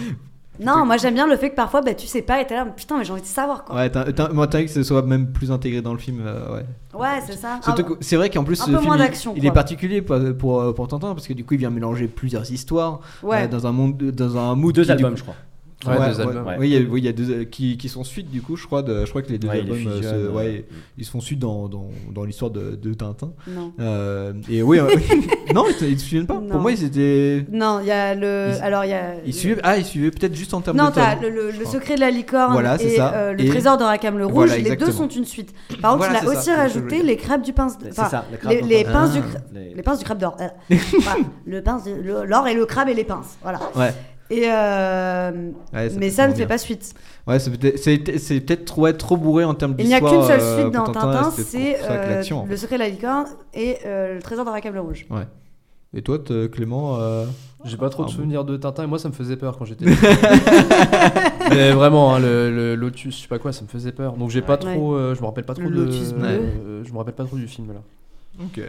F: Non, moi j'aime bien le fait que parfois, bah, tu sais pas, et t'es là, putain, mais j'ai envie de savoir quoi.
B: ouais t'as- t'as- moi t'as vu que ce soit même plus intégré dans le film euh, ouais
F: Ouais, c'est ça.
B: Surtout
F: Ah,
B: que c'est vrai qu'en plus
F: un
B: le
F: peu
B: film
F: moins
B: il-
F: d'action,
B: il,
F: quoi.
B: est particulier pour, pour, euh, pour Tintin parce que du coup il vient mélanger plusieurs histoires
F: Ouais.
B: euh, dans un monde dans un mood
E: Deux
B: qui, du
E: albums,
B: coup-
E: je crois.
L: Ouais,
B: Ouais,
L: deux
B: ouais.
L: albums.
E: ouais.
B: Oui, il y a, oui, il y a deux euh, qui, qui sont suites du coup, je crois. de- je crois que les deux
E: Ouais, ils les
B: albums, euh, se-
E: fusionnent,
B: ouais,
E: euh.
B: ils se font suite dans, dans, dans l'histoire de, de Tintin.
F: Non.
B: Euh, et oui, euh, [LAUGHS] non, ils, ils se suivaient pas.
F: Non.
B: Pour moi, ils étaient.
F: Non, il y a le.
B: Ils-
F: Alors, il y a.
B: Ils suivaient. Ah, ils suivaient peut-être juste en termes
F: Non,
B: de. tomes,
F: t'as le, le-
B: je
F: le
B: crois.
F: secret de la licorne
B: Voilà, c'est
F: et
B: ça.
F: euh, le
B: Et-
F: trésor dans la came le rouge.
B: Voilà,
F: les deux
B: exactement.
F: sont une suite. Par contre,
B: Voilà, c'est
F: il a
B: ça,
F: aussi
B: c'est ce que je
F: rajouté
B: voulais
F: les crêpes du pince.
E: C'est
F: enfin,
E: ça, les crabes
F: les,
E: dans
F: les
E: ta-
F: pinces du.
B: Ah.
F: cra-
E: Les-
F: Les pinces du crabe d'or.
B: [LAUGHS]
F: Euh, voilà, le pince, de- le- l'or et le crabe et les pinces. Voilà.
B: Ouais.
F: Et euh,
B: Ouais, ça
F: mais
B: peut
F: ça ne
B: convenir.
F: fait pas suite.
B: Ouais, c'est peut-être c'est- c'est peut-être trop, ouais, trop bourré en termes
F: Il n'y a
B: d'histoire.
F: qu'une seule
B: euh,
F: suite dans
B: pour Tintin,
F: Tintin,
B: c'était pour-
F: c'est
B: pour ça que
F: euh,
B: l'action, en
F: le
B: fait.
F: secret de la licorne et euh, le trésor dans la came le rouge.
B: Ouais. Et toi, te- Clément euh,
L: J'ai pas trop de
B: Ah bon.
L: souvenirs de Tintin et moi ça me faisait peur quand [LAUGHS] j'étais. petit. Mais vraiment, hein, le, le Lotus, je sais pas quoi, ça me faisait peur. Donc j'ai pas
F: Ouais.
L: trop, euh, je me rappelle pas trop
F: Le
L: de-
F: Lotus bleu.
L: euh, je me rappelle pas trop du film là.
B: Ok.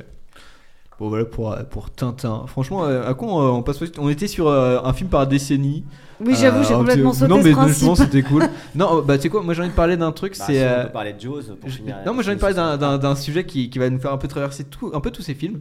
B: Bon voilà pour, euh, pour Tintin. Franchement, euh, à quoi on, on passe On était sur euh, un film par décennie.
F: Oui, j'avoue, j'ai
B: alors que-
F: complètement sauté
B: Euh, Non,
F: ce
B: mais
F: principe.
B: justement, c'était
F: [LAUGHS]
B: cool. non, euh, bah tu sais quoi, moi j'ai envie de parler d'un truc,
E: Bah,
B: c'est.
E: sinon, on
B: euh,
E: peut parler de Jaws pour
B: je-
E: finir.
B: Non, moi j'ai envie de parler d'un- d'un d'un sujet qui, qui va nous faire un peu traverser tout, un peu tous ces films.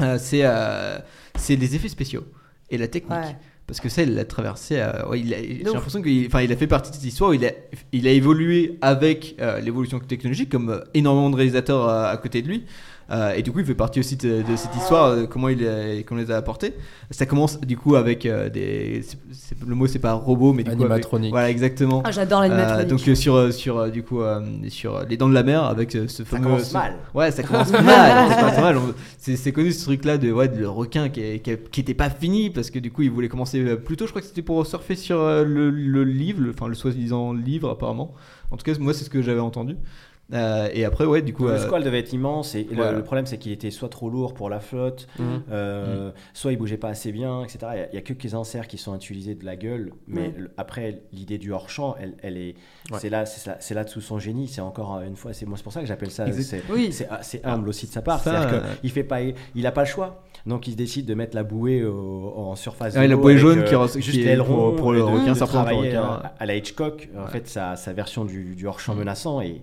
B: Euh, c'est euh, c'est les effets spéciaux et la technique.
F: Ouais.
B: Parce que ça, il l'a traversé. euh, ouais, il a- j'ai
F: ouf.
B: l'impression qu'il enfin, il a fait partie de cette histoire. où Il a, il a évolué avec euh, l'évolution technologique, comme euh, énormément de réalisateurs euh, à côté de lui. Euh, et du coup, il fait partie aussi de, de cette histoire, euh, comment il a- comment il les a apportés. Ça commence du coup avec euh, des. c'est- c'est- le mot, c'est pas robot, mais du coup. avec-
L: Animatronique.
B: voilà, exactement.
F: Ah, j'adore l'animatronique.
B: donc, euh, sur, euh, sur, euh, du coup, euh, sur euh, Les Dents de la Mer, avec euh, ce fameux.
E: commence
B: ce-
E: mal.
B: Ouais, ça commence mal. ça commence mal. On- C'est c'est connu ce truc-là de ouais, de le requin qui est- qui est- qui était pas fini parce que du coup il voulait commencer euh, plus tôt. Je crois que c'était pour surfer sur euh, le, le livre, le- enfin le, soi-disant livre apparemment. En tout cas, moi c'est ce que j'avais entendu. Euh, et après, ouais, du coup.
E: le
B: euh,
E: squal devait être immense et le-
B: voilà.
E: le, problème c'est qu'il était soit trop lourd pour la flotte,
L: Mhm.
E: euh, soit il bougeait pas assez bien, etc. Il y a- Il y a, que quelques inserts qui sont utilisés de la gueule, mais
F: Ouais.
E: le- après l'idée du hors champ, elle, elle est,
L: Ouais.
E: c'est là, c'est ça- c'est là dessous son génie. C'est encore euh, une fois, c'est moi c'est pour ça que j'appelle ça,
B: Exact.
E: c'est
F: Oui.
E: c'est- ah, c'est humble aussi de sa part.
B: Ça,
E: C'est-à-dire que
B: euh,
E: il fait pas, il a pas le choix. Donc il décide de mettre la bouée au- en surface.
B: Ah, Ouais,
E: de
B: la
E: l'eau
B: bouée
E: avec,
B: jaune
E: euh,
B: qui re- qui
E: juste
B: est
E: l'aileron
B: pour- pour le
E: et de-
B: requin,
E: de
B: ça reprend pour le
E: travailler euh,
B: requin.
E: à- à la Hitchcock. En fait, sa, sa version du, du hors champ menaçant et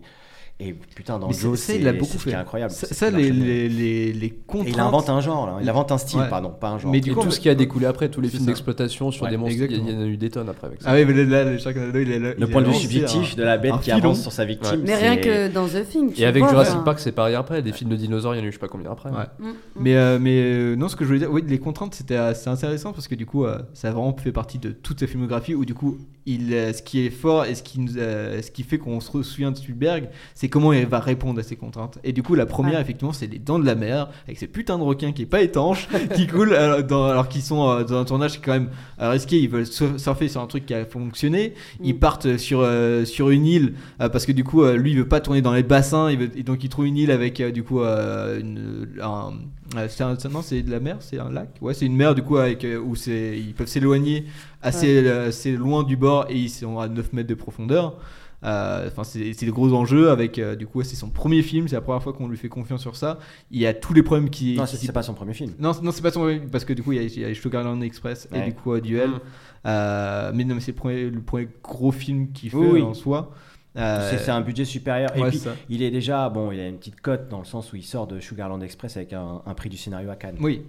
E: et putain dans
B: mais ça,
E: Jaws,
B: ça,
E: c'est
B: il a beaucoup
E: c'est ce qui
B: fait.
E: est incroyable.
B: Ça,
E: C'est
B: ça,
E: ce qui
B: les,
E: marche le mieux.
B: les, les, les contraintes.
E: Et il invente un genre, là. il invente un style,
B: Ouais.
E: pardon, pas un genre.
B: Mais du
L: Et
B: coup,
L: tout
B: on-
L: ce qu'il y a découlé après, tous les
B: C'est
L: films
B: ça.
L: d'exploitation sur
E: Ouais,
L: des monstres, il y,
B: exactement.
L: en a eu des tonnes après avec ça.
B: Ah oui, mais là, le Sharknado, il est hein.
E: Le point de vue subjectif de la bête qui avance sur sa victime.
F: Mais rien
E: c'est-
F: que dans The Thing. tu
L: Et avec
F: vois,
L: Jurassic
F: enfin,
L: Park, c'est pareil après. Des films de dinosaures, il y en a eu je sais pas combien après.
B: Ouais.
F: Mm, mm.
B: Mais, euh, mais euh, non, ce que je voulais dire, oui, les contraintes, c'était assez intéressant parce que du coup, euh, ça a vraiment fait partie de toute sa filmographie où du coup, il, euh, ce qui est fort et ce qui, nous, euh, ce qui fait qu'on se souvient de Spielberg, c'est comment il va répondre à ces contraintes. Et du coup, la première,
F: Ouais.
B: effectivement, c'est les dents de la mer avec ces putains de requins qui est pas étanche, qui coulent euh, dans- alors qu'ils sont euh, dans un tournage qui est quand même euh, risqué. Ils veulent sur- surfer sur un truc qui a fonctionné. Ils partent sur, euh, sur une île euh, parce que du coup, euh, lui, il veut pas tourner dans les bassins. Il veut- et donc, il trouve une île avec euh, du coup euh, une- un. euh, c'est un- c'est- non, c'est de la mer, c'est un lac. Ouais, c'est une mer du coup avec, euh, où c'est- ils peuvent s'éloigner assez, euh, assez loin du bord et ils sont à 9 mètres de profondeur. Euh, Enfin, c'est c'est des gros enjeux avec euh, du coup, c'est son premier film, c'est la première fois qu'on lui fait confiance sur ça. Il y a tous les problèmes qui.
E: Non,
B: qui
E: c'est
B: s'y
E: c'est pas son premier film.
B: non, c'est- non, c'est pas son premier, parce que du coup, il y a, il y a Sugarland Express et
E: Ouais.
B: du coup, euh, Duel.
L: Mm.
B: Euh, mais non, mais c'est le premier, le premier gros film qu'il fait
E: Oui, oui.
B: en soi. Euh,
E: C'est c'est un budget supérieur. Et
B: ouais,
E: puis,
B: ça.
E: il est déjà, bon, il a une petite cote dans le sens où il sort de Sugarland Express avec un, un prix du scénario à Cannes.
B: Oui.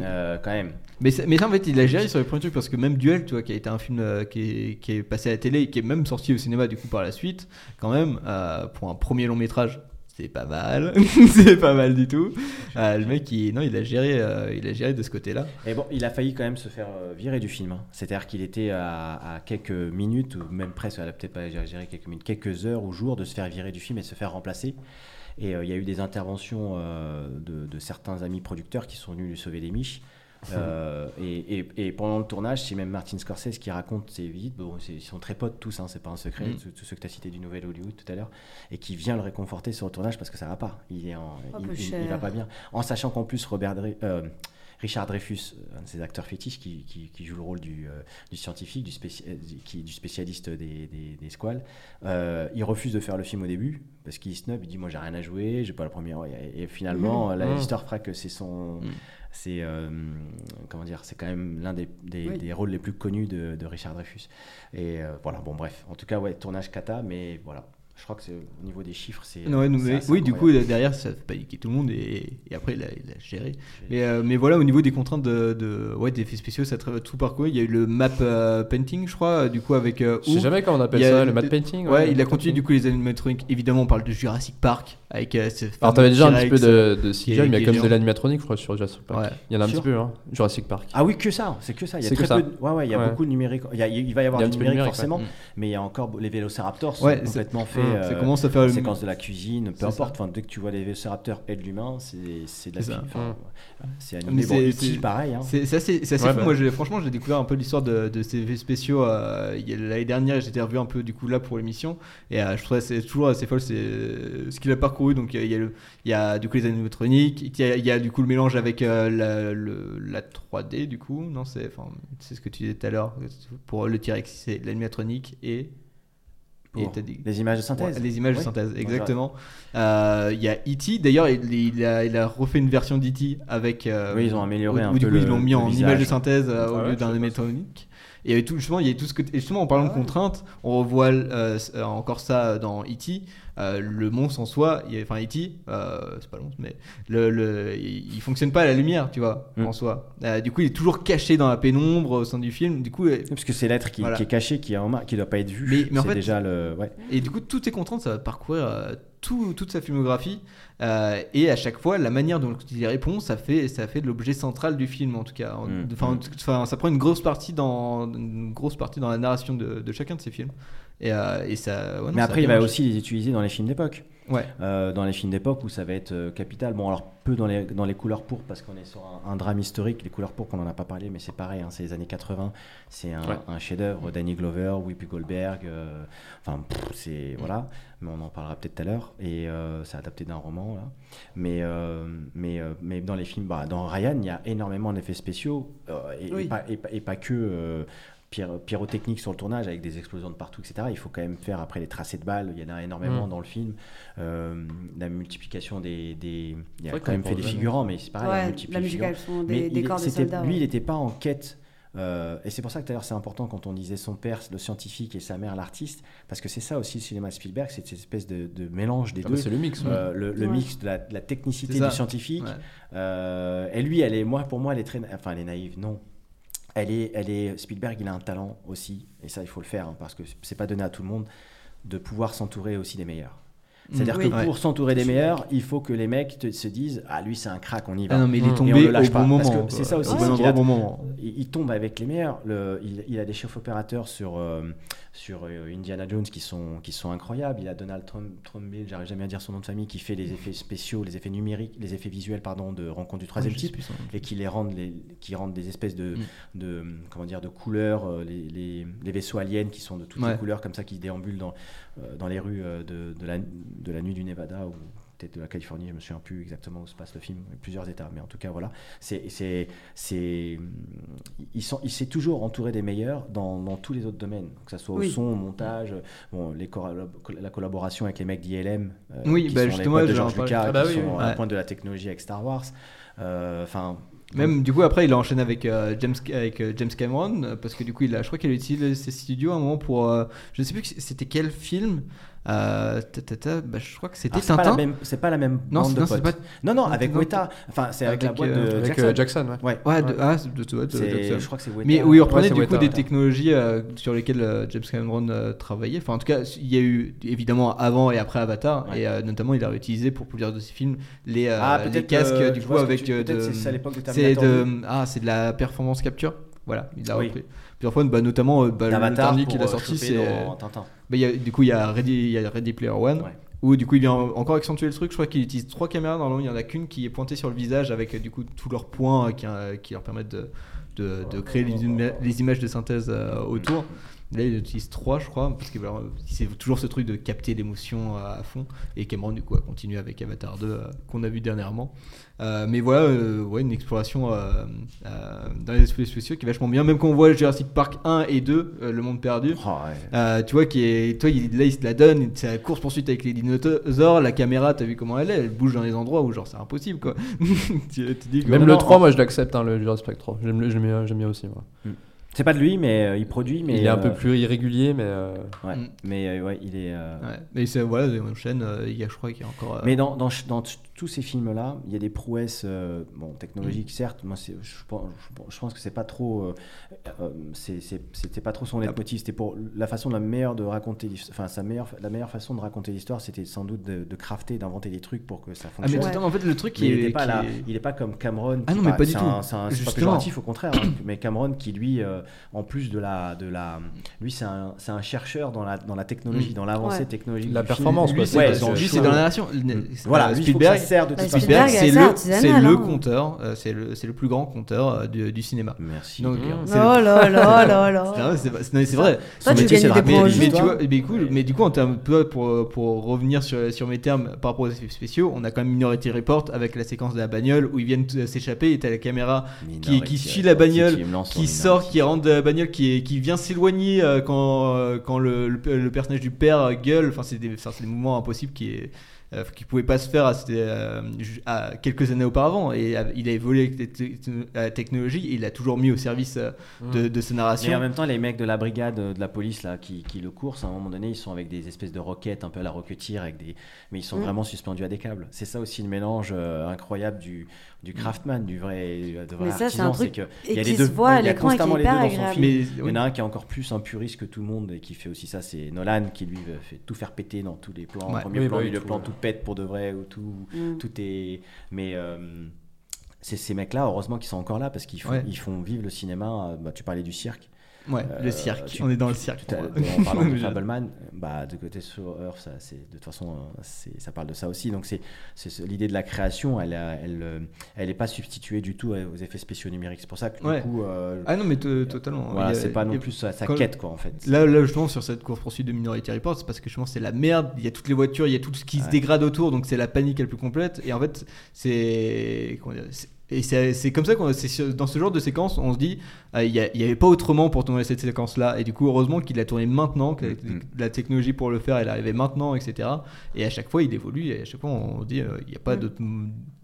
E: Euh, quand même.
B: Mais, c'est- mais ça, en fait, il a géré sur les premiers trucs parce que même Duel, tu vois, qui a été un film euh, qui, est, qui est passé à la télé et qui est même sorti au cinéma du coup par la suite, quand même, euh, pour un premier long métrage, c'est pas mal. [LAUGHS] c'est pas mal du tout. Euh, le mec, il, non, il a géré, euh, il a géré de ce côté-là.
E: Et bon, il a failli quand même se faire euh, virer du film. hein. C'est-à-dire qu'il était à, à quelques minutes, ou même presque, elle a peut-être pas géré quelques minutes, quelques heures ou jours de se faire virer du film et de se faire remplacer. Et euh, il y a eu des interventions euh, de, de certains amis producteurs qui sont venus lui sauver
F: [LAUGHS]
E: les miches. Euh, et, et- et pendant le tournage, c'est même Martin Scorsese qui raconte ses visites. Bon, c'est- ils sont très potes tous, hein, c'est pas un secret,
F: Mm.
B: Mhm.
E: tous, tous ceux que tu as cités du Nouvel Hollywood tout à l'heure, et qui vient le réconforter sur le tournage parce que ça va pas. Il, est en,
F: Oh,
E: il-
F: peu
E: il- il
F: cher.
E: va pas bien. En sachant qu'en plus, Robert Dre- euh, Richard Dreyfus, un de ses acteurs fétiches, qui, qui- qui joue le rôle du, euh, du scientifique, du, spéci- euh, du- qui- du spécialiste des, des, des squales, euh, il refuse de faire le film au début parce qu'il snub, il dit Moi j'ai rien à jouer, j'ai pas la première. Et, et finalement,
L: Mhm.
E: la
L: Mhm.
E: l'histoire fera que c'est son.
B: Mhm.
E: C'est euh, comment dire, c'est quand même l'un des, des,
F: Oui.
E: des rôles les plus connus de, de Richard Dreyfus. Et euh, voilà, bon bref, en tout cas ouais, tournage cata, mais voilà, je crois que c'est au niveau des chiffres, c'est.
B: Non, ouais, non,
E: euh, c'est
B: mais-
E: assez
B: oui, du coup,
E: incroyable.
B: là, derrière, ça fait paniquer tout le monde et, et après, il a, il a géré. Mais, euh, mais voilà, au niveau des contraintes de, de- ouais, d'effets spéciaux, ça traverse tout parcours. Il y a eu le map euh, painting, je crois, euh, du coup, avec. euh,
L: Je sais
B: Who.
L: jamais comment on appelle
B: Il y a-
L: ça, le matte painting.
B: Ouais, il a continué du coup les animatroniques. Évidemment, on parle de Jurassic Park avec. euh, ce
L: Alors
B: fameux
L: t'avais déjà un petit
B: T-Rex,
L: peu de, de
B: qui
L: CGI,
B: est- qui
L: mais il y a
B: est
L: quand même
B: géant.
L: de l'animatronique, je crois, sur Jurassic Park.
B: Ouais.
L: Il y en a un
E: Sûr.
L: petit peu, hein. Jurassic Park.
E: Ah oui, que ça, c'est que ça. Il y a
L: C'est
E: très
L: que ça.
E: peu de- Ouais, ouais, il y a
L: Ouais.
E: beaucoup de numérique. Il, y a- il va y
L: Il
E: avoir
L: y a un petit
E: du
L: peu
E: numérique,
L: de numérique,
E: forcément,
L: ouais.
E: mais il y a encore les vélociraptors sont
B: Ouais, c'est-
E: complètement faits.
B: Hum, ça
E: euh,
B: commence à faire le-
E: séquence de la cuisine, peu
B: C'est ça.
E: importe. Enfin, dès que tu vois les vélociraptors et de l'humain, c'est c'est de la
B: C'est ça. Mmh.
E: cuisine. Enfin,
L: Hum.
E: ouais. C'est
B: Mais
E: animé. Bon,
B: c'est-
E: E.T.,
B: c'est-
E: pareil. Hein.
B: C'est c'est assez, c'est assez
L: Ouais,
B: fou.
L: bah.
B: Moi, j'ai- franchement, j'ai découvert un peu l'histoire de, de ces effets spéciaux euh, il y a- l'année dernière. J'étais revu un peu du coup là pour l'émission et euh, je trouvais c'est toujours assez folle c'est euh, ce qu'il a parcouru. Donc euh, il y a le, il y a du coup les animatroniques, il y a, il y a, du coup le mélange avec euh, la, le- la 3D du coup. Non, c'est enfin c'est ce que tu disais tout à l'heure pour le T-Rex, c'est l'animatronique et Et t'as des-
E: Les images de synthèse.
B: Ouais, les images
E: Oui.
B: de synthèse,
E: Bonjour.
B: exactement. Euh, Il y a E.T. D'ailleurs, il, il a, il a refait une version d'E.T. avec. euh,
E: Oui, ils ont amélioré
B: où-
E: un
B: où du
E: peu
B: coup, ils
E: le-
B: l'ont mis
E: le
B: en
E: visage.
B: image de synthèse euh,
E: Ah
B: au
E: ouais,
B: lieu
E: je
B: d'un animatronique. Et il y avait tout, justement, il y avait tout ce que. Et justement, en parlant de contraintes, on revoit euh, c- euh, encore ça euh, dans E.T. euh, le monstre en soi, il y a- enfin E.T., euh, c'est pas le monstre, mais le, le- il il fonctionne pas à la lumière, tu vois,
E: Mm.
B: en soi. Euh, du coup, il est toujours caché dans la pénombre euh, au sein du film. Du coup, euh,
E: Parce que c'est l'être qui,
B: Voilà.
E: qui est caché, qui est en main, qui doit pas être vu.
B: Mais- mais en
E: C'est
B: fait-
E: déjà le. Ouais.
B: Et du coup, tout est contrainte, ça va parcourir euh, tout- toute sa filmographie. euh, et à chaque fois, la manière dont il répond, ça fait, ça fait de l'objet central du film, en tout cas. En-
E: Mm.
B: Enfin,
E: Mm.
B: enfin, ça prend une grosse partie dans, une grosse partie dans la narration de, de chacun de ces films. Et, euh, et ça. ouais, non,
E: mais
B: ça
E: après, il
B: bien
E: va
B: marché.
E: aussi les utiliser dans les films d'époque.
B: Ouais.
E: Euh, dans les films d'époque où ça va être euh, capital. Bon, alors peu dans les, dans les couleurs pourpres parce qu'on est sur un, un drame historique. Les couleurs pourpres, on n'en a pas parlé, mais c'est pareil, hein, c'est les années 80. C'est un,
L: Ouais.
E: un chef-d'œuvre. Danny Glover, Whoopi Goldberg. euh, Enfin, pff, c'est. Voilà. Mais on en parlera peut-être tout à l'heure. Et euh, c'est adapté d'un roman. Là. Mais, euh, mais, euh, mais dans les films, bah, dans Ryan, il y a énormément d'effets spéciaux. euh, et, et
L: Oui.
E: pas, et pas- et pas que. euh, pyro- pyrotechnique sur le tournage avec des explosions de partout, etc. Il faut quand même faire après les tracés de balles. Il y en a énormément
L: Mm.
E: dans le film. Euh, la multiplication des, des- Il
L: C'est
E: a
L: vrai
E: quand
L: qu'on
E: même fait
L: parle
E: des
L: jamais.
E: figurants, mais c'est pareil.
F: Ouais,
E: on multiplie
F: la
E: les
F: musicale
E: figurants.
F: sont des-
E: Mais
F: des
E: il-
F: corps de
E: c'était-
F: soldats,
E: Lui,
F: ouais.
E: il n'était pas en quête. euh, et c'est pour ça que tout à l'heure c'est important quand on disait son père le scientifique et sa mère l'artiste parce que c'est ça aussi le cinéma de Spielberg c'est cette espèce de, de mélange des
L: Ah bah,
E: deux
L: c'est le mix, ouais.
E: Euh, le, le
L: Ouais.
E: mix de la, de la technicité
L: C'est ça.
E: du scientifique
L: Ouais.
E: euh, et lui elle est moi pour moi elle est très na- enfin elle est naïve non elle est, elle est, Spielberg, il a un talent aussi, et ça, il faut le faire, hein, parce que c'est pas donné à tout le monde de pouvoir s'entourer aussi des meilleurs.
B: Mm.
E: C'est-à-dire
B: Oui.
E: que
B: Ouais.
E: pour s'entourer des meilleurs, il faut que les mecs te- se disent Ah, lui, c'est un crack, on y va.
B: Ah non, mais il est
E: Mm. Et on
B: tombé
E: le lâche
B: au
E: pas.
B: bon
E: Parce que
B: moment,
E: C'est
B: quoi.
E: ça aussi.
B: Au bon
E: c'est qu'il
B: endroit,
E: a-
B: au bon moment.
E: Il, il tombe avec les meilleurs. Le- il, il a des chefs opérateurs sur, euh, sur euh, Indiana Jones qui sont, qui sont incroyables. Il a Donald Trump, Trumbull, j'arrive jamais à dire son nom de famille, qui fait les effets spéciaux, les effets numériques, les effets visuels, pardon, de Rencontre du Troisième
B: je sais
E: Type
B: plus son nom.
E: et qui les rendent, les, qui rendent des espèces de,
B: Mm.
E: de hum, comment dire de couleurs, euh, les, les- les vaisseaux aliens qui sont de toutes
B: Ouais.
E: les couleurs comme ça qui déambulent dans, euh, dans les rues euh, de, de la, de la nuit du Nevada ou peut-être de la Californie, je me souviens plus exactement où se passe le film, il y a plusieurs états, mais en tout cas voilà, c'est c'est c'est hum, ils sont il s'est toujours entouré des meilleurs dans, dans tous les autres domaines, que ça soit
B: Oui.
E: au son, au montage, euh, bon, les corra- la collaboration avec les mecs d'ILM, euh,
B: Oui,
E: qui
B: bah,
E: sont les
B: justement,
E: potes de
B: j'allais en
E: George
B: parler.
E: Lucas,
B: Ah bah
E: qui
B: oui,
E: sont
B: oui.
E: à la
B: Ouais.
E: pointe de la technologie avec Star Wars, Euh, enfin
B: Même du coup, après, il a enchaîné avec, euh, James, avec euh, James Cameron euh, parce que du coup, il a, je crois qu'il a utilisé ses studios à un moment pour. euh, je ne sais plus que c'était quel film. euh, ta, ta, ta, bah, je crois que c'était
E: Alors, Ah, c'est pas la
B: Tintin.
E: même- C'est pas la même
B: Non,
E: bande
B: c'est-
E: de
B: non, c'est
E: potes.
B: pas-
E: non, non, avec
B: non,
E: Weta. Enfin, c'est avec, la boîte
B: euh,
E: de
L: avec,
E: Jackson.
L: euh, Jackson, ouais.
E: Ouais.
B: Ouais, de,
E: Ouais.
B: ah, de, de- de- de-
E: C'est-
B: Jackson.
E: je crois que c'est Weta.
B: Mais où il
E: Ouais,
B: reprenait
E: c'est
B: du coup
E: Weta.
B: des technologies euh, sur lesquelles euh, James Cameron euh, travaillait. Enfin, en tout cas, il y a eu évidemment avant et après Avatar, et euh, notamment il a réutilisé pour plusieurs de ses films les, euh,
E: Ah,
B: les
E: peut-être,
B: casques
E: euh,
B: du
E: je
B: coup
E: vois ce que
B: avec.
E: tu-
B: euh,
E: peut-être
B: de-
E: c'est ça à l'époque de
B: c'est
E: Terminator
B: de-
E: deux.
B: Ah, c'est de la performance capture. Voilà, il l'a
E: Oui.
B: repris plusieurs fois, bah, notamment euh, bah, le
E: D'Avatar
B: dernier
E: pour,
B: qu'il a
E: euh,
B: sorti,
E: choper
B: c'est.
E: dans Tintin.
B: Bah, il y a- du coup, il y a Ready, il y a Ready Player One. Où du coup il vient encore accentuer le truc, je crois qu'il utilise trois caméras normalement, il y en a qu'une qui est pointée sur le visage avec euh, du coup tous leurs points euh, qui, euh, qui leur permettent de, de, de créer les, ima- les images de synthèse euh, autour. Là il utilise trois je crois, parce que voilà, c'est toujours ce truc de capter l'émotion euh, à fond. Et Cameron du coup a continué avec Avatar 2 euh, qu'on a vu dernièrement. Euh, mais voilà, euh, ouais, une exploration euh, euh, dans les espèces spéciaux qui est vachement bien. Même quand on voit Jurassic Park 1 et 2, euh, Le Monde Perdu, euh, tu vois, qui est, toi, il, là, il se la donne, c'est la course poursuite avec les dinosaures, la caméra, t'as vu comment elle est, elle bouge dans les endroits où genre c'est impossible quoi. [LAUGHS] Tu- tu dis que-
L: Même
B: Non,
L: le
B: non,
L: 3,
B: en-
L: moi je l'accepte, hein, le Jurassic Park 3. J'aime le- j'aime bien, j'aime bien aussi. Moi.
E: C'est pas de lui, mais euh, il produit. Mais
L: il est un
E: euh,
L: peu plus irrégulier, mais. euh,
E: ouais. Mais euh, ouais, il est. euh,
B: Mm. Ouais. Mais c'est voilà, on chaîne, il y a, je crois qu'il y a encore. euh,
E: Mais dans, dans, ch- dans t- tous ces films-là, il y a des prouesses euh, bon, technologiques,
B: Mm.
E: certes. Moi, c'est- je, pense- je pense- je pense que c'est pas trop, euh, euh, c'est- c'est- c'était pas trop son leitmotiv. C'était pour la façon la meilleure de raconter, l'his- enfin sa meilleure, la meilleure façon de raconter l'histoire, c'était sans doute de, de crafter, d'inventer des trucs pour que
B: Ah,
E: ça
B: mais
E: fonctionne.
B: totalement, en fait, le truc qui
E: Mais il
B: est-
E: était pas
B: qui
E: là-
B: est-
E: il est pas comme Cameron.
B: Ah
E: qui
B: non, mais
E: par-
B: pas du
E: c'est
B: tout.
E: un- C'est un- c'est pas
B: Justement.
E: péjoratif, au contraire.
B: [CLEARS THROAT]
E: hein. mais Cameron, qui lui, euh, en plus de la, de la, lui, c'est un, c'est un chercheur dans la, dans la technologie,
B: Mm.
E: dans l'avancée
B: Ouais.
E: technologique.
L: La
E: du film.
L: performance, quoi,
E: Ouais,
L: c'est pas-
E: dans le
L: c'est-
B: Lui,
E: show.
B: c'est dans la narration.
E: Mm.
B: Voilà,
E: Voilà, lui, il faut que ça
B: Spielberg,
E: serve de
B: Spielberg,
E: toute façon.
B: Spielberg, c'est
F: ça,
B: le,
F: artisanal,
B: c'est le
F: hein.
B: compteur, euh, c'est le, c'est le plus grand compteur euh, du, du cinéma. euh,
E: Merci.
B: c'est-
F: Oh là là là là.
B: C'est vrai, C'est vrai, c'est- non, mais c'est vrai.
F: Toi,
B: Son
F: tu
B: métier,
F: gagnes
B: c'est
F: des
B: de
F: points au
B: raconter-
F: jeu,
B: mais, tu
F: toi.
B: vois, mais, du coup, mais du coup, en termes peu pour, pour revenir sur, sur mes termes par rapport aux effets spéciaux, on a quand même Minority Report avec la séquence de la bagnole où ils viennent tous, euh, s'échapper et t'as la caméra qui, qui
E: Minority
B: suit la
E: Report, si
B: bagnole,
E: tu me lances en
B: qui sort, qui rentre parlant de bagnole qui, est- qui vient s'éloigner euh, quand, euh, quand le, le- le personnage du père euh, gueule, enfin c'est des, enfin, c'est des mouvements impossibles qui est euh, qui pouvaient pas se faire à, ces- euh, ju- à quelques années auparavant et euh, il a évolué avec les te- la technologie et il l'a toujours mis au service euh, de, de sa narration.
E: Mais en même temps, les mecs de la brigade euh, de la police là, qui, qui le coursent, à un moment donné, ils sont avec des espèces de roquettes un peu à la roquetière, avec des... mais ils sont
B: Mm.
E: vraiment suspendus à des câbles. C'est ça aussi le mélange euh, incroyable du, du craftsman, du vrai, euh, de vrai
F: Mais ça, c'est
E: artisan.
F: un truc-
E: que
F: et
E: il y a
F: qui
E: les
F: se
E: deux,
F: voit à
E: il y a
F: l'écran et qui est
E: constamment les deux
F: hyper
E: dans son
F: agréable.
E: film.
F: Mais-
B: Eh
E: Il y en a un qui est encore plus un puriste que tout le monde et qui fait aussi ça, c'est Nolan qui lui euh, fait tout faire péter dans tous les plans,
B: Ouais.
E: premier
B: Oui,
E: plan,
B: bah oui,
E: milieu
B: tout,
E: plan,
B: ouais.
E: tout pète pour de vrai ou tout,
B: Mm.
E: tout est. Mais euh, c'est ces mecs-là, heureusement qu'ils sont encore là parce qu'ils font,
B: Ouais.
E: ils font vivre le cinéma. euh, bah, tu parlais du cirque.
B: Ouais,
E: Euh,
B: le cirque. On est dans le cirque,
E: tout à-
B: moi.
E: en parlant
B: [LAUGHS]
E: de
B: Je-
E: Fableman, bah, de côté sur Earth, ça, c'est, de toute façon, euh, c'est, ça parle de ça aussi. Donc, c'est, c'est ce- l'idée de la création, elle n'est elle, euh, elle est pas substituée du tout euh, aux effets spéciaux numériques. C'est pour ça que du
B: Ouais.
E: coup. euh,
B: ah non mais to- totalement.
E: Voilà,
B: Il y a-
E: c'est pas non
B: il y a-
E: plus sa, sa
B: quand-
E: quête, quoi, en fait.
B: Là, là justement sur cette course poursuite de Minority Report, c'est parce que justement c'est la merde. Il y a toutes les voitures, il y a tout ce qui se
E: Ouais.
B: dégrade autour, donc c'est la panique la plus complète. Et en fait, c'est comment dire, c'est- et c'est c'est comme ça qu'on c'est sur- dans ce genre de séquence, on se dit euh, il n'y avait pas autrement pour tourner cette séquence là. Et du coup, heureusement qu'il l'a tournée maintenant,
E: Mm,
B: que la- la technologie pour le faire, elle arrivait maintenant, etc. Et à chaque fois, il évolue. Et à chaque fois, on se dit euh, il y a pas
E: Mm.
B: d'autre.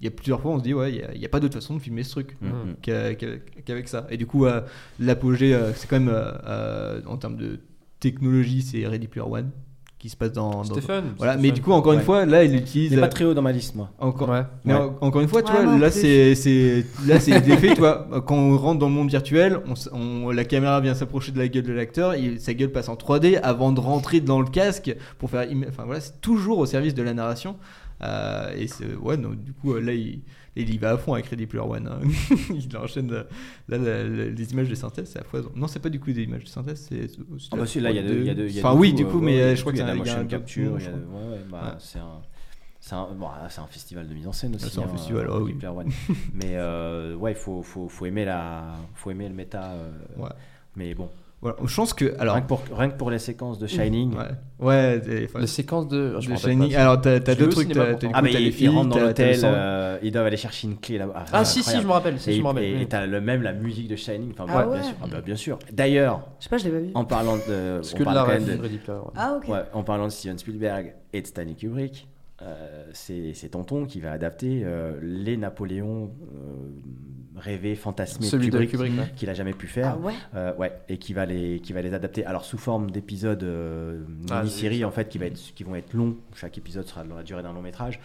B: Il y a plusieurs fois, on se dit ouais, il y a- il n'y a, pas d'autre façon de filmer ce truc
E: Mm. Mm.
B: qu'à- qu'à- qu'avec ça. Et du coup, euh, l'apogée, euh, c'est quand même euh, euh, en termes de technologie, c'est Ready Player One qui se passe dans. dans-
L: C'était fun,
B: Voilà,
L: c'était
B: mais
L: fun.
B: du coup, encore
L: Ouais.
B: une fois, là, il utilise.
E: Il est pas très haut dans ma liste, moi.
B: Encore.
L: Ouais.
B: Mais
E: Ouais.
B: en- encore une fois, tu
E: Ouais, moi
B: vois,
E: non
B: là,
E: plus.
B: c'est c'est- là, c'est des faits, tu vois. Quand on rentre dans le monde virtuel, on s- on- la caméra vient s'approcher de la gueule de l'acteur, il- sa gueule passe en 3D avant de rentrer dans le casque pour faire. im- Enfin voilà, c'est toujours au service de la narration. Euh, et c'est- ouais, donc, du coup, euh, là, il, il y va à fond avec Ready Player One. hein. [LAUGHS] il enchaîne euh, là, la- la- les images de synthèse, c'est à foison. Non, c'est pas du coup des images de synthèse, c'est. c'est-
E: Ah bah si, là, il y a de, il y a de- il y a
B: Enfin,
E: de
B: oui,
E: tout,
B: du
E: euh,
B: coup,
E: ouais,
B: mais
E: ouais,
B: euh,
E: du
B: je crois
E: coup, il
B: qu'il
E: y a de la
B: il y a un
E: motion
B: gap-
E: capture, il y a
B: je
E: de-
B: crois.
E: ouais, ouais, bah,
B: Ouais.
E: c'est un. C'est un, bon, ah, c'est un festival de mise en scène aussi.
B: c'est un
E: hein,
B: festival,
E: euh,
B: ah oui.
E: Player One. [LAUGHS] Mais euh, ouais, il faut, faut, faut, aimer la, faut aimer le méta. euh, Mais bon.
B: Voilà, je pense que. Alors,
E: rien, que pour, rien que pour les séquences de Shining.
B: Ouais, ouais des- enfin,
L: Les séquences de. je
B: de
L: m'en rappelle
B: Shining.
L: pas, ça.
B: Alors, t'as t'as
L: Je vais
B: deux
L: au
B: trucs.
L: cinéma
B: t'as-
L: pourtant.
B: t'as-
E: Ah, mais
B: t'as les
E: ils,
B: filles,
E: ils rentrent dans
B: t'as- t'as le
E: l'hôtel,
B: sang.
E: euh, ils doivent aller chercher une clé là-bas.
L: Ah, si,
E: c'est
L: si,
E: incroyable.
L: je me rappelle, si,
E: Et-
L: je me rappelle,
E: Et
L: oui.
E: et t'as le même la musique de Shining. Enfin,
F: Ah
E: ouais,
F: ouais.
E: bien sûr. Ah, bah, bien sûr. D'ailleurs,
F: Je sais pas, je l'ai pas vu.
E: en parlant de.
L: Parce
E: on
L: que de
E: parle
L: la
E: quand
L: ref,
E: même
L: Ready Player One.
F: Ah, ok.
E: Ouais, en parlant de Steven Spielberg et de Stanley Kubrick, euh, c'est c'est Tonton qui va adapter euh, les Napoléons euh, rêvés, fantasmés de
L: Celui de
E: Kubrick,
L: Kubrick, ouais.
E: qu'il a jamais pu faire.
F: Ah ouais
E: Euh, ouais, et qui va, les, qui va les adapter. Alors, sous forme d'épisodes euh,
L: Ah, j'ai vu
E: mini-série,
L: ça.
E: en fait, qui, va être, qui vont être longs. Chaque épisode sera dans la durée d'un long métrage.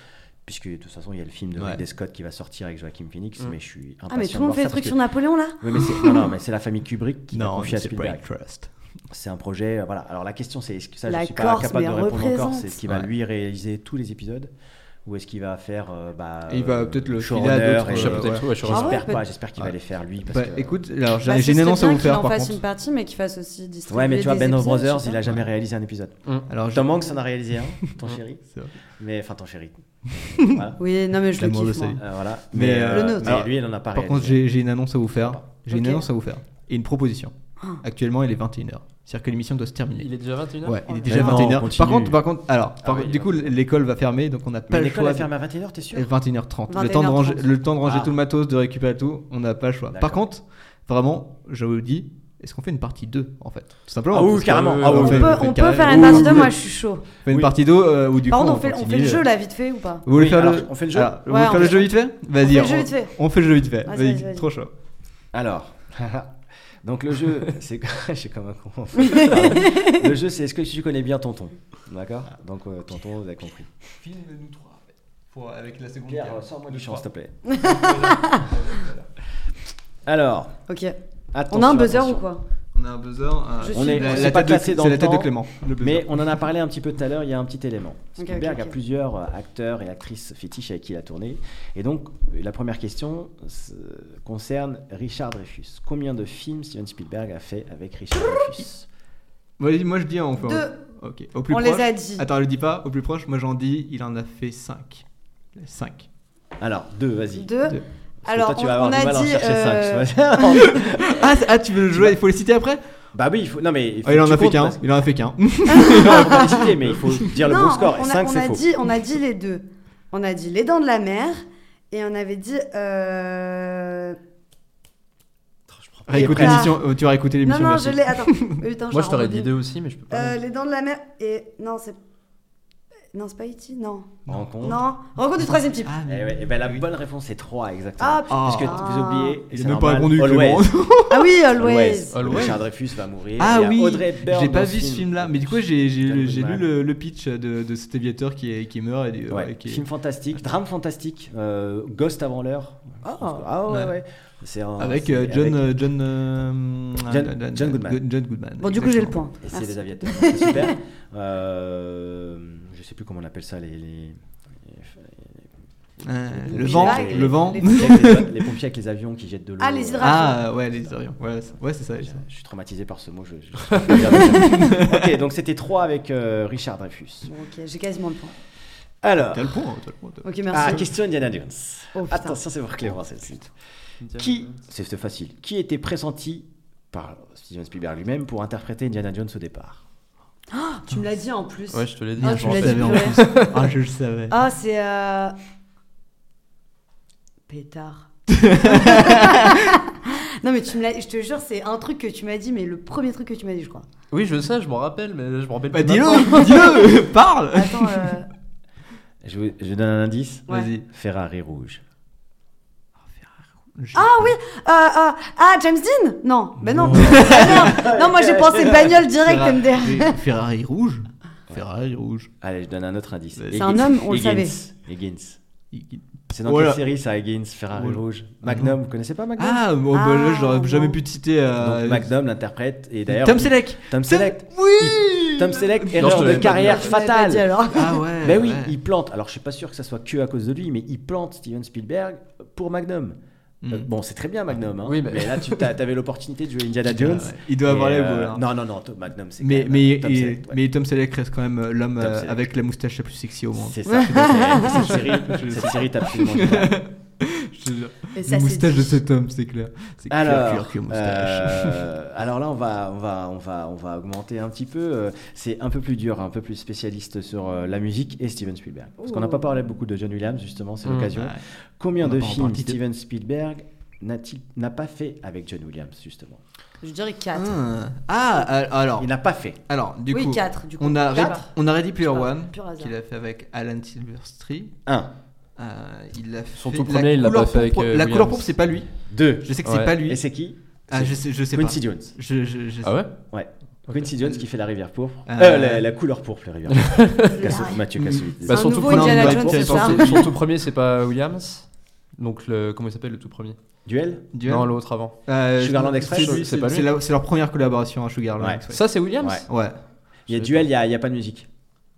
E: Puisque de toute façon, il y a le film de
B: Ouais.
E: Ridley Scott qui va sortir avec Joaquin Phoenix,
F: Mm.
E: mais je suis impatient.
F: Ah, mais tout
E: de
F: le monde
E: voir
F: fait
E: ça
F: le truc
E: parce
F: sur
E: que-
F: Napoléon là
E: Oui, mais c'est- non, non, mais c'est la famille Kubrick qui
B: Non,
E: confie à
B: c'est
E: Spielberg.
B: Trust.
E: C'est un projet, euh, voilà. Alors la question c'est est-ce que ça
F: La
E: je suis pas
F: Corse,
E: capable
F: mais
E: de répondre encore,
F: représente.
E: c'est est-ce qu'il va
B: Ouais.
E: lui réaliser tous les épisodes ou est-ce qu'il va faire euh, bah,
B: Et il va
E: euh,
B: peut-être le filer à
E: showrunner
B: d'autres,
E: et-
B: euh, Chapeauter
L: le tout, ouais, showrunner.
E: J'espère
F: Ah ouais,
E: pas,
F: peut-
E: j'espère qu'il va les faire lui parce
B: Bah,
E: que-
B: écoute, alors j'ai
F: Bah, ce
B: j'ai une
F: serait
B: annonce à
F: bien
B: vous faire
F: qu'il en
B: par
F: fasse
B: contre.
F: une partie, mais qu'il fasse aussi distribuer.
E: Ouais, mais tu vois
F: des
E: Ben
F: épisodes, je
E: Brothers,
F: sais
E: il
F: pas.
E: a jamais réalisé un épisode.
B: Alors, je-
E: Tom Hanks en a réalisé un,
B: [LAUGHS]
E: ton chéri.
B: C'est vrai.
E: mais enfin ton chéri. Voilà.
F: Oui, non, mais je le
B: L'amour de
F: kiffe.
B: sa
F: moi.
B: vie.
E: Euh, voilà.
B: Mais,
E: Mais,
B: euh,
E: euh,
F: Le nôtre.
E: mais
B: alors,
E: lui, il en a pas
B: Par
E: réalisé.
B: contre, j'ai j'ai une annonce à vous faire. J'ai une
F: Ok.
B: annonce à vous faire. Et une proposition.
F: Ah.
B: Actuellement, il est 21h. C'est-à-dire que l'émission doit se terminer.
L: Il est déjà 21h
B: Ouais, il est
E: Mais
B: déjà
E: non,
B: 21h. Par
E: continue.
B: contre, par contre, alors, par
L: oui,
B: contre, du
L: il
B: coup, l'école va fermer, donc on n'a pas
E: Mais
B: le
E: l'école
B: choix.
E: a fermé à 21h, t'es sûr
B: 21h30. Le temps de ranger,
F: 21h30.
B: le temps de ranger
E: Ah.
B: tout le matos, de récupérer tout, on n'a pas le choix. Par
E: D'accord.
B: contre, vraiment, je vous dis, est-ce qu'on fait une partie 2 en fait Tout simplement.
E: Ah oui,
B: parce que-
E: carrément.
B: euh,
E: Ah oui,
B: on
E: oui.
B: fait-
F: On peut, on peut
B: carrément-
F: faire une partie
B: Oui,
F: 2,
B: oui.
F: moi je suis chaud.
B: On fait une
E: Oui.
B: partie 2 ou du
F: Par
B: coup
F: contre,
B: on,
F: on fait, on fait
B: continue.
F: le jeu là, vite fait ou pas
B: Vous voulez
E: Oui,
B: faire
E: alors,
B: le
E: on fait le jeu
B: Alors, vous
F: Ouais,
B: voulez
F: on
B: faire le
F: fait-
B: jeu vite fait Vas-y.
F: on fait le jeu vite fait.
B: on fait le jeu vite fait.
F: Vas-y,
B: Vas-y,
F: vas-y, vas-y.
B: trop chaud.
E: [LAUGHS] Alors, donc le [LAUGHS] jeu, c'est je suis comme un con. le jeu, c'est est-ce que tu connais bien Tonton, d'accord Donc euh, Tonton, vous avez compris.
B: Film nous trois avec la seconde
E: Pierre, euh, sors-moi du champ, s'il te plaît. [LAUGHS] Alors,
F: Ok.
E: attention,
F: On a un buzzer
E: attention.
F: ou quoi
B: On a un buzzer. un-
F: Je
E: On est,
B: La-
E: on s'est
B: la
E: pas
B: tête de-
E: classé dans
B: c'est
E: le
B: la tête de
E: temps,
B: Clément, le buzzer.
E: mais on en a parlé un petit peu tout à l'heure. Il y a un petit élément.
F: Ok,
E: Spielberg
F: ok, ok.
E: a plusieurs euh, acteurs et actrices fétiches avec qui il a tourné. Et donc, la première question euh, concerne Richard Dreyfus. Combien de films Steven Spielberg a fait avec Richard Dreyfus
B: Vas-y, moi je dis on fait.
F: Deux.
B: Ok. Au plus
F: On les
B: proche.
F: a dit.
B: Attends, je le dis pas. Au plus proche, moi j'en dis, il en a fait 5 5
E: Alors, deux, vas-y.
F: Deux.
B: Deux.
E: Parce que
F: Alors,
E: toi, tu
F: on,
E: vas avoir
F: on
E: du mal à
F: a
E: en
F: dit.
E: chercher
F: euh,
E: cinq, ça va
F: [LAUGHS]
E: être-
B: Ah, c'est- ah, tu veux le jouer Il faut les citer après
E: [LAUGHS] bah oui, il faut. Non, mais. Il, faut
B: Ah, il
E: que
B: en
E: tu
B: a fait
E: comptes,
B: qu'un.
E: parce que-
B: Il en a fait qu'un.
E: Non, faut pas les citer, mais
F: [LAUGHS]
E: il faut dire le
F: Non,
E: bon score.
F: on
E: Et
F: a-
E: 5,
F: on
E: c'est
F: a
E: faux.
F: dit- On a dit les deux. On a dit les dents de la mer et on avait dit. euh,
E: Attends, je prends
B: [LAUGHS] Réécoute
F: Et après-
B: l'émission, euh, tu aurais écouté l'émission,
F: Non, non,
B: merci.
F: je l'ai. Attends. Euh, attends,
L: Moi, je
F: la
L: t'aurais
F: redis.
L: dit deux aussi, mais je peux pas.
F: Euh, les dents de la mer. Et non, c'est. Non, c'est pas Iti, non.
E: Rencontre.
F: Non, rencontre du
B: [LAUGHS]
F: troisième type.
E: Eh ouais, eh ben, la bonne réponse c'est 3 exactement.
F: Ah,
E: Parce que
F: putain.
E: vous oubliez,
B: Il
E: c'est
B: a même pas
E: normal,
B: répondu,
E: Always.
F: Ah oui, Always.
E: Always. Richard Dreyfus va mourir.
B: Ah
E: Il y a
B: oui,
E: Audrey Hepburn
B: j'ai pas
E: dans ce
B: vu ce
E: film.
B: film-là, mais du coup j'ai j'ai- j'ai lu
E: Goodman.
B: le, le pitch de, de cet aviateur qui, est- qui meurt. Et, du-
E: Ouais,
B: et qui est-
E: Film fantastique, drame fantastique, euh, Ghost avant l'heure. Je pense que- Ah ouais,
B: Ouais.
E: ouais. C'est un-
B: avec
E: c'est
B: euh, John,
E: avec-
B: euh, John, euh,
E: John-
B: euh,
E: John Goodman.
B: Good- John Goodman,
F: Bon, du coup, j'ai le
B: exactement.
F: point.
E: Et c'est
F: Merci.
E: les
F: [LAUGHS]
E: aviateurs. C'est super. Euh, je sais plus comment on appelle ça, les. les- les-
B: Euh,
E: les
B: le
E: pompiers
B: vent,
E: avec les-
B: le vent.
E: Les, pompiers avec les- les pompiers avec les avions qui jettent de l'eau. Ah,
F: Ah, les hydravions.
B: Ah ouais, les Orions. Ouais, c'est- ouais, c'est ça. c'est ça.
E: Je suis traumatisé par ce mot. Je,
B: [LAUGHS]
E: je- ok, donc c'était 3 avec euh, Richard Dreyfus.
F: Bon, ok, j'ai quasiment le point.
E: Alors.
B: T'as le point, hein, t'as le point, t'as le point.
F: Ok, merci.
E: Ah, question Indiana Jones.
F: Oh, putain.
E: Attention, c'est pour Clément celle-ci. Qui, c'est c'est facile, qui était pressenti par Steven Spielberg lui-même pour interpréter Indiana Jones au départ
F: Ah, tu me l'as dit en plus.
L: Ouais, je te l'ai dit, hein,
F: Ah,
L: je
F: tu
L: m'en
F: me l'as
L: rappelle.
F: dit.
L: En
F: purée.
L: plus.
B: Ah, je le savais.
F: Ah, c'est. euh, [LAUGHS] Pétard. non, mais tu me l'as. Je te jure, c'est un truc que tu m'as dit, mais le premier truc que tu m'as dit, je crois.
L: Oui, je sais, je m'en rappelle, mais je m'en rappelle
B: Bah,
L: plus
B: dis-le,
L: maintenant.
F: Ah.
B: dis-le, [LAUGHS] parle.
F: Attends, euh,
B: [LAUGHS]
E: je, vous- je donne un indice
F: Ouais.
B: Vas-y.
E: Ferrari rouge.
F: Ah oui euh, euh, Ah, James Dean Non, ben non. [LAUGHS] Ah, non. Non, moi j'ai pensé bagnole direct,
B: Ferra-
F: MDR.
B: oui, Ferrari rouge. Ferrari rouge.
E: Allez, je donne un autre indice.
B: C'est
E: Higgins.
F: un homme, on le
E: Higgins.
F: savait.
E: Higgins. C'est dans
B: Voilà.
E: quelle série ça, Higgins, Ferrari
B: Voilà.
E: rouge Magnum, vous connaissez pas Magnum
B: Ah, bon, bah, là, j'aurais jamais pu te citer. euh,
E: Donc, Magnum l'interprète et d'ailleurs
B: Tom Selleck.
E: Tom Selleck
B: Oui.
E: Tom Selleck,
B: Non, je
E: erreur
B: te
E: de
B: l'avais pas
E: carrière
B: dit,
F: alors. Je l'avais pas
E: fatale.
F: dit,
B: [LAUGHS]
F: alors.
B: Ah ouais,
E: Ben oui,
B: ouais.
E: il plante. Alors je suis pas sûr que ça soit que à cause de lui, mais il plante Steven Spielberg pour Magnum.
B: Mm.
E: Euh, bon, c'est très bien Magnum, hein,
L: Oui, mais-
E: mais... là tu t'as- t'avais l'opportunité de jouer Indiana Jones.
B: Ah ouais. Il doit
E: Et,
B: avoir les
E: euh,
B: boules, hein.
E: Non, non, non, t- Magnum c'est.
B: Mais,
E: quand même,
B: mais,
E: euh, Tom
B: et-
E: Selleck, ouais.
B: mais Tom Selleck reste quand même euh, l'homme
E: Tom
B: euh,
E: Selleck.
B: avec la moustache la plus sexy au monde.
E: C'est ça. cette série,
B: [LAUGHS]
E: cette série est absolument géniale.
B: Je te jure.
F: Et ça,
B: La
F: c'est
B: moustache
F: dit.
B: de cet homme, c'est clair. C'est clair,
E: Alors,
B: clair que moustache.
E: euh, alors là, on va, on va, on va, on va augmenter un petit peu. euh, C'est un peu plus dur, un peu plus spécialiste sur euh, la musique et Steven Spielberg. Parce qu'on n'a pas parlé beaucoup de John Williams, justement, c'est
L: Mmh.
B: [LAUGHS]
E: l'occasion.
B: Ouais.
E: Combien
B: Hmm, bah, On n'a pas
E: de
B: en
E: films
B: partie deux.
E: Steven Spielberg n'a-t-il- n'a pas fait avec John Williams, justement
F: Je dirais 4.
B: Ah, Ah, euh, alors.
E: Il n'a pas fait.
B: Alors, du
F: Oui,
B: coup,
F: quatre, du coup.
B: On, a
F: Quatre.
B: Ready- on a Ready Player
F: Je sais pas,
B: One,
F: pur hasard.
B: qu'il a fait avec Alan Silverstreet.
E: Un.
B: Euh, il a fait
L: Son tout
B: la
L: premier, il l'a
B: couleur
L: pas fait avec,
B: pourpre-
L: euh,
B: La
L: Williams.
B: couleur pourpre, c'est pas lui.
E: Deux.
B: Je sais que
L: Ouais.
B: c'est pas lui.
E: Et c'est qui
B: Ah,
E: C'est
B: je sais, je sais
E: Quincy
B: pas.
E: Jones.
B: Je, je, je sais.
L: Ah ouais
E: Ouais. Quincy Jones qui fait la rivière pourpre.
B: Euh,
E: Euh, la, la couleur pourpre, la rivière
B: [LAUGHS]
E: pourpre. Kassovitz, Mathieu Kassovitz.
L: Bah,
F: un
L: son tout
F: nouveau
L: premier-
F: Indiana
L: Ouais,
F: Jones,
L: son
F: c'est
L: tout-
F: ça
L: Son tout premier, c'est pas Williams. Donc, le, comment il s'appelle le tout premier
E: Duel
B: Duel.
L: Non, l'autre avant.
B: Euh,
E: Sugarland
B: c'est
E: Express,
B: lui,
L: c'est pas lui.
B: C'est la- c'est leur première collaboration à Sugarland
E: Ouais.
B: Express.
L: Ça, c'est Williams
E: Ouais.
B: Ouais.
E: Il y a duel, il n'y a, il y a pas de
B: Ah,
E: musique.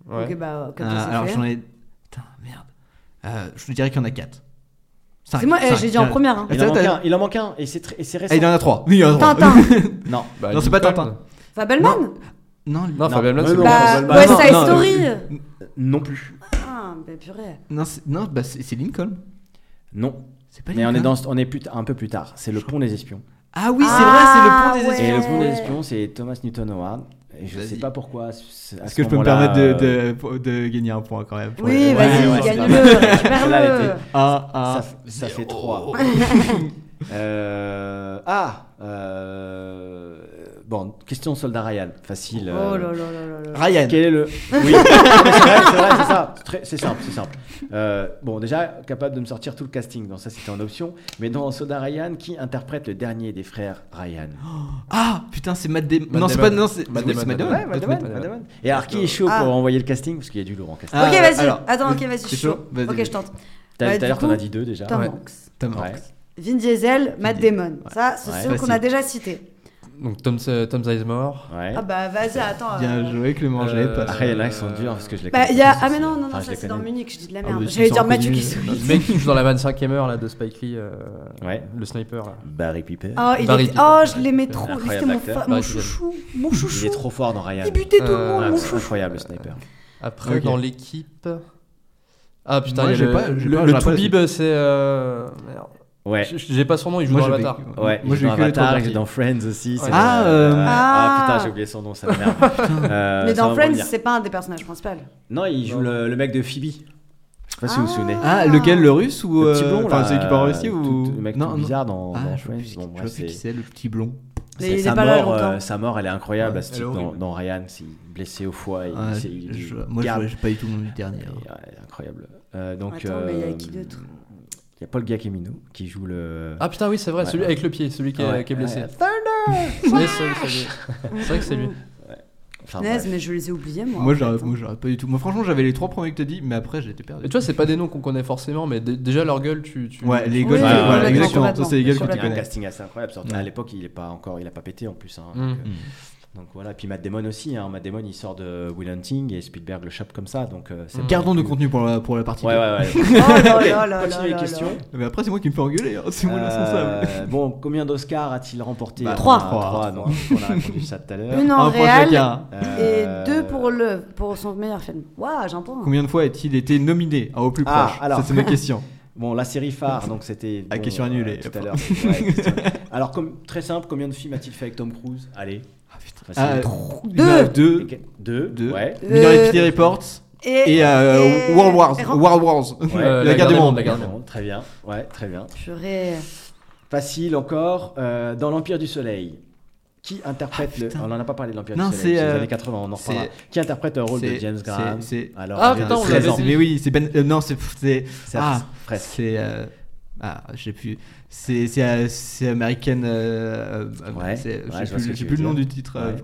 L: Ouais.
F: Ok, bah, comme
B: Euh,
F: ça, c'est
B: alors
F: fait.
B: j'en ai. Putain, merde. Euh, je te dirais qu'il y en a 4.
F: C'est moi, eh, j'ai dit en première, hein.
E: Il en manque un, il en manque un, et c'est tr- et c'est récent.
B: Ah, il en a 3. Oui, il en a trois. [LAUGHS]
F: Tintin.
E: Non.
L: Bah,
B: non, c'est pas
L: Lincoln.
B: Tintin.
F: Fabelman
B: Non,
L: Non,
E: Non.
L: Fabien Blanc,
E: Mais
L: c'est
E: non.
L: pas-
F: Bah,
E: Fabelman.
F: West
E: Non,
F: Side
E: non,
F: Story
E: Non plus.
F: Ah, bah purée.
B: non, c'est- non bah, c'est c'est Lincoln.
E: Non.
B: C'est pas
E: Mais on est,
B: Lincoln.
E: dans, on est plus t- un peu plus tard. C'est le pont des espions.
B: Ah oui, c'est
F: Ah,
B: vrai, c'est le pont des
F: ouais.
E: Et
B: espions.
E: le pont des espions, c'est Thomas Newton Howard. Et je
B: Vas-y.
E: sais pas pourquoi. Est-ce
B: Est-ce que je peux me permettre de, de, de gagner un point quand même pour
F: Oui,
B: les-
F: vas-y,
E: euh, ouais, c'est
F: gagne-le,
E: pas mal. Celle-là, elle
F: récupère-le.
E: était-
B: Ah, ah. Oh.
E: Ça, ça fait [LAUGHS] 3. ah euh, Bon, question soldat Ryan. Facile.
F: Oh
E: euh,
F: là là là là là.
B: Ryan.
E: Quel est le. Oui, [LAUGHS] c'est vrai, c'est vrai, c'est ça. C'est très- C'est simple, c'est simple. Euh, bon, déjà, capable de me sortir tout le casting. Donc, ça, c'était en option. Mais dans Soda Ryan, qui interprète le dernier des frères Ryan
B: Ah, putain, c'est Matt Damon.
L: Matt
B: Non, c'est
L: Damon.
B: pas. Non, c'est
L: Matt
B: oui, c'est
L: Damon.
B: Matt Damon.
E: Ouais, Matt Damon,
L: Matt
E: Matt
L: Damon.
E: Damon. Et alors, qui est chaud
F: Ah.
E: pour envoyer le casting Parce qu'il y a du lourd en casting.
B: Ah,
F: ok, vas-y.
B: alors,
F: Attends, ok,
B: c'est
F: vas-y, je
B: chaud,
F: suis chaud.
B: vas-y.
F: Ok, je tente.
E: T'as-
F: Bah,
E: Tout à l'heure,
F: du
E: t'en as
F: coup,
E: dit deux déjà.
F: Tom
E: Ouais.
F: Hanks.
B: Tom
E: Ouais.
B: Hanks.
F: Vin Diesel, Matt
B: Diesel.
F: Damon. Ça, ce sont
E: Ouais.
F: ceux qu'on a
B: Facile.
F: déjà cités.
L: Donc, Tom, Tom Sizemore.
E: Ouais.
F: Ah bah vas-y, attends.
B: Bien
F: euh,
B: joué, Clément, je l'avais
L: Euh,
B: pas.
E: Après, il y en a qui sont durs parce que je les
F: Bah,
E: connais
F: il y a...
E: pas,
F: Ah,
E: ceux-ci.
F: mais non, non, non,
E: Enfin, je
F: ça
E: les
F: c'est dans
E: connais.
F: Munich, je dis de la
B: Ah,
F: merde.
B: mais
F: J'allais
B: ils
F: dire
B: sont
F: Mathieu
B: connus.
F: Kassovitz.
L: Le mec qui joue dans la 25 e heure là, de Spike Lee, euh,
E: Ouais.
L: le sniper. Là.
E: Barry Piper.
F: Oh, il
L: Barry
F: était-
L: Keoghan.
F: oh, je l'aimais trop.
E: Incroyable
F: C'était mon,
E: acteur.
F: fa- mon
L: Barry Keoghan.
F: chouchou. Mon
E: Il
F: chouchou.
E: est trop fort dans Ryan.
F: Il butait tout le
L: Euh,
F: monde,
E: Ouais,
F: mon
E: c'est
F: chouchou.
E: incroyable, le sniper.
L: Après,
B: Ok.
L: dans l'équipe. Ah putain,
B: Moi,
L: il y a
B: j'ai
L: le,
B: pas- j'ai
L: le,
B: pas-
L: le
B: j'ai pas la
L: Toubib, c'est. euh, merde.
E: Ouais.
L: J- J'ai pas son nom, il joue
B: Moi,
L: dans
B: j'ai
L: Avatar.
B: vécu-
E: Ouais,
B: Moi,
E: il est
B: j'ai
E: dans
B: vu que les trois
E: Avatar, il
B: parties.
E: est dans Friends aussi. c'est
B: Ah,
E: le-
B: euh,
E: ouais.
F: Ah.
E: Ah, putain, j'ai oublié son nom,
F: [LAUGHS]
E: ça m'énerve. Euh,
F: Mais
E: ça va
F: dans
E: me
F: Friends,
E: revenir.
F: c'est pas un des personnages principaux.
E: Non, il joue le, le mec de Phoebe. sais pas si vous vous souvenez.
B: Ah, lequel, le russe ou,
E: Le petit
B: euh,
E: blond,
B: enfin,
E: là,
B: celui qui parle aussi
E: euh,
B: ou-
E: tout- Le mec
B: Non,
E: tout
B: non.
E: bizarre dans.
B: Ah,
E: dans
B: je vois
E: Friends.
B: plus qui-
E: Bon,
B: je
E: bref,
B: vois plus
E: c'est-
B: qui c'est, le petit blond.
F: Mais
E: Sa-
F: il est
E: sa
F: pas là, le
E: mort,
F: requin.
E: euh, sa mort, elle est incroyable
B: Ouais,
E: à ce
B: elle
E: type
B: est
E: dans,
B: horrible.
E: dans Ryan, c'est blessé au foie. et
B: Ah,
E: il s'est- il-
B: je-
E: il
B: moi,
E: garde-
B: je- j'ai pas eu tout le nom du dernier. euh. alors.
E: Et, ouais, incroyable. Euh, donc,
F: Attends, mais il y a
E: euh,
F: qui d'autre
E: Il y a Paul Giacchemino qui joue le.
L: Ah putain, oui, c'est vrai,
E: Ouais,
L: celui
E: ouais.
L: avec le pied, celui qui est,
E: Ouais,
L: qui est
E: ouais,
L: blessé.
E: ouais.
L: Oui, c'est- c'est lui. C'est vrai que c'est lui.
E: Enfin,
F: Naze,
E: bref.
F: mais je les ai oubliés, moi.
B: Moi,
F: en fait,
B: j'aurais
F: hein.
B: moi, j'aurais pas du tout. Moi, franchement, j'avais les trois premiers que t'as dit, mais après, j'étais perdu.
L: Et tu vois, c'est pas des noms qu'on connaît forcément, mais dé- déjà leur gueule, tu. tu-
B: Ouais, les
L: tu-
B: gueules,
L: Ouais,
B: tu- voilà,
L: ouais,
B: exactement.
L: complètement.
B: Ça, c'est les gueules que
E: Il y a un
B: connais.
E: casting assez incroyable. surtout-
B: Mm.
E: À l'époque, il est pas encore, il a pas pété en plus. hein,
L: Mm.
E: donc, euh,
L: Mm.
E: donc voilà. Puis Matt Damon aussi. Hein, Matt Damon, il sort de Will Hunting et Spielberg le chope comme ça. Donc euh, c'est.
B: Mm. Gardons Oh de contenu pour la, pour la partie.
E: Ouais,
B: deux.
E: ouais, ouais.
B: [LAUGHS]
F: Oh là là là
E: Continue
F: là
E: les
F: là.
E: questions.
B: Mais après, c'est moi qui me fais engueuler. hein. C'est moi
E: Euh,
B: l'insensable.
E: bon, combien d'Oscars a-t-il remporté
B: Bah,
E: Euh,
B: trois.
E: Trois, donc, on a répondu ça tout à l'heure.
F: Une en
B: Un point
F: réel
B: chacun.
F: et
E: Euh,
F: deux pour, le, pour son meilleur film. Waouh, j'entends.
B: Combien de fois a-t-il été nominé à au plus
E: Ah,
B: proche
E: alors.
B: Ça, c'est ma
E: [LAUGHS]
B: question.
E: Bon, la série phare, donc c'était.
B: Ah,
E: bon,
B: question
E: euh,
B: annulée.
E: tout à l'heure. Ouais, question-
B: [LAUGHS]
E: Alors, comme, très simple, combien de films a-t-il fait avec Tom Cruise Allez.
B: Ah,
E: Facile.
B: il y en a deux.
E: Ok, Deux.
B: Deux.
E: Ouais.
B: Euh, Minority Report et, euh, World Wars. World Wars. [LAUGHS]
E: Ouais.
B: la, guerre du monde.
E: la guerre du monde. Très bien. Ouais, très bien.
F: J'aurais.
E: Facile encore. euh, dans l'Empire du Soleil. Qui interprète le. On n'en a pas parlé de l'Empire
B: Ah, Non,
E: du Soleil.
B: c'est,
E: les
B: euh,
E: années 80, on en
B: c'est-
E: reparlera. Qui interprète le rôle de
B: C'est-
E: James
B: c'est-
E: Graham
B: c'est-
E: Alors,
L: Ah,
E: j'ai
L: putain, on
E: treize
L: l'avait
E: ans.
L: dit.
B: Mais oui, c'est Ben. euh, non, c'est. C'est.
E: C'est
B: ah,
E: presque.
B: c'est. euh, ah, j'ai plus. C'est. C'est. euh, c'est American. euh, euh,
E: Ouais,
B: c'est- j'ai
E: ouais, je vois ce
B: plus,
E: que
B: j'ai
E: tu
B: plus
E: veux
B: le nom
E: dire.
B: du titre. euh,
E: Ouais.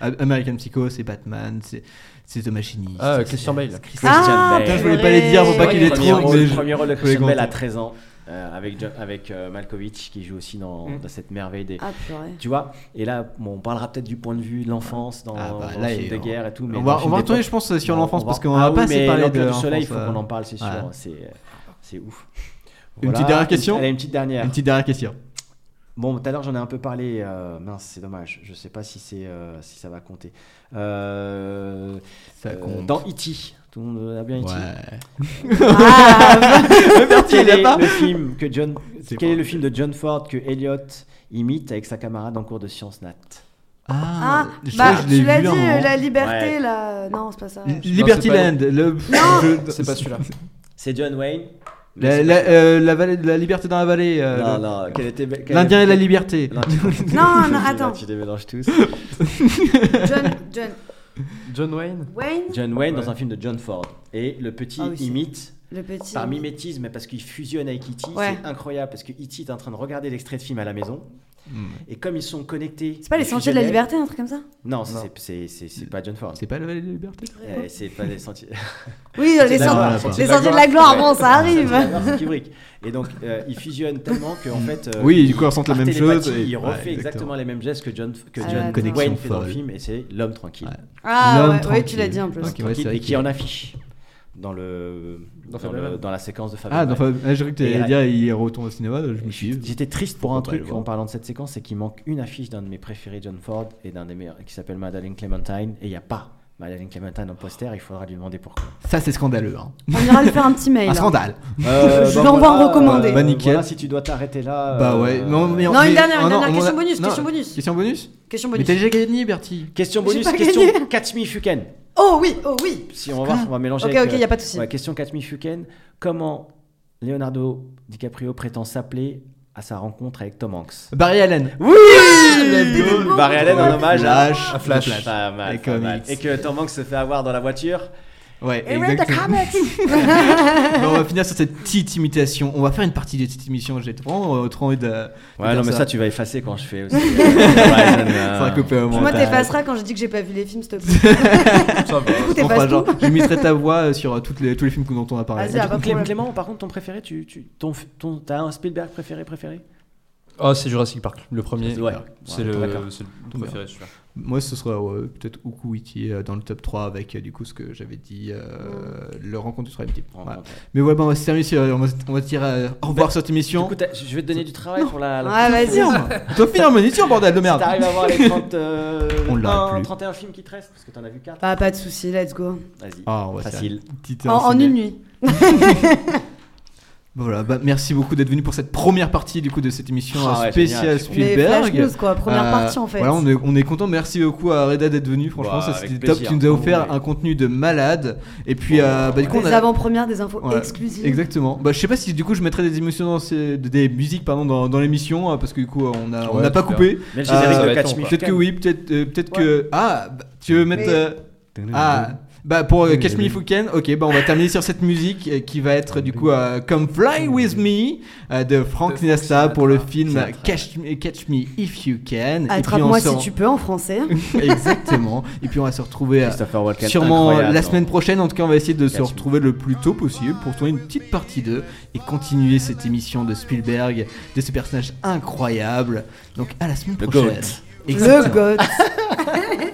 B: A- American Psycho, c'est Batman, c'est. C'est The Machinist.
L: Ah,
B: c'est-
L: Christian Bale.
B: c'est Christian
E: Christian
F: Ah,
E: Bale.
B: Putain, je voulais pas les dire pour pas
F: purée.
B: qu'il ait
E: Premier
B: trop.
E: rôle-
B: mais je-
E: premier rôle de
B: je voulais
E: Christian Bale à
B: compter.
E: 13 ans euh, avec, Jo- avec euh, Malkovich qui joue aussi dans,
B: Mm.
E: dans cette merveille des.
F: Ah,
B: [LAUGHS]
F: purée.
E: Tu vois Et là, bon, on parlera peut-être du point de vue de l'enfance dans,
B: Ah, bah,
E: dans
B: là,
E: le film
B: et
E: de
B: on-
E: guerre et tout. Mais
B: on
E: dans
B: va-
E: le film
B: on va retourner,
E: d'époque,
B: je pense, sur l'enfance, parce qu'on
E: ah
B: a
E: oui,
B: pas assez
E: mais
B: parlé
E: l'Empire
B: de
E: du soleil, il faut
B: l'enfance,
E: qu'on
B: euh,
E: en parle, c'est sûr.
B: ouais.
E: C'est, c'est ouf.
B: Une petite dernière question
E: Allez, une petite dernière.
B: Une petite dernière question.
E: Bon, tout à l'heure j'en ai un peu parlé, euh, mince, c'est dommage. Je sais pas si c'est euh, si ça va compter. Euh,
B: Ça compte.
E: dans E.T., tout le monde a bien E.T.
B: il
F: Ah,
E: quel
B: l'a
E: est
B: pas
E: le film que John
B: C'est
E: quel
B: pas
E: est le film de John Ford que Elliot imite avec sa camarade en cours de sciences nat
F: Ah,
B: je
F: bah,
B: crois que je
F: tu
B: l'ai
F: l'as
B: vu
F: dit,
B: un
F: euh,
B: moment.
F: la liberté,
E: Ouais.
F: là. Non, c'est pas ça.
B: Li- Liberty
L: Non, c'est
B: Land, le jeu-
L: C'est pas celui-là.
E: c'est John Wayne mais
B: La,
E: c'est
B: la,
E: pas ça.
B: euh, la vallée de la liberté dans la vallée. euh,
E: non,
B: le-
E: non, quel était quel-
B: L'Indien et la liberté.
E: Non,
F: [LAUGHS]
E: tu- [LAUGHS]
F: Non, non,
E: tu-
F: attends.
E: Tu les mélanges tous.
B: [LAUGHS]
F: John, John
L: John Wayne
F: Wayne,
E: John Wayne dans un film de John Ford et le petit
F: Ah oui, c'est-
E: imite
F: le petit.
E: Par mimétisme, parce qu'il fusionne avec E.T.,
F: Ouais.
E: c'est incroyable, parce que E.T. est en train de regarder l'extrait de film à la maison,
B: Hmm.
E: et comme ils sont connectés...
F: C'est pas les
E: ils
F: sentiers de la
E: fusionnent-
F: liberté, un truc comme ça
E: Non, c'est- c'est- c'est c'est pas John Ford.
B: C'est pas la vallée de la liberté
E: Euh, C'est pas
F: [LAUGHS]
E: les sentiers...
F: Oui,
E: C'est
F: les,
E: la
F: sentiers-
E: gloire,
F: les
E: c'est la
F: sentiers de la gloire,
E: Ouais.
F: bon, ça
E: Les
F: arrive. Hmm.
E: sentiers de la gloire, c'est Kubrick. Et donc, euh, ils fusionnent tellement qu'en fait... euh,
B: Oui,
E: il-
B: ils ressentent la
E: par
B: même
E: télépathie,
B: chose et-
E: Il refait
B: ouais, exactement.
E: exactement les mêmes gestes que John, que
F: Ah,
E: John
F: Connexion
E: Wayne fait dans le
B: folle.
E: film, et c'est l'homme tranquille.
F: Ah,
B: L'homme
F: ouais, ouais, tu
B: tranquille.
F: l'as dit en plus.
B: Ok, ouais, c'est
E: Qui-
B: vrai
E: et qui
B: que-
E: en affiche dans le
L: Dans
E: dans,
L: Fableman.
E: le, dans la séquence de Fableman.
B: Ah, dans Fab- ah, j'ai cru que
E: Et
B: t'allais
E: la-
B: dire il retourne au cinéma, je me suis dit.
E: J'étais triste pour un
B: Faut pas
E: truc
B: le voir.
E: en parlant de cette séquence, c'est qu'il manque une affiche d'un de mes préférés, John Ford, et d'un des meilleurs, qui s'appelle Madeleine Clementine, et il n'y a pas Madeleine Clementine en poster, il faudra lui demander pourquoi.
B: Ça, c'est scandaleux. hein.
F: On ira lui faire un petit mail.
B: Un
F: hein.
B: scandale.
E: [LAUGHS]
F: Je l'envoie en recommandé.
B: Bah, nickel.
E: Voilà, si tu dois t'arrêter là.
B: Bah
E: euh,
B: ouais, non, mais
F: Non,
B: mais-
F: une dernière,
B: ah,
F: une
B: non,
F: dernière.
B: on
F: Question
B: a-
F: bonus,
B: non,
F: question bonus.
B: Question bonus
F: Question
B: Mais t'as
F: bonus.
B: déjà gagné, Bertie.
E: Question
F: J'ai
E: bonus,
F: pas
E: question
F: gagné.
E: [LAUGHS] Catch Me If You Can.
F: Oh oui, oh oui.
E: Si on va voir, on va mélanger.
F: Ok,
E: avec,
F: ok,
E: euh,
F: y a pas de souci.
E: ouais, question Catch Me If You Can. Comment Leonardo DiCaprio prétend s'appeler à sa rencontre avec Tom Hanks
B: Barry Allen.
E: Oui
F: Let's go.
E: Barry Allen en hommage à
B: Flash.
E: à
B: Flash.
E: Pas mal,
B: Les
E: pas mal.
B: comics.
E: Et que Tom Hanks se fait avoir dans la voiture.
B: Ouais,
F: Et read the
B: exactement.
F: comics.
B: Bon, on va finir sur cette petite imitation. On va faire une partie de cette émission. J'ai vraiment euh, trop envie de. de
E: Ouais,
B: faire
E: non, mais ça. tu vas effacer quand je fais
B: [LAUGHS]
E: aussi. euh, Horizon, euh,
B: Ça va couper au
F: Moi,
B: montage.
F: t'effaceras quand je dis que j'ai pas vu les films, s'il te plaît.
B: [LAUGHS]
F: Du coup,
B: Enfin,
F: t'effaces
B: genre,
F: tout.
B: j'imiterai ta voix euh, sur euh, toutes les, tous les films dont on a parlé.
F: Vas-y, à
E: Par contre,
F: Pas de problème.
E: Clément, par contre, ton préféré, tu, tu, ton, ton, t'as un Spielberg préféré préféré
L: Oh, c'est Jurassic Park, le premier.
E: Ouais.
L: C'est
E: Ouais,
L: le,
E: d'accord.
L: c'est le préféré, celui-là.
B: Moi, ce sera euh, peut-être Ukuiti dans le top 3 avec euh, du coup ce que j'avais dit, euh, le rencontre du troisième type. Voilà.
E: Rencontre, ouais.
B: Mais voilà, bon, on va se terminer, sur- on va, se- on va se dire euh, au revoir sur cette
E: Du
B: émission.
E: coup, t'as- je vais te donner du travail pour la. la-
F: Ouais, vas-y.
B: T'as fini en émission, bordel de
E: Si
B: merde.
E: t'arrives à voir les 30, euh,
B: On l'aura
E: un,
B: plus.
E: 31 films qui te restent, parce que t'en as vu 4.
F: Bah, pas de souci, let's go.
E: Vas-y.
B: Ah, on va se faire
E: Facile.
B: une petite,
F: En, en
B: ciné.
F: une nuit.
B: Voilà, bah, merci beaucoup d'être venu pour cette première partie du coup de cette émission euh,
E: Ah ouais,
B: spéciale
E: génial.
F: Mais
B: Spielberg.
F: flash news, quoi, première partie, en fait.
B: Euh, Voilà, on est, on est content. Merci beaucoup à Reda d'être venu. Franchement,
E: Bah,
B: ça
E: avec
B: c'était top.
E: plaisir.
B: Tu nous as offert un contenu de malade. Et puis, euh, bah, du coup, on
F: Des
B: a-
F: avant-premières, des infos
B: Ouais,
F: exclusives.
B: Exactement. Bah, je sais pas si du coup je mettrais des émissions dans ces- des musiques pardon dans, dans l'émission euh, parce que du coup on a on
E: Ouais,
B: n'a pas
E: super.
B: coupé.
E: Mais le générique de
B: bah,
E: Catch
B: attends,
E: Me If You
B: Peut-être que
E: Can.
B: oui, peut-être euh, peut-être que ah bah, tu veux mettre
E: Mais-
B: euh, ah bah pour euh, Catch Me If You Can. OK, bah on va terminer sur cette musique euh, qui va être du coup euh, Come Fly With Me euh, de Frank Nasta pour le film Catch Me, Catch Me If You Can. Et puis, on
F: Attrape-moi
B: se
F: si
B: rend-
F: tu peux en français.
B: [LAUGHS] Exactement. Et puis on va se retrouver euh,
E: Christopher Walken,
B: sûrement
E: incroyable.
B: la semaine prochaine. En tout cas, on va essayer de se
E: Catch me.
B: retrouver le plus tôt possible pour tourner une petite partie 2 et continuer cette émission de Spielberg, de ce personnage incroyable. Donc à la semaine
O: Le
B: prochaine.
O: goat.
B: Exactement.
F: Le goat.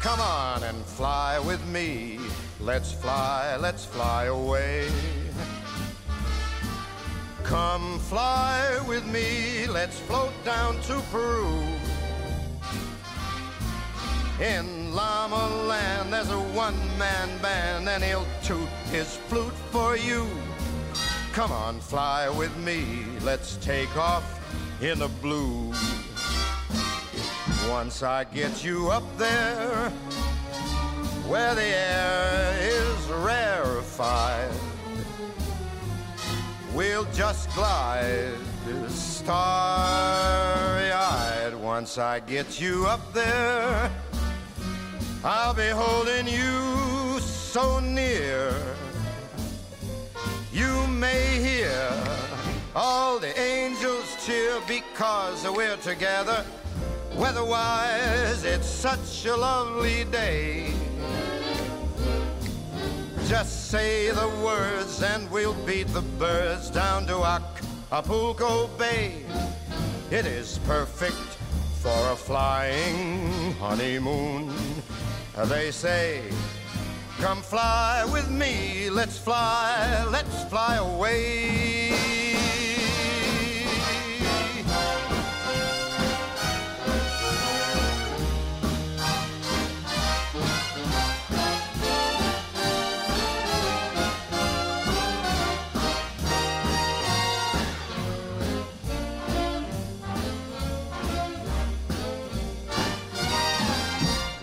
P: Come on and fly with me. Let's fly, let's fly away. Come fly with me. Let's float down to Peru. In Llama Land, there's a one man band, and he'll toot his flute for you. Come on, fly with me. Let's take off in the blue. Once I get you up there, where the air is rarefied, we'll just glide starry eyed. Once I get you up there, I'll be holding you so near. You may hear all the angels cheer because we're together. Weatherwise, it's such a lovely day. Just say the words and we'll beat the birds down to Acapulco Bay. It is perfect for a flying honeymoon. They say, come fly with me, let's fly, let's fly away.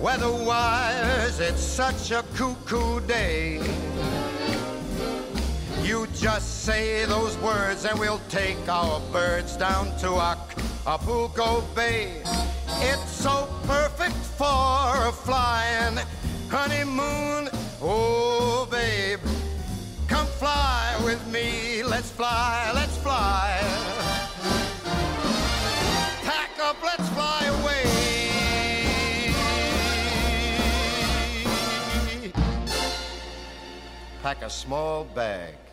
P: Weatherwise, it's such a cuckoo day. You just say those words and we'll take our birds down to Acapulco Bay. It's so perfect for a flying honeymoon. Oh, babe, come fly with me. Let's fly, let's fly. Pack up, let's fly away. Pack a small bag.